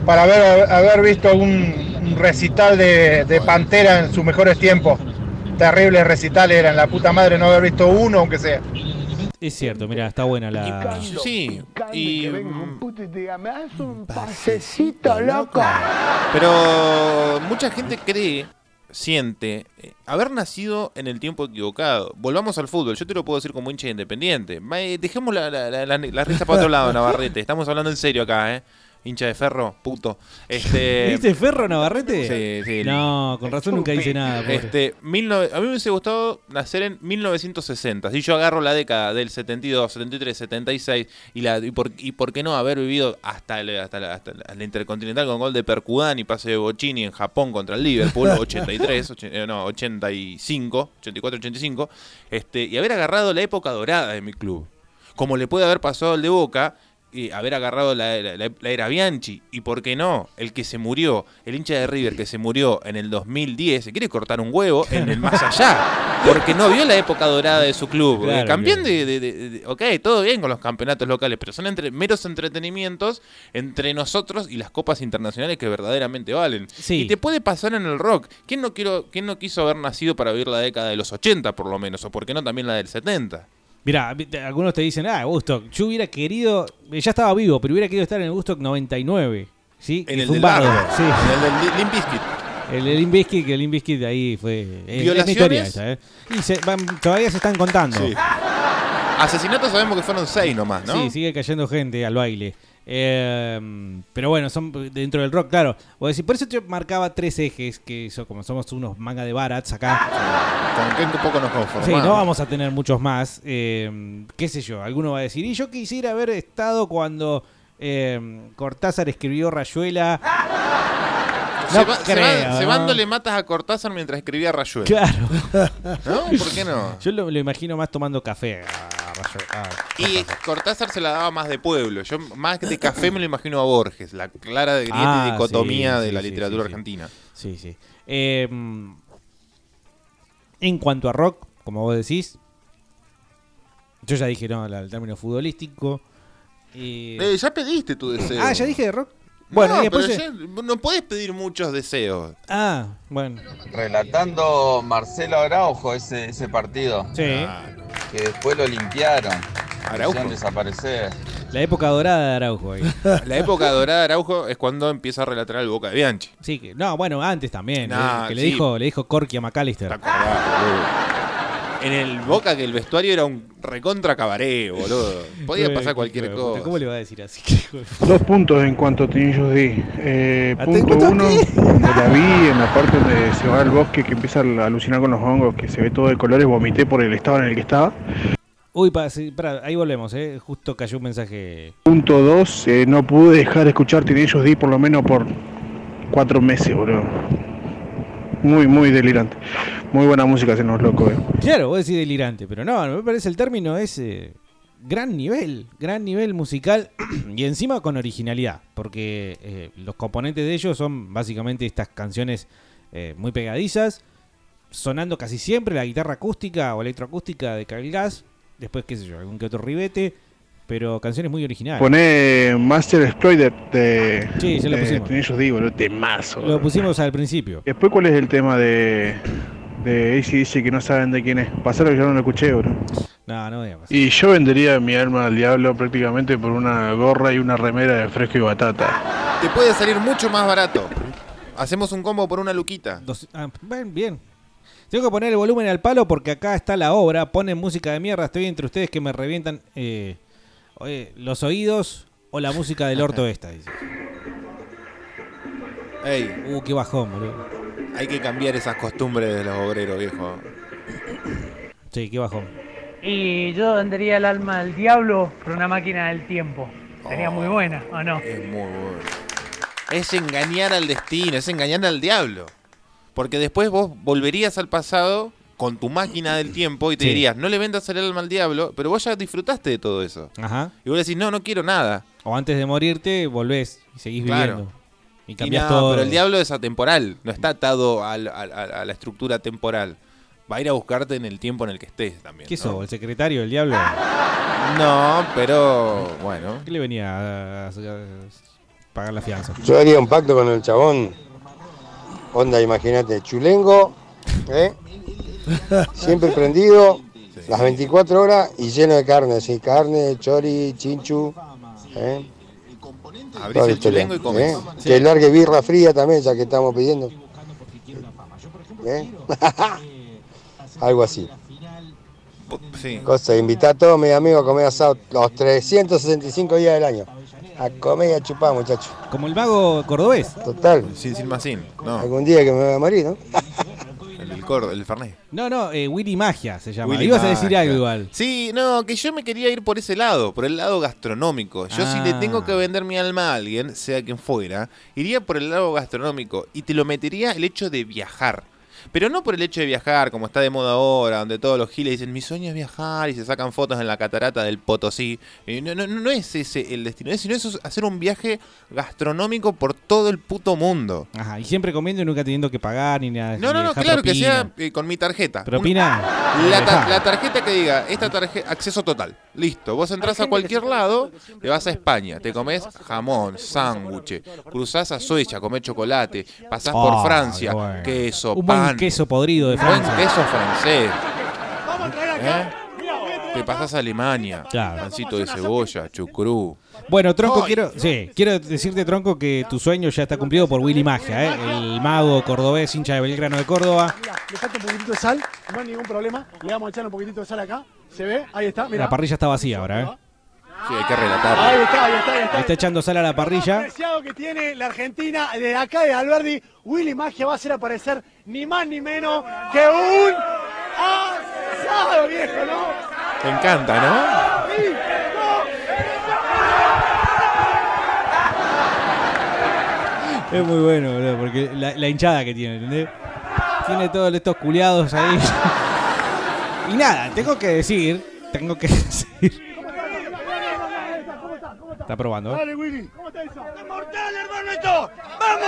S11: para haber, haber visto un, un recital de, de Pantera en sus mejores tiempos. Terribles recitales eran, la puta madre no haber visto uno aunque sea.
S4: Es cierto, mira, está buena la.
S8: Sí, mm,
S11: Y un pasecito loco.
S8: Pero mucha gente cree, siente eh, haber nacido en el tiempo equivocado. Volvamos al fútbol, yo te lo puedo decir como hincha de independiente. Ma- eh, Dejemos la, la, la- la- la risa para otro lado, Navarrete. Estamos hablando en serio acá, ¿eh? Hincha de ferro, puto. Este,
S4: ¿Viste Ferro Navarrete?
S8: Sí, sí.
S4: No, con razón nunca dice nada. Ah, pobre.
S8: Este, 19 a mí me hubiese gustado nacer en 1960. Si yo agarro la década del 72, 73, 76 y, la, y, por, y por qué no haber vivido hasta el, hasta, la, hasta la- la Intercontinental con gol de Percudán y pase de Bocini en Japón contra el Liverpool, 83, och- eh, no, 85, 84, 85, este, y haber agarrado la época dorada de mi club. Como le puede haber pasado al de Boca, y haber agarrado la, la- la- la era Bianchi. Y por qué no, el que se murió, el hincha de River que se murió en el 2010, se quiere cortar un huevo en el más allá. Porque no vio la época dorada de su club.
S4: Claro,
S8: el campeón de, de- de- de- Ok, todo bien con los campeonatos locales, pero son entre, meros entretenimientos entre nosotros y las copas internacionales que verdaderamente valen. Y te puede pasar en el rock. ¿Quién no, quiero, ¿Quién no quiso haber nacido para vivir la década de los 80 por lo menos? ¿O por qué no también la del 70?
S4: Mirá, vi- te- algunos te dicen, ah, Gusto, yo hubiera querido, eh, ya estaba vivo, pero hubiera querido estar en el Gusto 99. ¿sí?
S8: En
S4: Y
S8: el
S4: fue un
S8: del
S4: bardo,
S8: Bardo.
S4: sí.
S8: En el del Limp Bizkit.
S4: El de Limp Bizkit, que el Limp Bizkit ahí fue. eh, es- es
S8: ¿Violaciones?
S4: mi historia esa, ¿eh? Y se- van- todavía se están contando.
S8: Sí. Asesinatos sabemos que fueron seis nomás, ¿no?
S4: Sí, sigue cayendo gente al baile. Eh, pero bueno, son dentro del rock, claro. Vos decís, por eso yo marcaba tres ejes, que eso, como somos unos manga de barats acá.
S8: Con que un poco nos conformamos.
S4: Sí, no vamos a tener muchos más. eh, qué sé yo, alguno va a decir, y yo quisiera haber estado cuando eh, Cortázar escribió Rayuela.
S8: Ah. Se,
S4: No
S8: va- se
S4: creo,
S8: va- se
S4: ¿no?
S8: van dándole matas a Cortázar mientras escribía Rayuela.
S4: Claro.
S8: ¿No? ¿Por qué no?
S4: Yo lo, lo imagino más tomando café. ah, a Rayuela, a-
S8: Y Cortázar se la daba más de pueblo. Yo más de café me lo imagino a Borges, la clara de
S4: Ah,
S8: y dicotomía
S4: sí,
S8: de la
S4: sí, sí,
S8: literatura
S4: sí, sí.
S8: argentina.
S4: Sí, sí. Eh, en cuanto a rock, como vos decís, yo ya dije, no, la- el término futbolístico. eh,
S8: Eh, ya pediste tu deseo.
S4: ah, ya dije de rock. Bueno,
S8: no,
S4: y después.
S8: pero
S4: eh,
S8: ya no puedes pedir muchos deseos.
S4: Ah, bueno.
S12: Relatando Marcelo Araujo ese, ese partido.
S4: Sí.
S8: Ah.
S12: Que después lo limpiaron.
S8: Araujo.
S12: Hicieron desaparecer.
S4: La época dorada de Araujo ahí.
S8: La época dorada de Araujo es cuando empieza a relatar el Boca de Bianchi.
S4: Sí, que, no, bueno, antes también.
S8: Nah,
S4: eh, que le
S8: sí.
S4: dijo, le dijo Corky a McAllister.
S8: En el Boca que el vestuario era un recontra cabaret, boludo. Podía
S4: Eh,
S8: pasar
S4: qué
S8: cualquier
S4: hijo de puta,
S8: cosa.
S4: ¿Cómo le va a decir así?
S24: Dos puntos en cuanto a Tinillos D. Eh, punto uno, cuando la vi en la parte donde se va al bosque, que empieza a alucinar con los hongos, que se ve todo de colores, vomité por el estado en el que estaba.
S4: Uy, pa- sí, pará, ahí volvemos, eh. Justo cayó un mensaje.
S24: Punto dos, eh, no pude dejar de escuchar Tinillos D por lo menos por cuatro meses, boludo. Muy, muy delirante. Muy buena música, se nos loco, eh.
S4: Claro, vos decís delirante, pero no, no me parece el término es eh, gran nivel, gran nivel musical y encima con originalidad, porque eh, los componentes de ellos son básicamente estas canciones eh, muy pegadizas, sonando casi siempre la guitarra acústica o electroacústica de Carl Gas, después qué sé yo, algún que otro ribete, pero canciones muy originales.
S24: Poné Master Exploited de,
S4: Sí, ya lo
S24: de
S4: pusimos.
S24: Tinillos D, boludo, temazo.
S4: Lo pusimos al principio.
S24: Después, ¿cuál es el tema de, de ACDC que no saben de quién es? Pasar que yo no lo escuché, bro.
S4: No, no voy a pasar.
S24: Y yo vendería mi alma al diablo prácticamente por una gorra y una remera de fresco y batata.
S8: Te puede salir mucho más barato. Hacemos un combo por una luquita.
S4: Dos- ah, bien, bien. Tengo que poner el volumen al palo porque acá está la obra. Ponen música de mierda. Estoy entre ustedes que me revientan eh, oye, los oídos o la música del orto esta. Dice.
S8: Ey,
S4: Uh, qué bajón, boludo.
S8: hay que cambiar esas costumbres de los obreros, viejo.
S4: Sí, qué bajón.
S13: Y yo vendería el alma al diablo por una máquina del tiempo. Sería muy buena, ¿o no?
S8: Es muy bueno. Es engañar al destino, es engañar al diablo. Porque después vos volverías al pasado con tu máquina del tiempo y te
S4: Sí.
S8: dirías, no le vendas el alma al diablo, pero vos ya disfrutaste de todo eso.
S4: Ajá.
S8: Y vos decís, no, no quiero nada.
S4: O antes de morirte, volvés y seguís
S8: Claro.
S4: viviendo. Y
S8: Y
S4: cambiás
S8: no,
S4: todo.
S8: Pero el diablo es atemporal, no está atado al- al- al- a, la estructura temporal. Va a ir a buscarte en el tiempo en el que estés también.
S4: ¿Qué
S8: ¿no?
S4: sos, el secretario del diablo?
S8: No, pero bueno.
S4: ¿Qué le venía a, a- a pagar la fianza?
S14: Yo haría un pacto con el chabón. Onda, imagínate, chulengo, ¿eh? siempre prendido, las 24 horas y lleno de carne, así, carne, chori, chinchu. ¿eh?
S8: Abrís
S14: Todo
S8: el
S14: el cholón,
S8: chilengo y comes.
S14: ¿eh? Que largue birra fría también, ya que estamos pidiendo. ¿eh? Algo así.
S8: Sí.
S14: Cosa, invita a todos mis amigos a comer asado los 365 días del año. A comer y a chupar, muchachos.
S4: Como el mago cordobés.
S14: Total.
S8: Sin silmacín, no.
S14: Algún día que me voy a morir, ¿no?
S8: El, el cordo, el fernet.
S4: No, no, eh, Willy Magia se llama.
S8: Willy
S4: Ibas a decir
S8: Magia.
S4: algo igual.
S8: Sí, no, que yo me quería ir por ese lado, por el lado gastronómico. Yo si le
S4: Ah.
S8: tengo que vender mi alma a alguien, sea quien fuera, iría por el lado gastronómico y te lo metería el hecho de viajar. Pero no por el hecho de viajar, como está de moda ahora, donde todos los giles dicen, mi sueño es viajar, y se sacan fotos en la catarata del Potosí. Eh, No, no, no es ese el destino, es- sino eso es hacer un viaje gastronómico por todo el puto mundo.
S4: Ajá, y siempre comiendo y nunca teniendo que pagar ni nada.
S8: No,
S4: ni
S8: no, no,
S4: dejar
S8: claro que
S4: propina.
S8: sea eh, con mi tarjeta.
S4: Propina.
S8: Un- la, ta-
S4: Dejá.
S8: la tarjeta que diga, esta tarjeta, acceso total. Listo, vos entrás a cualquier lado, te vas a España, te comes jamón, sándwiches, cruzás a Suecia, comés chocolate, pasás
S4: Ah,
S8: por Francia,
S4: qué bueno.
S8: queso,
S4: Un buen
S8: pan,
S4: queso podrido de
S8: buen
S4: Francia.
S8: queso francés. ¿Eh? Te pasás a Alemania, pancito de cebolla, chucrú.
S4: Bueno, Tronco,
S8: Ay.
S4: quiero, sí, quiero decirte, Tronco, que tu sueño ya está cumplido por Willy Magia, ¿eh? el mago cordobés, hincha de Belgrano de Córdoba.
S15: Mirá, le falta un poquitito de sal, no hay ningún problema. Le vamos a echar un poquitito de sal acá. ¿Se ve? Ahí está, mira.
S4: La parrilla está vacía ahora, ¿eh?
S8: Sí, hay que
S15: Ahí
S8: relatar.
S15: está, ahí está, ahí está.
S4: Le está echando sal a la parrilla.
S15: apreciado que tiene la Argentina, de acá de Alberdi, Willy Magia va a hacer aparecer ni más ni menos que un asado viejo, ¿no?
S8: Te encanta, ¿no?
S4: Es muy bueno, boludo, porque la, la hinchada que tiene, ¿entendés? Tiene todos estos culiados ahí. Y nada, tengo que decir, tengo que decir. Está probando, ¿eh?
S15: Dale, Willy. ¿Cómo está eso? ¡Es mortal, hermano, esto! ¡Vamos,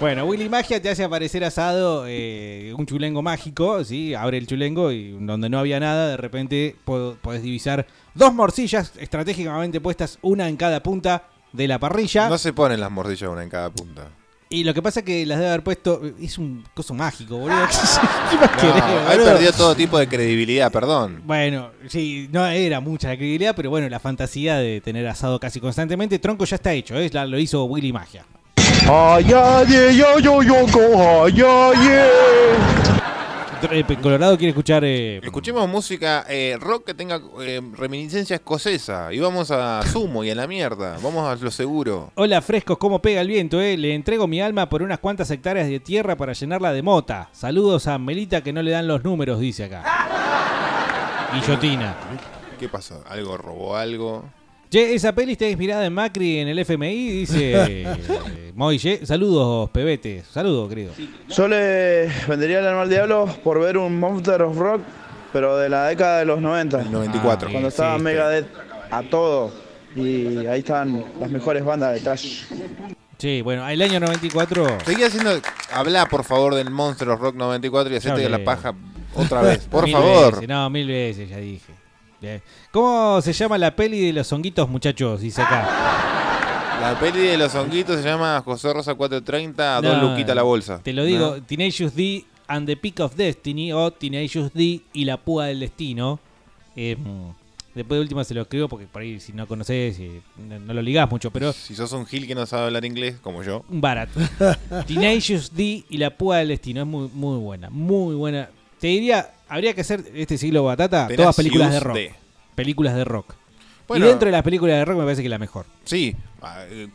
S4: Bueno, Willy Magia te hace aparecer asado eh, un chulengo mágico, ¿sí? Abre el chulengo y donde no había nada, de repente po- podés divisar dos morcillas estratégicamente puestas, una en cada punta de la parrilla.
S8: No se ponen las mordillas una en cada punta.
S4: Y lo que pasa es que las debe haber puesto. Es un coso mágico, boludo. ¿Qué
S8: No,
S4: más querés,
S8: ahí
S4: boludo?
S8: perdió todo tipo de credibilidad, perdón.
S4: Bueno, sí, no era mucha la credibilidad, pero bueno, la fantasía de tener asado casi constantemente. Tronco ya está hecho, ¿eh? La- lo hizo Willy Magia.
S3: Ay, ay, yo, yo, yo, cojo, ay,
S24: Oh,
S4: Eh, Colorado quiere escuchar. eh,
S8: Escuchemos música eh, rock que tenga eh, reminiscencia escocesa. Y vamos a sumo y a la mierda. Vamos a lo seguro.
S4: Hola frescos, cómo pega el viento, eh. Le entrego mi alma por unas cuantas hectáreas de tierra para llenarla de mota. Saludos a Melita que no le dan los números, dice acá. Guillotina.
S8: ¿Qué pasó? ¿Algo robó algo?
S4: Che, esa peli está inspirada en Macri en el FMI, dice eh, Moille. Saludos, pebete. Saludos, querido.
S17: Yo le vendería el alma al diablo por ver un Monster of Rock, pero de la década de los 90.
S8: 94.
S17: cuando
S8: Ah, sí,
S17: estaba
S8: sí.
S17: Megadeth a todo. Y ahí estaban las mejores bandas de trash.
S4: Sí, bueno, el año 94.
S8: Seguí haciendo. Habla, por favor, del Monster of Rock 94 y hacete
S4: Ya
S8: la
S4: hablé.
S8: paja otra vez. Por
S4: Mil
S8: favor.
S4: veces, no, mil veces, ya dije. Bien. ¿Cómo se llama la peli de los honguitos, muchachos? Dice acá.
S8: La peli de los honguitos se llama José Rosa 430, dos
S4: No,
S8: luquitas la bolsa.
S4: Te lo digo,
S8: ¿No?
S4: Teenage D and the Peak of Destiny o Teenage D y la púa del destino. Eh, después de última se lo escribo porque por ahí si no conoces no, no lo ligás mucho, pero
S8: Si sos un gil que no sabe hablar inglés, como yo.
S4: un barato. Teenage D y la púa del destino es muy, muy buena, muy buena. Te diría, habría que hacer este siglo batata
S8: Tenacious
S4: todas películas de rock.
S8: D.
S4: Películas de rock.
S8: Bueno.
S4: y dentro de las películas de rock me parece que la mejor.
S8: Sí. ah, eh,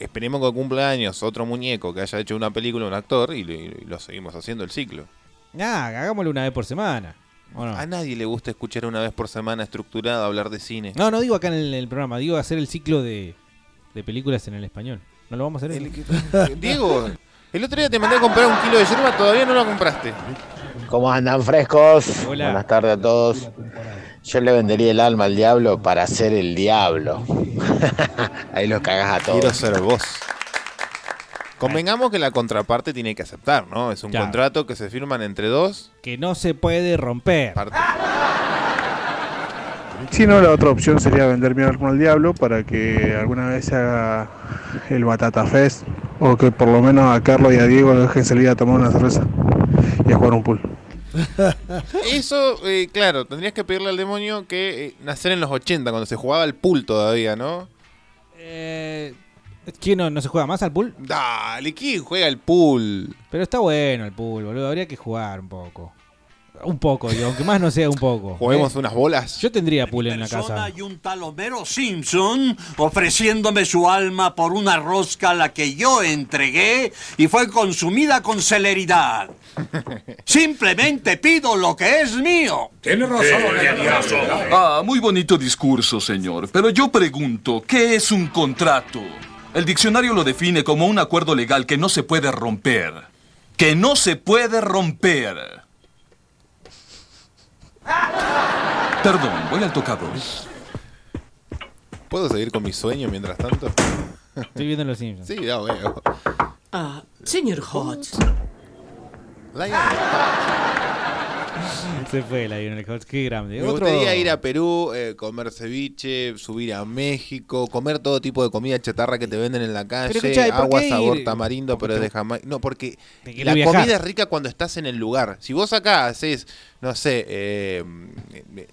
S8: Esperemos que cumpla años otro muñeco que haya hecho una película, un actor, y lo- y lo seguimos haciendo el ciclo.
S4: Nada, hagámoslo una vez por semana. ¿o no?
S8: A nadie le gusta escuchar una vez por semana estructurado hablar de cine.
S4: No, no digo acá en el, el programa, digo hacer el ciclo de, de películas en el español. ¿No lo vamos a hacer?
S8: Diego, el otro día te mandé a comprar un kilo de yerba, todavía no lo compraste.
S16: ¿Cómo andan frescos?
S8: Hola.
S16: Buenas tardes a todos. Yo le vendería el alma al diablo para ser el diablo. Ahí los cagás a todos.
S8: Quiero ser vos. Convengamos que la contraparte tiene que aceptar, ¿no? Es un
S4: Claro.
S8: contrato que se firman entre dos.
S4: Que no se puede romper.
S24: Si no, la otra opción sería vender mi alma al diablo para que alguna vez se haga el Batata Fest o que por lo menos a Carlos y a Diego lo dejen salir a tomar una cerveza y a jugar un pool.
S8: Eso, eh, claro, tendrías que pedirle al demonio que eh, nacer en los 80, cuando se jugaba el pool todavía, ¿no?
S4: Eh, ¿Quién no, no se juega más al pool?
S8: Dale, ¿quién juega al pool?
S4: Pero está bueno el pool, boludo. Habría que jugar un poco. Un poco, digo, aunque más no sea un poco.
S8: ¿Juguemos unas bolas?
S4: Yo tendría pool en la
S18: persona
S4: casa.
S18: y un talomero Simpson ofreciéndome su alma por una rosca a la que yo entregué y fue consumida con celeridad. Simplemente pido lo que es mío.
S19: Tiene Ah, muy bonito discurso, señor. Pero yo pregunto, ¿qué es un contrato? El diccionario lo define como un acuerdo legal que no se puede romper. Que no se puede romper. Perdón, voy al tocador.
S8: ¿Puedo seguir con mi sueño mientras tanto?
S4: Estoy viendo los Simpsons.
S8: Sí, ya veo.
S20: Ah, señor Hodge.
S4: Se fue la Lionel Hodge, qué grande.
S8: Me
S4: ¿Eh? Otro-
S8: gustaría ir a Perú, eh, comer ceviche, subir a México, comer todo tipo de comida chatarra que te venden en la calle,
S4: escuchá, ¿y por
S8: agua
S4: qué
S8: sabor
S4: ir?
S8: tamarindo, pero de Jamaica. No, porque
S4: querés
S8: la
S4: viajar.
S8: comida es rica cuando estás en el lugar. Si vos acá haces, no sé, eh,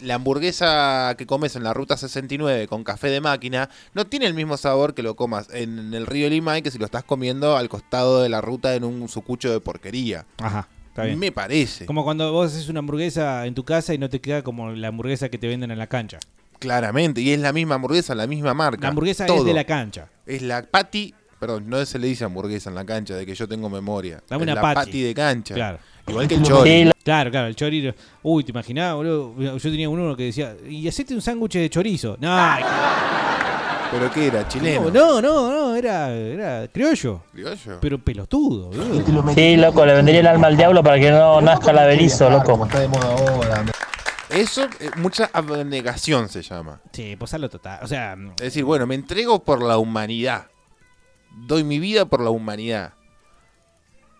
S8: la hamburguesa que comes en la ruta 69 con café de máquina, no tiene el mismo sabor que lo comas en el río Lima y que si lo estás comiendo al costado de la ruta en un sucucho de porquería.
S4: Ajá, está bien.
S8: Me parece.
S4: Como cuando vos haces una hamburguesa en tu casa y no te queda como la hamburguesa que te venden en la cancha.
S8: Claramente, y es la misma hamburguesa, la misma marca.
S4: La hamburguesa es
S8: todo.
S4: de la cancha.
S8: Es la patty, perdón, no se le dice hamburguesa en la cancha, de que yo tengo memoria.
S4: Dame
S8: Es
S4: una
S8: la
S4: patty.
S8: de cancha.
S4: Claro.
S8: Igual que el chori.
S4: Claro, claro, el chori. Uy, te imaginás, boludo. Yo tenía uno que decía, y hacete un sándwich de chorizo. No,
S8: Ah, ¿Pero qué era? ¿Chileno?
S4: no, no, no, no, era, era criollo.
S8: ¿Criollo?
S4: Pero pelotudo, boludo.
S10: Sí, loco, le vendría el alma al diablo para que no nazca la berizo, loco.
S8: Eso, eh, mucha abnegación se llama.
S4: Sí, posalo total. O sea, mm,
S8: Es decir, bueno, me entrego por la humanidad. Doy mi vida por la humanidad.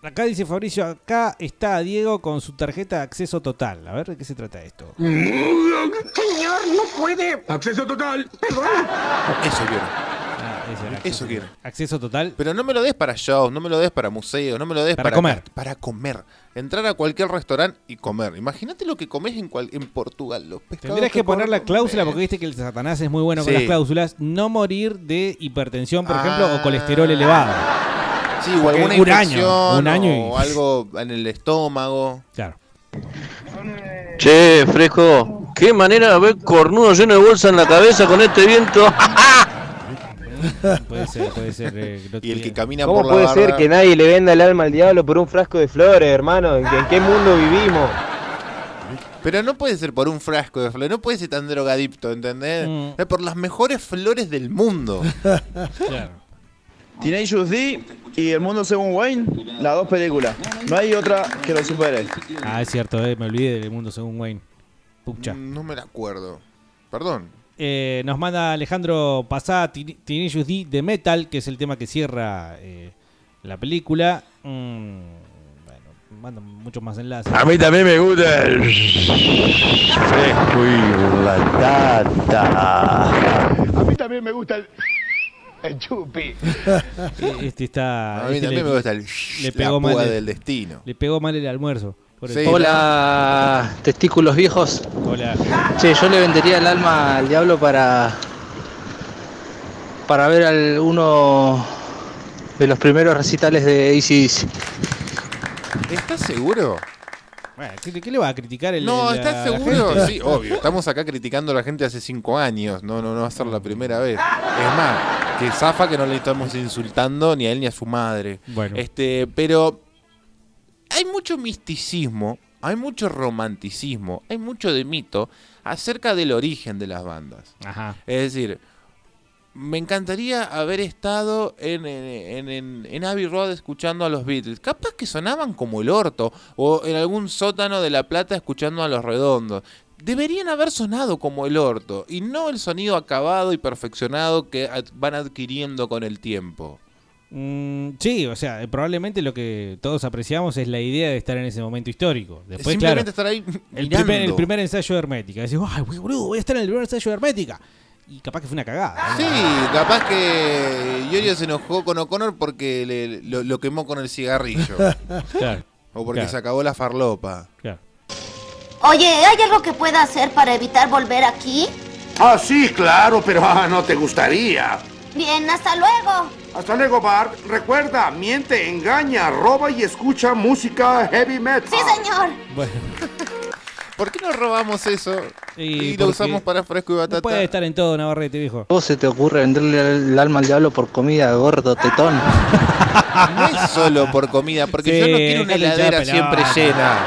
S4: acá dice Fabricio, acá está Diego con su tarjeta de acceso total. A ver de qué se trata esto.
S20: Señor, no puede. Acceso total. Perdón.
S8: Eso quiero. Eso quiero.
S4: Ah, Acceso total.
S8: Pero no me lo des para shows, no me lo des para museos, no me lo des
S4: Para
S8: para,
S4: comer.
S8: Para comer. Entrar a cualquier restaurante y comer. Imagínate lo que comes en, cual- en Portugal. Los pescados
S4: Tendrías que
S8: podés
S4: poner la
S8: comer.
S4: cláusula, porque viste que el Satanás es muy bueno con
S8: Sí.
S4: las cláusulas. No morir de hipertensión, por ejemplo, o
S8: Ah.
S4: colesterol elevado.
S8: Sí, o
S4: Porque
S8: alguna
S4: un año,
S8: infección,
S4: un año y-
S8: o algo en el estómago.
S4: Claro.
S22: Che, fresco, qué manera de ver cornudo lleno de bolsa en la cabeza con este viento.
S4: Puede ser, puede ser. eh,
S8: y el que camina
S10: ¿Cómo
S8: por la
S10: puede
S8: barra-
S10: ser que nadie le venda el alma al diablo por un frasco de flores, hermano? ¿En qué, en qué mundo vivimos?
S8: Pero no puede ser por un frasco de flores, no puede ser tan drogadicto, ¿entendés?
S4: Mm.
S8: Es por las mejores flores del mundo.
S17: Teenage D y El Mundo Según Wayne, las dos películas. No hay otra que lo supere.
S4: Ah, es cierto, eh, me olvidé del mundo según Wayne. Pucha.
S8: No me la acuerdo. Perdón.
S4: Eh, nos manda Alejandro Pasá Tin- Teenage D de Metal, que es el tema que cierra eh, la película. Mm, bueno, mandan muchos más enlaces.
S8: Ah,
S2: A mí también me gusta el fresco y la tata.
S5: A mí también me gusta el, el chupi.
S4: Eh, Este está.
S8: A mí
S4: este
S8: también me gusta el- la púa del destino.
S4: Le pegó mal el almuerzo. por eso.
S1: Hola, testículos viejos.
S4: Hola.
S1: Che, yo le vendería el alma al diablo para. para ver al uno de los primeros recitales de ACDC.
S8: ¿Estás seguro?
S4: Bueno, ¿qué, qué le va a criticar el
S8: No,
S4: el-
S8: ¿estás
S4: la- la
S8: seguro?
S4: gente?
S8: Sí, obvio. Estamos acá criticando a la gente hace cinco años. No, no, no va a ser la primera vez. Es más, que zafa que no le estamos insultando ni a él ni a su madre.
S4: Bueno.
S8: Este, pero hay mucho misticismo, hay mucho romanticismo, hay mucho de mito acerca del origen de las bandas.
S4: Ajá.
S8: Es decir, me encantaría haber estado en, en, en- en Abbey Road escuchando a los Beatles. Capaz que sonaban como el orto, o en algún sótano de La Plata escuchando a los redondos. Deberían haber sonado como el orto, y no el sonido acabado y perfeccionado que ad- van adquiriendo con el tiempo.
S4: Mm, sí, o sea, eh, probablemente lo que todos apreciamos es la idea de estar en ese momento histórico. Después, claro,
S8: Simplemente estar ahí
S4: el
S8: mirando.
S4: primer, el primer ensayo de Hermética. Decís, ay, güey, boludo, voy a estar en el primer ensayo de Hermética. Y capaz que fue una cagada.
S8: Sí, capaz que Yorio se enojó con O'Connor porque le- lo, lo quemó con el cigarrillo.
S4: Claro,
S8: o porque
S4: claro.
S8: se acabó la farlopa.
S6: Oye, ¿hay algo que pueda hacer para evitar volver aquí?
S23: Ah, sí, claro, pero ah, no te gustaría.
S6: Bien, hasta luego.
S25: Hasta luego, Bart. Recuerda, miente, engaña, roba y escucha música heavy metal.
S6: Sí, señor.
S4: Bueno,
S8: ¿Por qué no robamos eso y, lo
S4: porque
S8: usamos para fresco y
S4: no
S8: batata?
S4: puede estar en todo Navarrete, viejo.
S7: ¿Cómo se te ocurre venderle el alma al diablo por comida, gordo, tetón?
S8: Ah, No es solo por comida, porque
S7: Sí,
S8: yo no quiero una
S4: dejate hinchar
S8: heladera
S4: pelota.
S8: siempre llena.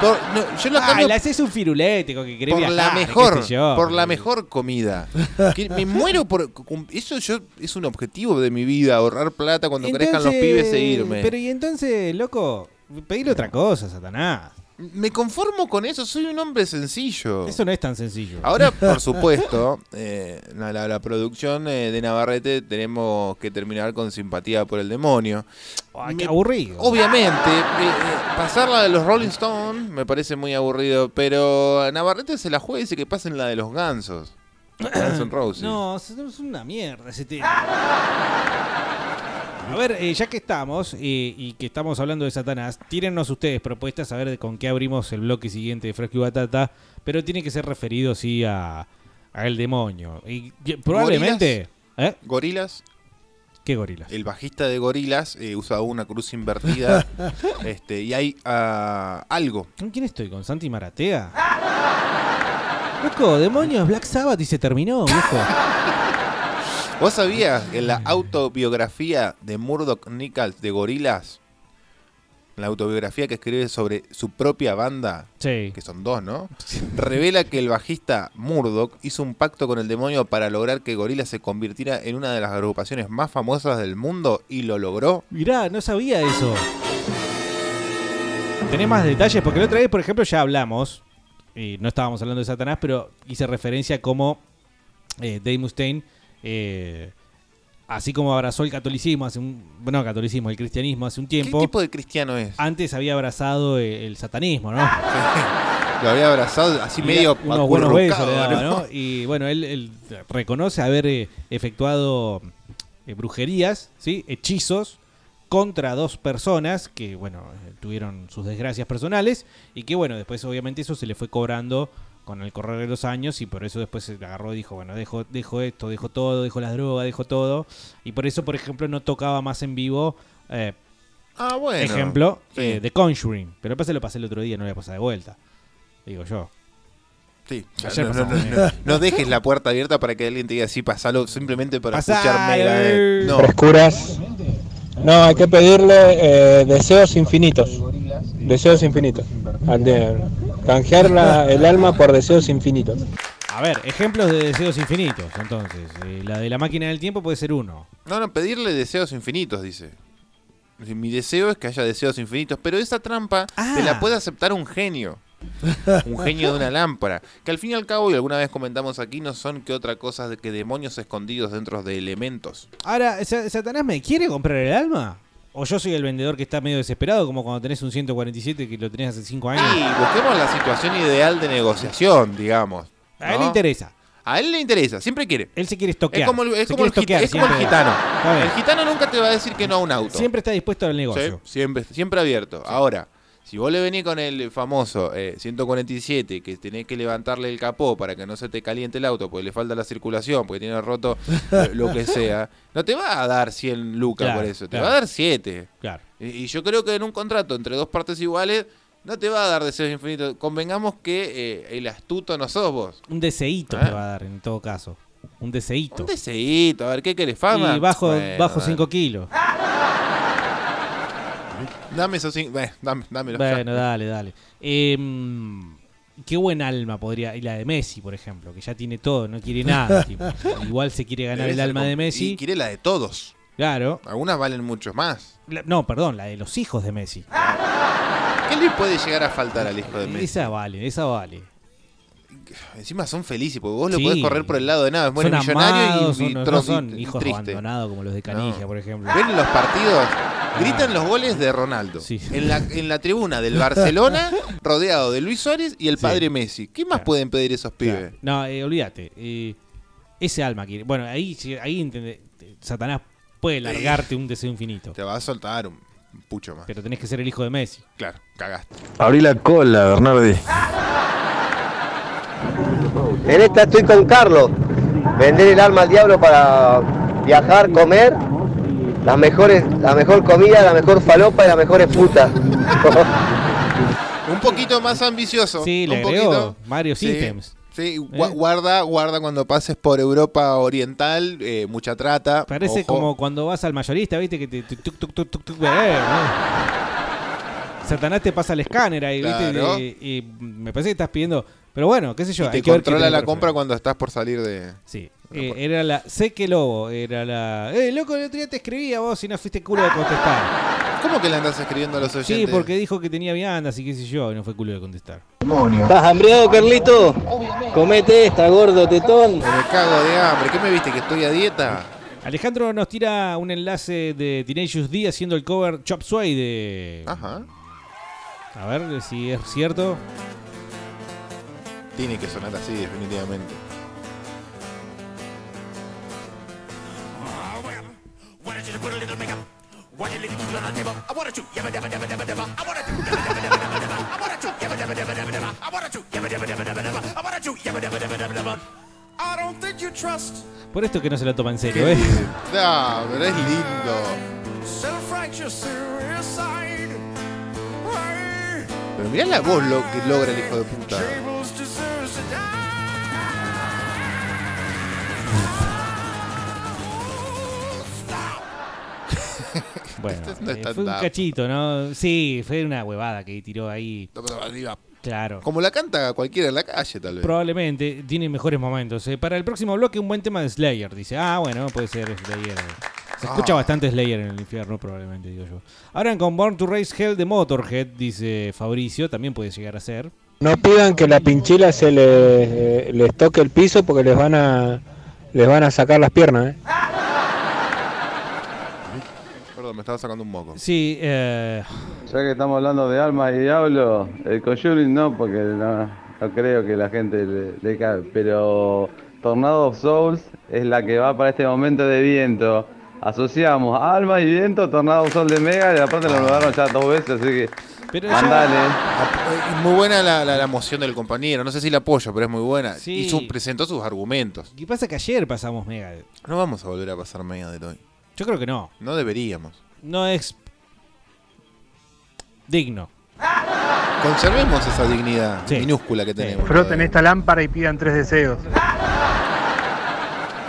S8: Por- no, yo lo
S4: Ah,
S8: cambio
S4: le haces un firulético que querés
S8: por
S4: viajar,
S8: la
S4: qué
S8: mejor,
S4: sé yo.
S8: por la mejor comida. Que me muero por cum- eso. Yo es un objetivo de mi vida ahorrar plata cuando crezcan los
S4: Entonces,
S8: pibes e irme.
S4: Pero y entonces, loco, pedile otra cosa, Satanás.
S8: Me conformo con eso. Soy un hombre sencillo.
S4: Eso no es tan sencillo.
S8: Ahora, por supuesto, eh, la, la- la producción eh, de Navarrete tenemos que terminar con simpatía por el demonio.
S4: qué aburrido.
S8: Obviamente, eh, eh, pasar la de los Rolling Stones me parece muy aburrido, pero Navarrete se la juega y dice que pasen la de los gansos. Guns N' Roses.
S4: No, es es una mierda ese tema. A ver, eh, ya que estamos eh, y que estamos hablando de Satanás, tírennos ustedes propuestas a ver de con qué abrimos el bloque siguiente de Fresco y Batata, pero tiene que ser referido, sí, a, a el demonio. Y que probablemente... ¿Eh?
S8: ¿Gorilas?
S4: ¿Qué gorilas?
S8: El bajista de gorilas eh, usa una cruz invertida este, y hay ah, algo.
S4: ¿Con quién estoy? ¿Con Santi Maratea? Loco, demonios, Black Sabbath y se terminó, viejo.
S8: ¿Vos sabías que en la autobiografía de Murdoch Nichols de Gorilas? La autobiografía que escribe sobre su propia banda,
S4: Sí.
S8: que son dos, ¿no? Revela que el bajista Murdoch hizo un pacto con el demonio para lograr que Gorila se convirtiera en una de las agrupaciones más famosas del mundo y lo logró.
S4: Mirá, no sabía eso. ¿Tenés más detalles? Porque la otra vez, por ejemplo, ya hablamos, y no estábamos hablando de Satanás, pero hice referencia a cómo eh, Dave Mustaine, eh, así como abrazó el catolicismo, hace un, bueno, catolicismo, el cristianismo hace un tiempo. ¿Qué tipo
S8: de cristiano es?
S4: Antes había abrazado eh, el satanismo, ¿no?
S8: Lo había abrazado así
S4: Y
S8: medio
S4: da- unos buenos besos le daba,
S8: acurrucado,
S4: ¿no? Y bueno, él, él reconoce haber eh, efectuado eh, brujerías, ¿sí? hechizos contra dos personas que, bueno, eh, tuvieron sus desgracias personales y que, bueno, después obviamente eso se le fue cobrando con el correr de los años y por eso después se agarró y dijo, bueno, dejo, dejo esto, dejo todo, dejo las drogas, dejo todo. Y por eso, por ejemplo, no tocaba más en vivo, eh,
S8: Ah, bueno.
S4: ejemplo,
S8: Sí.
S4: eh, The Conjuring. Pero pasa lo pasé el otro día, no lo voy a pasar de vuelta. Digo yo.
S8: Sí.
S4: Ayer eh.
S8: no, no,
S4: pasamos.
S8: no, no. No dejes la puerta abierta para que alguien te diga así, pasalo simplemente para
S4: Pasalo.
S8: escucharme. la- eh, No.
S7: Frescuras. No, hay que pedirle eh, deseos infinitos. Deseos infinitos. Al de- Canjear la- el alma por deseos infinitos.
S4: A ver, ejemplos de deseos infinitos, entonces. Eh, la de la máquina del tiempo puede ser uno.
S8: No, no, pedirle deseos infinitos, dice. Dice, Mi deseo es que haya deseos infinitos, pero esa trampa te
S4: Ah.
S8: la puede aceptar un genio. Un genio de una lámpara. Que al fin y al cabo, y alguna vez comentamos aquí, no son que otra cosa de que demonios escondidos dentro de elementos.
S4: Ahora, ¿Sa- ¿Satanás me quiere comprar el alma? ¿O yo soy el vendedor que está medio desesperado, como cuando tenés un 147 que lo tenés hace 5 años?
S8: Y busquemos la situación ideal de negociación, digamos.
S4: A él
S8: ¿no?
S4: le interesa.
S8: A él le interesa, siempre quiere.
S4: Él se quiere estoquear.
S8: Es como el, es
S4: Se quiere
S8: como el git-
S4: estoquear
S8: es como el
S4: siempre.
S8: gitano.
S4: Está bien.
S8: El gitano nunca te va a decir que no a un auto.
S4: Siempre está dispuesto al
S8: Sí,
S4: negocio.
S8: siempre, siempre abierto. Ahora, si vos le venís con el famoso eh, 147, que tenés que levantarle el capó para que no se te caliente el auto, porque le falta la circulación, porque tiene roto eh, lo que sea, no te va a dar 100 lucas
S4: Claro,
S8: por eso, te
S4: claro.
S8: va a dar 7.
S4: Claro.
S8: Y, y yo creo que en un contrato entre dos partes iguales, no te va a dar deseos infinitos. Convengamos que eh, el astuto no sos vos.
S4: Un deseíto
S8: ¿Eh?
S4: te va a dar, en todo caso. Un deseíto.
S8: Un deseíto, a ver, ¿qué querés? Fama.
S4: Y bajo,
S8: Bueno,
S4: bajo
S8: dale.
S4: 5 kilos.
S8: Dame esos 5. Bueno, dame, dámelo, ya.
S4: Bueno, dale, dale. Em, qué buen alma podría. Y la de Messi, por ejemplo, que ya tiene todo, no quiere nada. tipo. Igual se quiere ganar
S8: Debe
S4: el
S8: ser
S4: alma de
S8: com-
S4: Messi.
S8: Y quiere la de todos.
S4: Claro.
S8: Algunas valen mucho más.
S4: La- no, perdón, la de los hijos de Messi.
S8: ¿Qué le puede llegar a faltar al hijo de Messi?
S4: Esa vale, esa vale.
S8: Encima son felices, porque vos
S4: Sí.
S8: lo podés correr por el lado de nada. Es bueno,
S4: son
S8: millonario
S4: amados,
S8: y,
S4: son-
S8: y
S4: no,
S8: tro-
S4: no
S8: y-
S4: son
S8: y
S4: hijos
S8: triste.
S4: abandonados como los de Canilla, por ejemplo.
S8: Ven los partidos,
S4: Ah.
S8: gritan los goles de Ronaldo. En, la, en la tribuna del Barcelona, rodeado de Luis Suárez y el padre Messi. ¿Qué más pueden pedir esos pibes?
S4: No, eh, olvídate. eh, ese alma quiere. Bueno, ahí, sí, ahí entende- Satanás puede largarte un deseo infinito. Te
S8: va a soltar un pucho más.
S4: Pero tenés que ser el hijo de Messi.
S8: Claro, cagaste.
S2: Abrí la cola, Bernardi.
S7: En esta estoy con Carlos. Vender el alma al diablo para viajar, comer
S10: Las mejores, la mejor comida, la mejor falopa y las mejores putas.
S8: Un poquito más ambicioso.
S4: Sí, le
S8: un
S4: agregó
S8: poquito.
S4: Mario
S8: Sí,
S4: Systems.
S8: Sí, gua- guarda, guarda cuando pases por Europa Oriental, eh, mucha trata.
S4: Parece
S8: ojo.
S4: como cuando vas al mayorista, viste, que te. tuc, tuc, tuc, tuc, tuc, tuc, eh, ¿no? Satanás te pasa el escáner ahí, viste,
S8: Claro.
S4: y, y me parece que estás pidiendo. Pero bueno, qué sé yo.
S8: Y
S4: hay
S8: te
S4: que ver qué
S8: controla
S4: tenés
S8: la
S4: para
S8: compra cuando estás por salir de.
S4: Sí. Eh, era la. Sé que lobo, era la. Eh, loco, el otro día te escribí a vos y no fuiste culo de
S8: Ah,
S4: contestar.
S8: ¿Cómo que le andas escribiendo a los
S4: Sí,
S8: oyentes?
S4: porque dijo que tenía viandas y qué sé yo, y no fue culo de contestar.
S9: ¿Estás hambreado, Carlito? Comete esta, gordo tetón.
S8: Me cago de hambre. ¿Qué me viste? ¿Que estoy a dieta?
S4: Alejandro nos tira un enlace de Teenage D haciendo el cover Chop Sway de.
S8: Ajá.
S4: A ver si es cierto.
S8: Tiene que sonar así, definitivamente.
S3: Ah, I don't think you trust
S4: Por esto que no se lo toma en serio, ¿eh?
S8: No, pero es lindo.
S3: self-righteous suicide. Hey,
S8: Pero mirá la voz lo que logra el hijo de puta.
S3: Jables deserves to die.
S4: Bueno,
S8: Esto Este no es
S4: eh,
S8: tan
S4: fue un
S8: dap.
S4: cachito, ¿no? Sí, fue una huevada que tiró ahí. Claro.
S8: Como la canta cualquiera en la calle, tal vez.
S4: Probablemente tiene mejores momentos. eh. Para el próximo bloque, un buen tema de Slayer. Dice, ah, bueno, puede ser Slayer. Se escucha
S8: Ah.
S4: bastante Slayer en el infierno, probablemente, digo yo. Ahora con Born to Raise Hell de Motorhead, dice Fabricio, también puede llegar a ser.
S7: No pidan que la pinchila se les, les toque el piso porque les van a les van a sacar las piernas. ¿eh?
S8: Perdón, me estaba sacando un moco.
S4: Sí, eh...
S11: Ya que estamos hablando de almas y diablo, el Conjuring no, porque no, no creo que la gente le, le cae, pero Tornado of Souls es la que va para este momento de viento. Asociamos almas y viento, Tornado of Souls de Mega, y aparte lo rodaron ya dos veces, así que
S4: Pero ya-
S11: mandale.
S8: Es muy buena la, la- la moción del compañero. No sé si la apoyo, pero es muy buena.
S4: Sí.
S8: Y su- presentó sus argumentos.
S4: ¿Qué pasa que ayer pasamos Megadeth?
S8: No vamos a volver a pasar Megadeth hoy.
S4: Yo creo que no.
S8: No deberíamos.
S4: No es digno.
S8: Conservemos esa dignidad minúscula que tenemos.
S12: Froten esta lámpara y pidan tres deseos.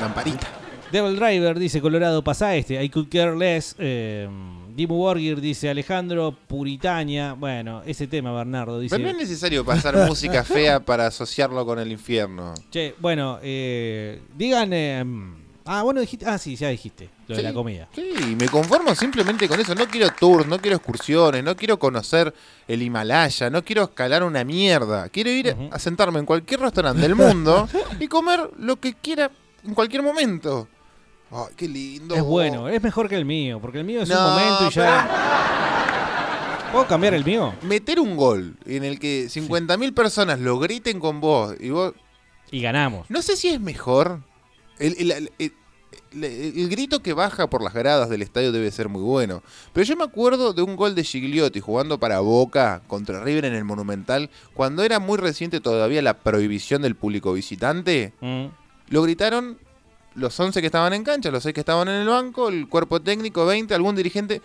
S8: Lamparita.
S4: Devil Driver dice Colorado pasa este, I could care less. Eh, Dimo Borgir dice Alejandro Puritania. Bueno, ese tema Bernardo dice.
S8: Pero no es necesario pasar música fea para asociarlo con el infierno.
S4: Che, bueno, eh, digan. eh, ah, bueno, dijiste. Ah, sí, ya dijiste. Lo de
S8: Sí,
S4: la comida.
S8: Sí, me conformo simplemente con eso. No quiero tours, no quiero excursiones, no quiero conocer el Himalaya, no quiero escalar una mierda. Quiero ir a sentarme en cualquier restaurante del mundo y comer lo que quiera en cualquier momento. Ay, qué lindo.
S4: Es bueno, ¿eh? es mejor que el mío, porque el mío es un
S8: No,
S4: momento y ya. ¿Puedo cambiar el mío?
S8: Meter un gol en el que 50.000 personas lo griten con vos y vos...
S4: Y ganamos.
S8: No sé si es mejor. El, el- el- el- el- el grito que baja por las gradas del estadio debe ser muy bueno. Pero yo me acuerdo de un gol de Gigliotti jugando para Boca contra River en el Monumental, cuando era muy reciente todavía la prohibición del público visitante.
S4: Mm,
S8: Lo gritaron los 11 que estaban en cancha, los 6 que estaban en el banco, el cuerpo técnico, 20, algún dirigente.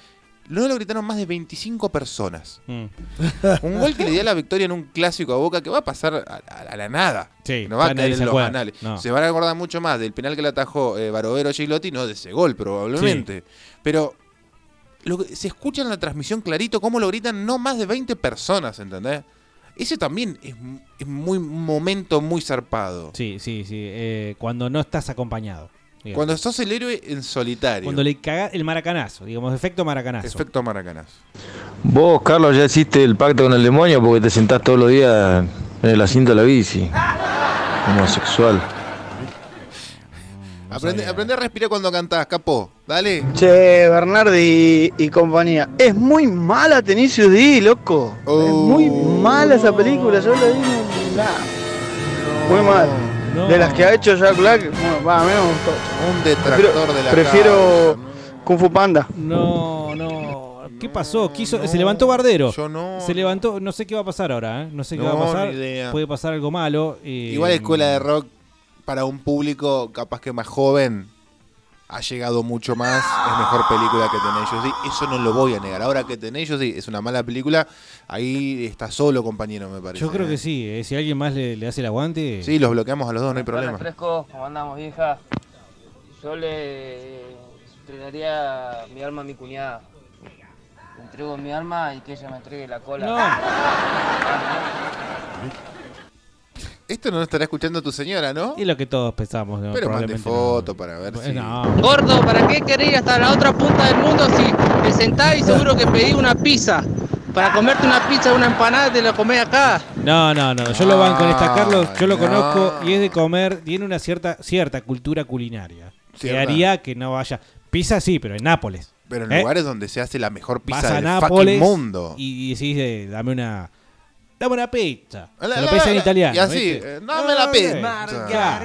S8: No lo gritaron más de 25 personas.
S4: mm.
S8: Un gol que le dio la victoria en un clásico a Boca que va a pasar a, a- a la nada.
S4: Sí,
S8: no va a
S4: ya nadie
S8: caer
S4: se
S8: en los
S4: acuerda.
S8: anales.
S4: No.
S8: Se van a acordar mucho más del penal que le atajó eh, Barovero Gilotti, no de ese gol probablemente. Pero lo que- se escucha en la transmisión clarito cómo lo gritan no más de 20 personas, ¿entendés? Ese también es, m- es muy un momento muy zarpado.
S4: Sí, sí, sí. eh, cuando no estás acompañado. digamos.
S8: Cuando sos el héroe en solitario.
S4: Cuando le cagas el maracanazo, digamos, efecto maracanazo.
S8: Efecto maracanazo.
S2: Vos, Carlos, ya hiciste el pacto con el demonio porque te sentás todos los días en el asiento de la bici. Homosexual.
S8: Aprende, aprende a respirar cuando cantás, capo. Dale.
S9: Che, Bernardi y, y compañía. Es muy mala Tenacious D, loco. Es muy
S8: Oh,
S9: mala esa película. Yo la vi. no- nah. Muy mal. De las que ha hecho Jack Black, bueno, va, a mí no me gustó.
S8: Un detractor
S9: Prefiero-
S8: de la
S9: Prefiero Kung Fu Panda.
S4: No, no. ¿Qué pasó? Quiso, se levantó Bardero.
S8: yo no.
S4: Se levantó. No sé qué va a pasar ahora, ¿eh? No sé qué
S8: No,
S4: va a pasar.
S8: ni idea.
S4: Puede pasar algo malo. eh,
S8: Igual escuela de rock para un público capaz que más joven ha llegado mucho más, es mejor película que Tenacious D. Eso no lo voy a negar. Ahora que Tenacious D es una mala película, ahí está solo, compañero, me parece.
S4: Yo creo que sí, eh, si alguien más le, le hace el aguante.
S8: Sí, los bloqueamos a los dos, no hay
S13: Hola,
S8: problema.
S13: frescos, ¿cómo andamos, vieja? Yo le entregaría mi alma a mi cuñada. Le entrego mi alma y que ella me entregue la cola.
S8: Esto no lo estará escuchando tu señora, ¿no?
S4: Y lo que todos pensamos, ¿no?
S8: Pero mande
S4: Probablemente
S8: foto para ver si.
S4: no.
S1: Gordo, ¿para qué querés ir hasta la otra punta del mundo si te sentás y seguro que pedí una pizza? Para comerte una pizza, una empanada, te la comés acá.
S4: No, no, no, yo lo banco en esta, Carlos, yo lo conozco y es de comer, tiene una cierta cierta cultura culinaria. Que
S8: Cierta.
S4: haría que no vaya. Pizza sí, pero en Nápoles.
S8: Pero en
S4: ¿Eh?
S8: lugares donde se hace la mejor
S4: Vas
S8: pizza
S4: a
S8: del
S4: Nápoles
S8: fucking mundo.
S4: y decís, eh, dame una dame una pizza.
S8: La-
S4: Se lo
S8: la-
S4: pesa en
S8: la-
S4: italiano.
S8: Y así,
S4: ¿viste?
S8: eh, dame la
S4: Ah,
S8: pizza.
S4: ok.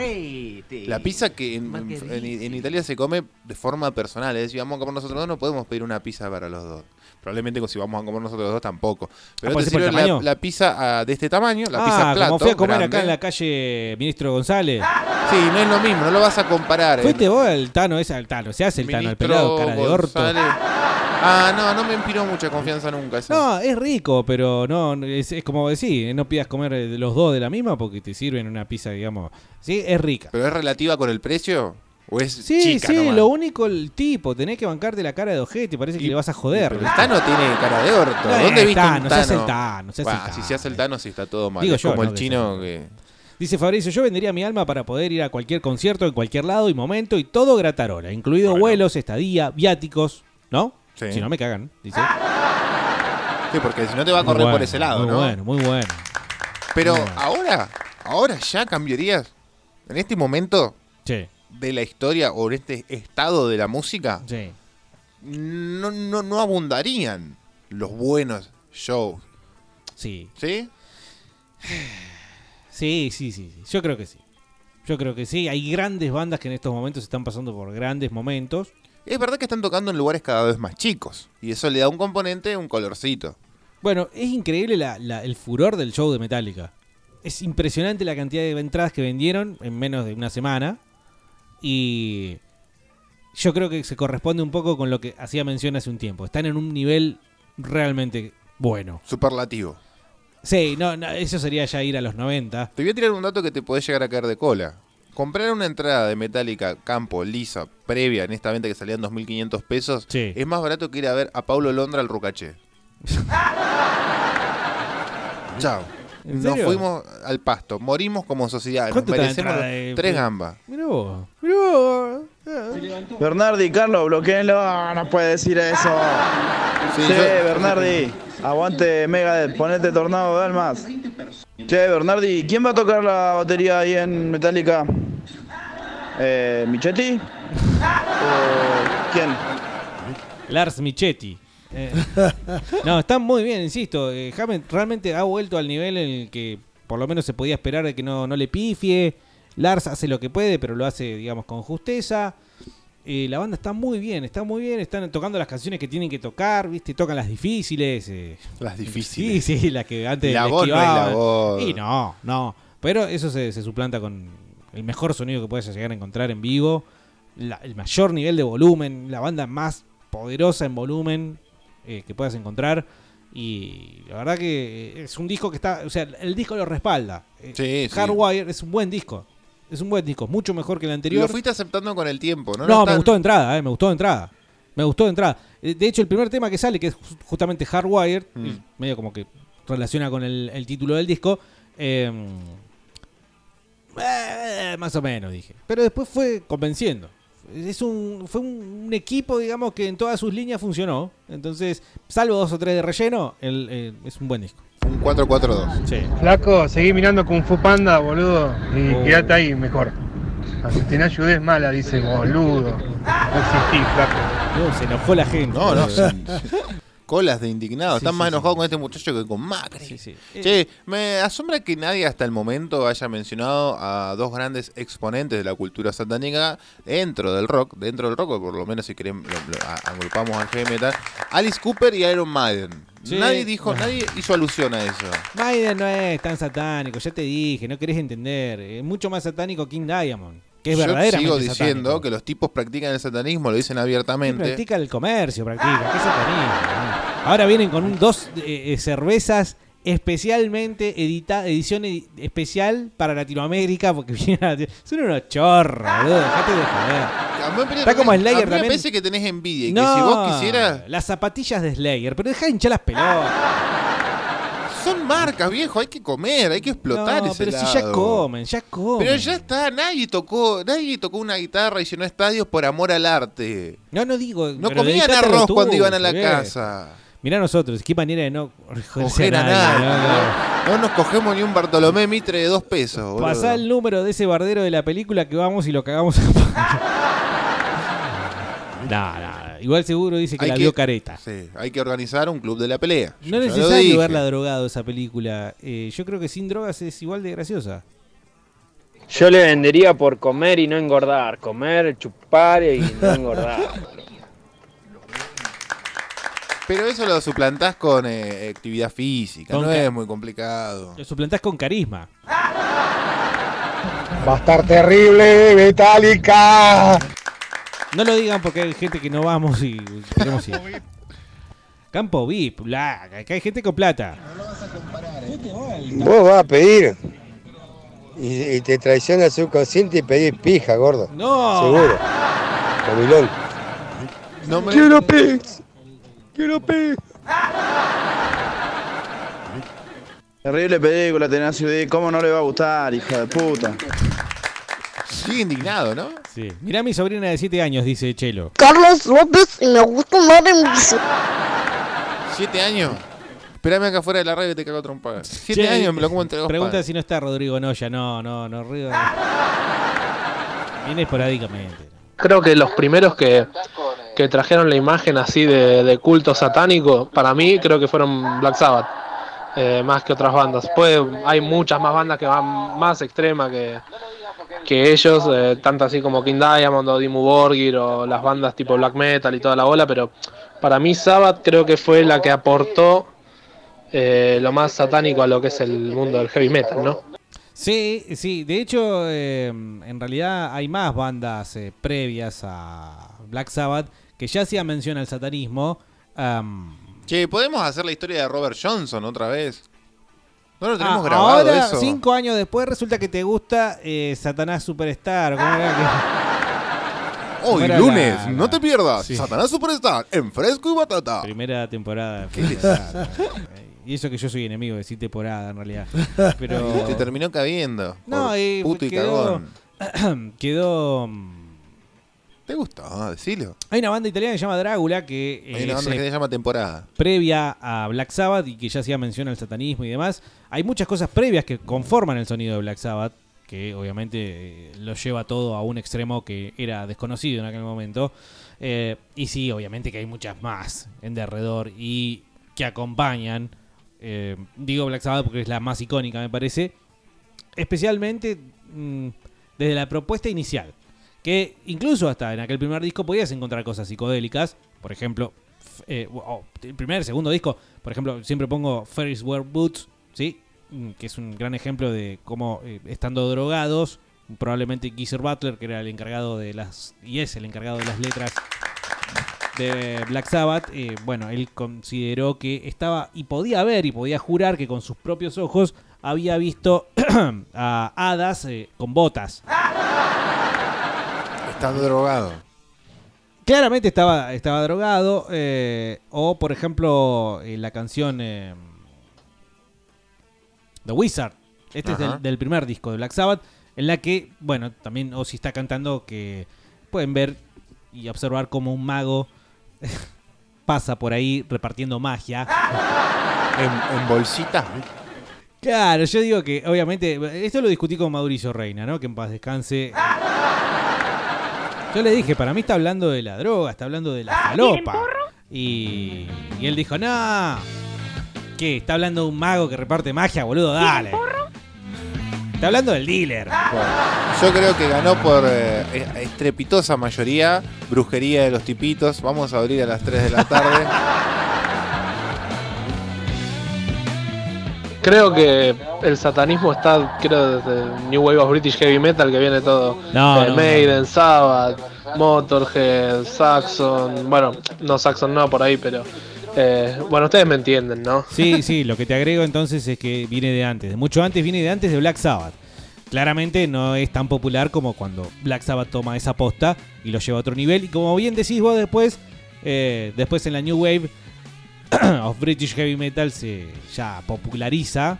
S8: La pizza que en, en- en Italia se come de forma personal. Es decir, vamos a comer nosotros dos, no podemos pedir una pizza para los dos. Probablemente si vamos a comer nosotros dos tampoco.
S4: Ah,
S8: Pero
S4: ¿puede
S8: te
S4: ser por el
S8: sirven la,
S4: tamaño?
S8: la pizza ah, de este tamaño, la
S4: ah,
S8: pizza plato.
S4: como fui a comer
S8: grande. Ah,
S4: acá en la calle Ministro González.
S8: Sí, no es lo mismo, no lo vas a comparar. eh.
S4: Fuiste este vos el Tano, ese el Tano, se hace el Tano, el
S8: Ministro
S4: pelado, cara de orto.
S8: González. Ah, no, no me inspiró mucha confianza nunca. eso.
S4: No, es rico, pero no, no, es, es como decir, no pidas comer eh, los dos de la misma porque te sirven una pizza, digamos. Sí, es rica.
S8: ¿Pero es relativa con el precio? ¿O es
S4: Sí,
S8: chica
S4: sí,
S8: nomás?
S4: lo único el tipo, tenés que bancarte la cara de ojete, parece que le vas a joder.
S8: Pero el Tano tiene cara de orto.
S4: No,
S8: ¿Dónde
S4: el
S8: viste
S4: Tano,
S8: un
S4: se
S8: Tano?
S4: hace el Tano, se hace
S8: Buah,
S4: el
S8: Si se hace el Tano, sí está todo mal.
S4: Digo
S8: es
S4: yo,
S8: como
S4: ¿no?
S8: el
S4: que
S8: chino que...
S4: Dice Fabricio, yo vendería mi alma para poder ir a cualquier concierto, en cualquier lado y momento y todo gratarola, incluido vuelos, estadía, viáticos, ¿no? Si no me cagan, dice.
S8: Sí, porque si no te Ah, va a correr
S4: Muy
S8: por
S4: bueno,
S8: ese lado,
S4: muy
S8: ¿no?
S4: bueno, muy bueno.
S8: Pero
S4: muy bueno.
S8: ahora, ahora ya cambiarías. En este momento
S4: Sí.
S8: de la historia o en este estado de la música, no, no, no abundarían los buenos shows.
S4: Sí.
S8: ¿Sí?
S4: Sí, sí, sí, sí. Yo creo que sí. Yo creo que sí. Hay grandes bandas que en estos momentos están pasando por grandes momentos.
S8: Es verdad que están tocando en lugares cada vez más chicos. Y eso le da un componente, un colorcito.
S4: Bueno, es increíble la- la- el furor del show de Metallica. Es impresionante la cantidad de entradas que vendieron en menos de una semana. Y yo creo que se corresponde un poco con lo que hacía mención hace un tiempo. Están en un nivel realmente bueno.
S8: Superlativo.
S4: Sí, no, no, eso sería ya ir a los 90.
S8: Te voy a tirar un dato que te podés llegar a caer de cola. Comprar una entrada de Metallica Campo lisa previa en esta venta que salían 2.500 pesos es más barato que ir a ver a Pablo Londra al Rucaché. Chao.
S4: ¿En
S8: Nos
S4: serio?
S8: fuimos al pasto. Morimos como sociedad. Nos
S4: ¿Cuánto está la
S8: merecemos
S4: entrada eh, de-
S8: tres gambas.
S4: Mirá vos. eh.
S17: Bernardi, Carlos, bloqueenlo. Ah, No puede decir eso.
S8: Sí,
S17: che,
S8: yo-
S17: Bernardi, aguante Megadeth, ponete tornado de almas. Che, Bernardi, ¿quién va a tocar la batería ahí en Metallica? Eh, ¿Michetti? ¿O quién?
S4: Lars Michetti. Eh, no, están muy bien, insisto. Eh, Hammett realmente ha vuelto al nivel en el que por lo menos se podía esperar de que no, no le pifie. Lars hace lo que puede, pero lo hace, digamos, con justeza. Eh, la banda está muy bien, está muy bien. Están tocando las canciones que tienen que tocar, ¿viste? Tocan las difíciles. eh.
S8: Las
S4: difíciles. Sí, sí, las que antes
S8: La
S4: le
S8: voz no es la
S4: esquivaban.
S8: voz.
S4: Y no, no. Pero eso se, se suplanta con el mejor sonido que puedes llegar a encontrar en vivo. la- el mayor nivel de volumen, la banda más poderosa en volumen eh, que puedas encontrar. Y la verdad que eh, es un disco que está. O sea, el disco lo respalda. Eh,
S8: Sí, sí.
S4: Hardwire es un buen disco. Es un buen disco, mucho mejor que el anterior.
S8: Lo fuiste aceptando con el tiempo, ¿no?
S4: No,
S8: No
S4: me
S8: tan-
S4: gustó de entrada, eh, me gustó de entrada. Me gustó de entrada. Eh, De hecho, el primer tema que sale, que es ju- justamente Hardwired,
S8: Mm.
S4: y medio como que relaciona con el, el título del disco, eh, eh, más o menos, dije. Pero después fue convenciendo. Es un, fue un, un equipo, digamos, que en todas sus líneas funcionó. Entonces, salvo dos o tres de relleno, el- el- es un buen disco.
S8: Un 4-4-2.
S4: Sí.
S12: Flaco, seguí mirando Kung Fu Panda, boludo, y quédate ahí mejor. Argentina ayudes mala, dice, boludo. No existís, flaco.
S4: No, Uh, se enojó la gente.
S8: No, no, son- colas de indignados. Están más enojados con este muchacho que con Macri. Che, me asombra que nadie hasta el momento haya mencionado a dos grandes exponentes de la cultura satánica dentro del rock, dentro del rock, o por lo menos si queremos, lo- lo- a- agrupamos al heavy metal, Alice Cooper y Iron Maiden.
S4: Sí. Ah.
S8: Nadie dijo,
S4: No.
S8: nadie hizo alusión a eso.
S4: Maiden no es tan satánico, ya te dije, no querés entender. Es mucho más satánico King Diamond. Que es
S8: Yo
S4: verdaderamente
S8: sigo
S4: satánico.
S8: diciendo que los tipos practican el satanismo, lo dicen abiertamente.
S4: Practica el comercio, practica. ¿Qué satanismo? Ahora vienen con un dos eh, eh, cervezas especialmente edita, edición edi- especial para Latinoamérica, porque vienen a- son unos chorros, boludo. Dejate de joder.
S8: A mí me parece-
S4: Está como
S8: a mí
S4: Slayer
S8: Me
S4: también.
S8: parece que tenés envidia y que si vos quisieras.
S4: Las zapatillas de Slayer, pero deja de hinchar las pelotas.
S8: Son marcas, viejo, hay que comer, hay que explotar
S4: No,
S8: ese
S4: pero si ya
S8: lado.
S4: comen, ya comen.
S8: Pero ya está, nadie tocó, nadie tocó una guitarra y llenó estadios por amor al arte.
S4: No, no digo.
S8: No
S4: pero
S8: comían
S4: dedicate a lo
S8: arroz
S4: tuyo, eh.
S8: cuando iban a la
S4: bien.
S8: casa.
S4: Mirá nosotros, qué manera de no cogerse
S8: Coger a
S4: nadie, ¿no?
S8: nadie, ¿no? No nos cogemos ni un Bartolomé Mitre de dos pesos, boludo.
S4: Pasá el número de ese bardero de la película que vamos y lo cagamos a palo. No, no, igual seguro dice que
S8: Hay
S4: la
S8: que-
S4: vio careta.
S8: Sí, hay que organizar un club de la pelea.
S4: No es
S8: Ya lo
S4: necesario
S8: dije.
S4: verla drogado esa película. Eh, yo creo que sin drogas es igual de graciosa.
S10: Yo le vendería por comer y no engordar. Comer, chupar y no engordar.
S8: Pero eso lo suplantás con eh, actividad física,
S4: Con
S8: no
S4: ca-
S8: es muy complicado.
S4: Lo suplantás con carisma.
S20: Va a estar terrible, Metallica.
S4: No lo digan porque hay gente que no vamos y queremos ir. Campo VIP, bla, acá hay gente con plata.
S14: Vos vas a pedir y, y te traiciona el subconsciente y pedís pija, gordo.
S4: No.
S14: Seguro. Comilón.
S8: No me-
S14: Quiero pez. Quiero pez.
S17: Terrible película, Tenacio D. ¿Cómo no le va a gustar, hija de puta?
S8: Sigue indignado, ¿no?
S4: Sí. Mirá a mi sobrina de 7 años, dice Chelo.
S15: Carlos López y me gusta andar en bici.
S8: ¿Siete años? Esperame acá afuera de la radio que te cago a trompada. Siete
S4: Che, eh,
S8: años me lo como entre dos
S4: Pregunta
S8: panes.
S4: si no está Rodrigo Noya. No, no, no, Rodrigo. Viene esporádicamente.
S16: Creo que los primeros que, que trajeron la imagen así de, de culto satánico, para mí creo que fueron Black Sabbath, eh, más que otras bandas. Pues hay muchas más bandas que van más extrema que, que ellos, eh, tanto así como King Diamond o Dimmu Borgir o las bandas tipo Black Metal y toda la bola, pero para mí Sabbath creo que fue la que aportó eh, lo más satánico a lo que es el mundo del heavy metal, ¿no?
S4: Sí, sí. De hecho, eh, en realidad hay más bandas eh, previas a Black Sabbath que ya hacían mención al satanismo. Em, am,
S8: Che, ¿podemos hacer la historia de Robert Johnson otra vez? No lo tenemos
S4: ah,
S8: grabado
S4: ahora,
S8: eso.
S4: cinco años después, resulta que te gusta eh, Satanás Superstar. ¿cómo era que-
S8: Hoy,
S4: Fuera
S8: lunes,
S4: la-
S8: no te pierdas.
S4: Sí.
S8: Satanás Superstar en fresco y batata.
S4: Primera temporada.
S8: ¿Qué
S4: Fútbol
S8: les-
S4: Sala. Y eso que yo soy enemigo de sí temporada, en realidad. Pero...
S8: Te terminó cabiendo.
S4: No,
S8: por
S4: y
S8: puto y
S4: quedó,
S8: cagón.
S4: quedó. mm,
S8: ¿Te gustó? Decilo.
S4: Hay una banda italiana que se llama Drácula que
S8: Hay
S4: es,
S8: una banda que
S4: eh,
S8: se llama Temporada.
S4: previa a Black Sabbath y que ya hacía mención al satanismo y demás. Hay muchas cosas previas que conforman el sonido de Black Sabbath, que obviamente eh, lo lleva todo a un extremo que era desconocido en aquel momento. Eh, y sí, obviamente que hay muchas más en derredor y que acompañan. Eh, digo Black Sabbath porque es la más icónica, me parece. Especialmente mm, desde la propuesta inicial. Que incluso hasta en aquel primer disco podías encontrar cosas psicodélicas. Por ejemplo, f- eh, o- el primer, segundo disco. Por ejemplo, siempre pongo Ferris Wear Boots, ¿sí? Mm, Que es un gran ejemplo de cómo eh, estando drogados, probablemente Geezer Butler, que era el encargado de las. y es el encargado de las letras de Black Sabbath, eh, bueno, él consideró que estaba y podía ver y podía jurar que con sus propios ojos había visto a hadas eh, con botas.
S8: Estando drogado.
S4: Claramente estaba, estaba drogado. eh, o, por ejemplo, eh, la canción eh, The Wizard. Este es
S8: Ajá.
S4: del, del primer disco de Black Sabbath. En la que, bueno, también Ozzy está cantando que pueden ver y observar como un mago pasa por ahí repartiendo magia.
S8: En, bolsitas.
S4: Claro, yo digo que, obviamente, esto lo discutí con Mauricio Reina, ¿no? Que en paz descanse. Yo le dije, para mí está hablando de la droga, está hablando de la falopa. Y, y él dijo, no. ¿Qué? Está hablando de un mago que reparte magia, boludo, dale. Está hablando del dealer.
S8: Yo creo que ganó por eh, eh, estrepitosa mayoría. Brujería de los tipitos. Vamos a abrir a las 3 de la tarde.
S16: Creo que el satanismo está, creo, desde New Wave of British Heavy Metal, que viene todo. Eh,
S4: No, no,
S16: Maiden, Sabbath, Motorhead, Saxon. Bueno, no Saxon no, por ahí, pero. eh, bueno, ustedes me entienden, ¿no?
S4: Sí, sí, lo que te agrego entonces es que viene de antes, de mucho antes, viene de antes de Black Sabbath. Claramente no es tan popular como cuando Black Sabbath toma esa posta y lo lleva a otro nivel. Y como bien decís vos después, eh, después en la New Wave of British Heavy Metal se ya populariza.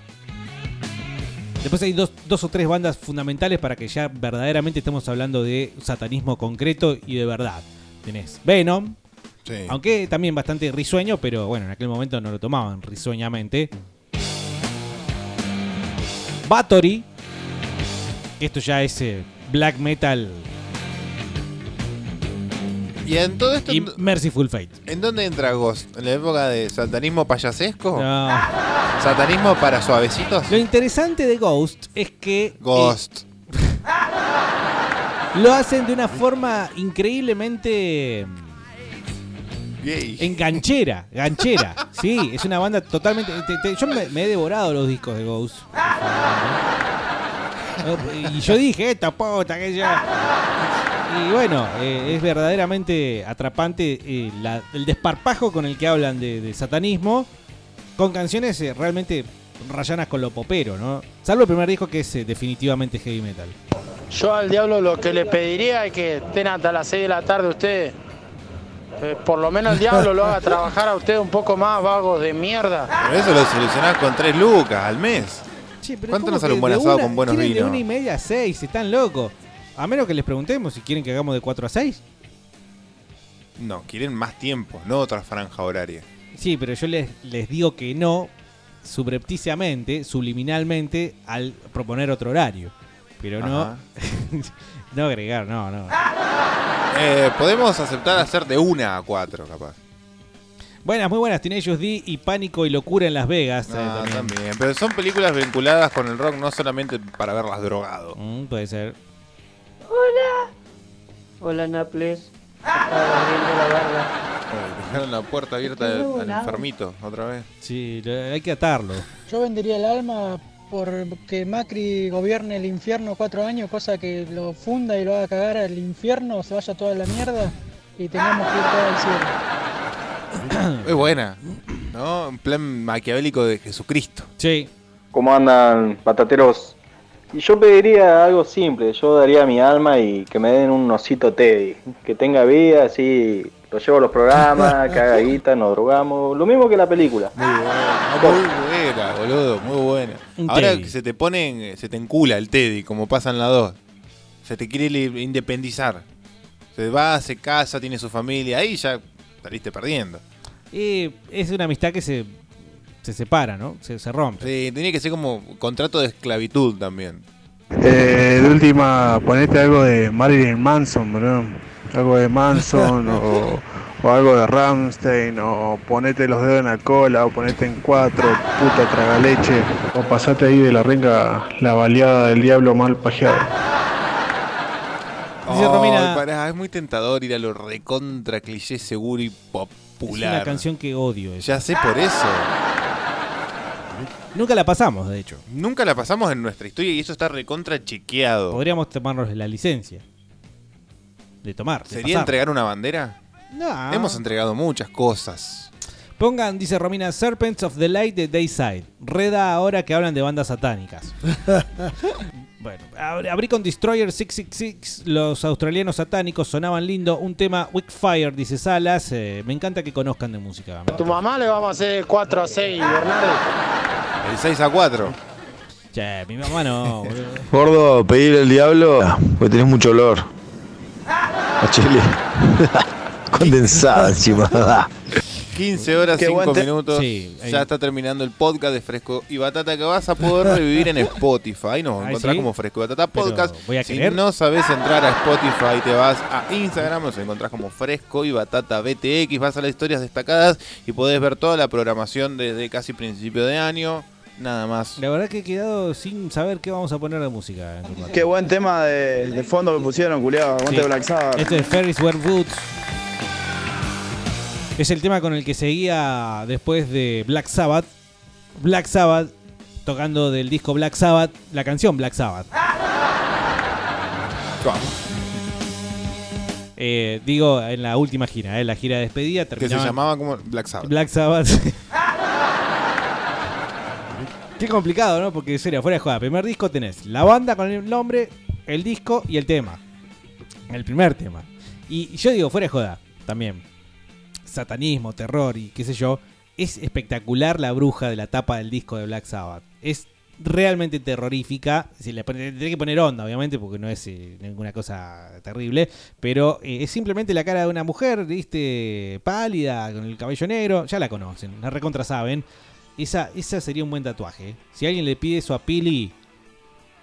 S4: Después hay dos, dos o tres bandas fundamentales para que ya verdaderamente estemos hablando de satanismo concreto y de verdad. Tenés Venom, aunque también bastante risueño, pero bueno, en aquel momento no lo tomaban risueñamente. Bathory. Esto ya es eh, black metal
S8: Y en todo esto,
S4: y Merciful Fate.
S8: ¿en dónde entra Ghost? ¿En la época de satanismo payasesco?
S4: No.
S8: ¿Satanismo para suavecitos?
S4: Lo interesante de Ghost es que.
S8: Ghost.
S4: eh, lo hacen de una forma increíblemente. Enganchera, ganchera. Sí, es una banda totalmente. te- te- yo me, me he devorado los discos de Ghost. Y yo dije, esta puta, que ya. Y bueno, eh, es verdaderamente atrapante eh, la- el desparpajo con el que hablan de, de satanismo. Con canciones eh, realmente rayanas con lo popero, ¿no? Salvo el primer disco que es eh, definitivamente heavy metal.
S24: Yo al diablo lo que le pediría es que estén hasta las 6 de la tarde ustedes. Eh, por lo menos el diablo lo haga trabajar a ustedes un poco más, vagos de mierda.
S8: Pero eso lo solucionás con tres lucas al mes. ¿Cuánto nos sale un buen asado con buenos
S4: De
S8: vinos?
S4: una y media a seis, están locos. A menos que les preguntemos si quieren que hagamos de 4 a 6.
S8: No, quieren más tiempo, no otra franja horaria.
S4: Sí, pero yo les, les digo que no, subrepticiamente, subliminalmente, al proponer otro horario. Pero no.
S8: Ajá.
S4: no agregar, no, no.
S8: Eh, podemos aceptar hacer de una a cuatro, capaz.
S4: Buenas, muy buenas. Tiene ellos D y Pánico y Locura en Las Vegas. eh,
S8: Ah,
S4: también.
S8: también. Pero son películas vinculadas con el rock, no solamente para verlas drogado.
S4: Mm, puede ser.
S18: Hola Naples. Estaba abriendo la barra.
S8: Dejaron la puerta abierta
S18: Qué
S8: al, al
S18: volado.
S8: enfermito otra vez.
S4: Sí, lo- hay que atarlo.
S18: Yo vendería el alma por que Macri gobierne el infierno cuatro años, cosa que lo funda y lo haga cagar al infierno, se vaya toda la mierda y tengamos que ir todos al cielo.
S8: Es buena. ¿No? Un plan maquiavélico de Jesucristo.
S4: Sí.
S19: ¿Cómo andan, patateros? Y yo pediría algo simple, yo daría mi alma y que me den un osito Teddy, que tenga vida, así lo llevo a los programas, que haga guita, nos drogamos, lo mismo que la película.
S8: Muy buena, boludo, muy buena.
S19: Un
S8: Ahora
S19: Teddy.
S8: que se te ponen, se te encula el Teddy, como pasan las dos. Se te quiere li- independizar. Se va, se casa, tiene su familia, ahí ya saliste perdiendo.
S4: Y eh, es una amistad que se, se separa, ¿no? Se, se rompe.
S8: Sí, tenía que ser como contrato de esclavitud también.
S21: Eh, de última, ponete algo de Marilyn Manson, bro. Algo de Manson o, o algo de Ramstein, o ponete los dedos en la cola, o ponete en cuatro, puta tragaleche, o pasate ahí de la renga la baleada del diablo mal pajeado.
S4: Dice Romina-
S8: Ay, pará, es muy tentador ir a lo recontra cliché seguro y
S4: Es
S8: popular.
S4: una canción que odio. esa.
S8: Ya sé por eso.
S4: Nunca la pasamos, de hecho.
S8: Nunca la pasamos en nuestra historia y eso está recontra chequeado.
S4: Podríamos tomarnos la licencia. De tomar. de
S8: ¿Sería
S4: pasar. Ah.
S8: entregar una bandera?
S4: No.
S8: Hemos entregado muchas cosas.
S4: Pongan, dice Romina, Serpents of the Light de Dayside. Reda ahora que hablan de bandas satánicas. bueno, ab- abrí con Destroyer 666. Los australianos satánicos sonaban lindo. Un tema Wickfire, dice Salas. Eh, me encanta que conozcan de música.
S24: A tu mamá le vamos a hacer 4 a 6, Bernardo.
S8: El 6 a 4.
S4: Che, mi mamá no. boludo.
S2: Gordo, pedir el diablo, porque tenés mucho olor. A chile. Condensada encima.
S8: 15 horas
S2: Qué
S8: 5
S2: buen te-
S8: minutos.
S2: Sí, ahí.
S8: ya está terminando el podcast de Fresco y Batata que vas a poder revivir en Spotify. Nos
S4: Ay,
S8: encontrás
S4: sí.
S8: como Fresco y Batata
S4: Pero,
S8: Podcast.
S4: ¿voy a
S8: si
S4: querer?
S8: no sabes entrar a Spotify, te vas a Instagram, nos encontrás como Fresco y Batata BTX, vas a las historias destacadas y podés ver toda la programación desde casi principio de año. Nada más.
S4: La verdad que he quedado sin saber qué vamos a poner de música. en tu parte.
S17: Qué buen tema de, de fondo que pusieron, culiado. Aguante
S4: Sí.
S17: Black Sabbath.
S4: Este es Ferris Ware Boots. Es el tema con el que seguía después de Black Sabbath. Black Sabbath tocando del disco Black Sabbath, la canción Black Sabbath. Eh, digo, en la última gira, eh, la gira de despedida.
S8: Que se
S4: terminaban-
S8: llamaba como Black Sabbath.
S4: Black Sabbath. Qué complicado, ¿no? Porque, en serio, fuera de jugada. Primer disco tenés la banda con el nombre, el disco y el tema. El primer tema. Y yo digo, fuera de joda, también. Satanismo, terror y qué sé yo. Es espectacular la bruja de la tapa del disco de Black Sabbath. Es realmente terrorífica. Si le pone- le tenés que poner onda, obviamente, porque no es eh, ninguna cosa terrible. Pero eh, es simplemente la cara de una mujer, viste, pálida, con el cabello negro. Ya la conocen, la recontra saben. Esa, esa sería un buen tatuaje. ¿eh? Si alguien le pide eso a Pili,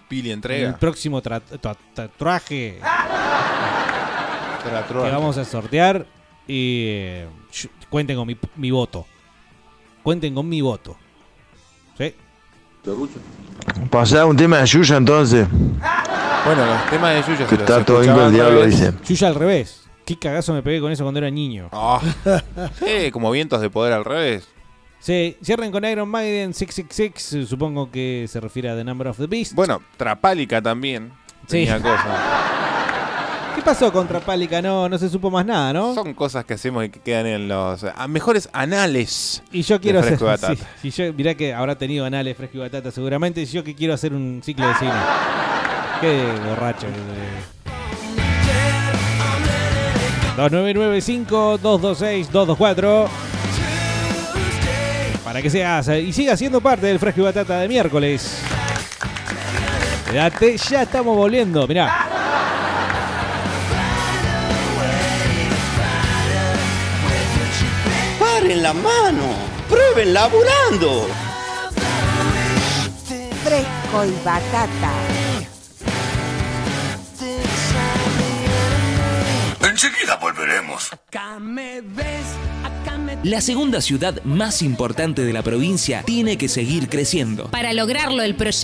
S8: Pili
S4: el
S8: entrega.
S4: próximo tra- tra- tatuaje
S8: Tra-
S4: que
S8: tra-
S4: vamos a sortear. eh, yo- cuenten con mi, mi voto. Cuenten con mi voto. ¿Sí?
S2: Pasá un tema de Yuya entonces.
S8: Bueno, los temas de Yuya
S2: Que está todo bien con el diablo, dice.
S4: Yuya al revés. Qué cagazo me pegué con eso cuando era niño.
S8: Ah, eh, como vientos de poder al revés.
S4: Sí, cierren con Iron Maiden 666. Supongo que se refiere a The Number of the Beast.
S8: Bueno, Trapálica también.
S4: Sí.
S8: Tenía cosas.
S4: ¿Qué pasó con Trapálica? No, no se supo más nada, ¿no?
S8: Son cosas que hacemos y que quedan en los ah, mejores anales.
S4: Y yo
S8: de
S4: quiero hacer.
S8: Fresco de Batata.
S4: sí, y yo, mirá que habrá tenido anales fresco y batata seguramente. Y yo que quiero hacer un ciclo de cine. Qué borracho. eh. que soy. 2995-226-224. Para que seas eh, y siga siendo parte del fresco y batata de miércoles. Quédate, ya estamos volviendo. Mirá.
S5: Paren la mano, prueben laburando.
S25: Fresco y batata.
S22: Enseguida volveremos.
S6: La segunda ciudad más importante de la provincia tiene que seguir creciendo.
S23: Para lograrlo, el proyecto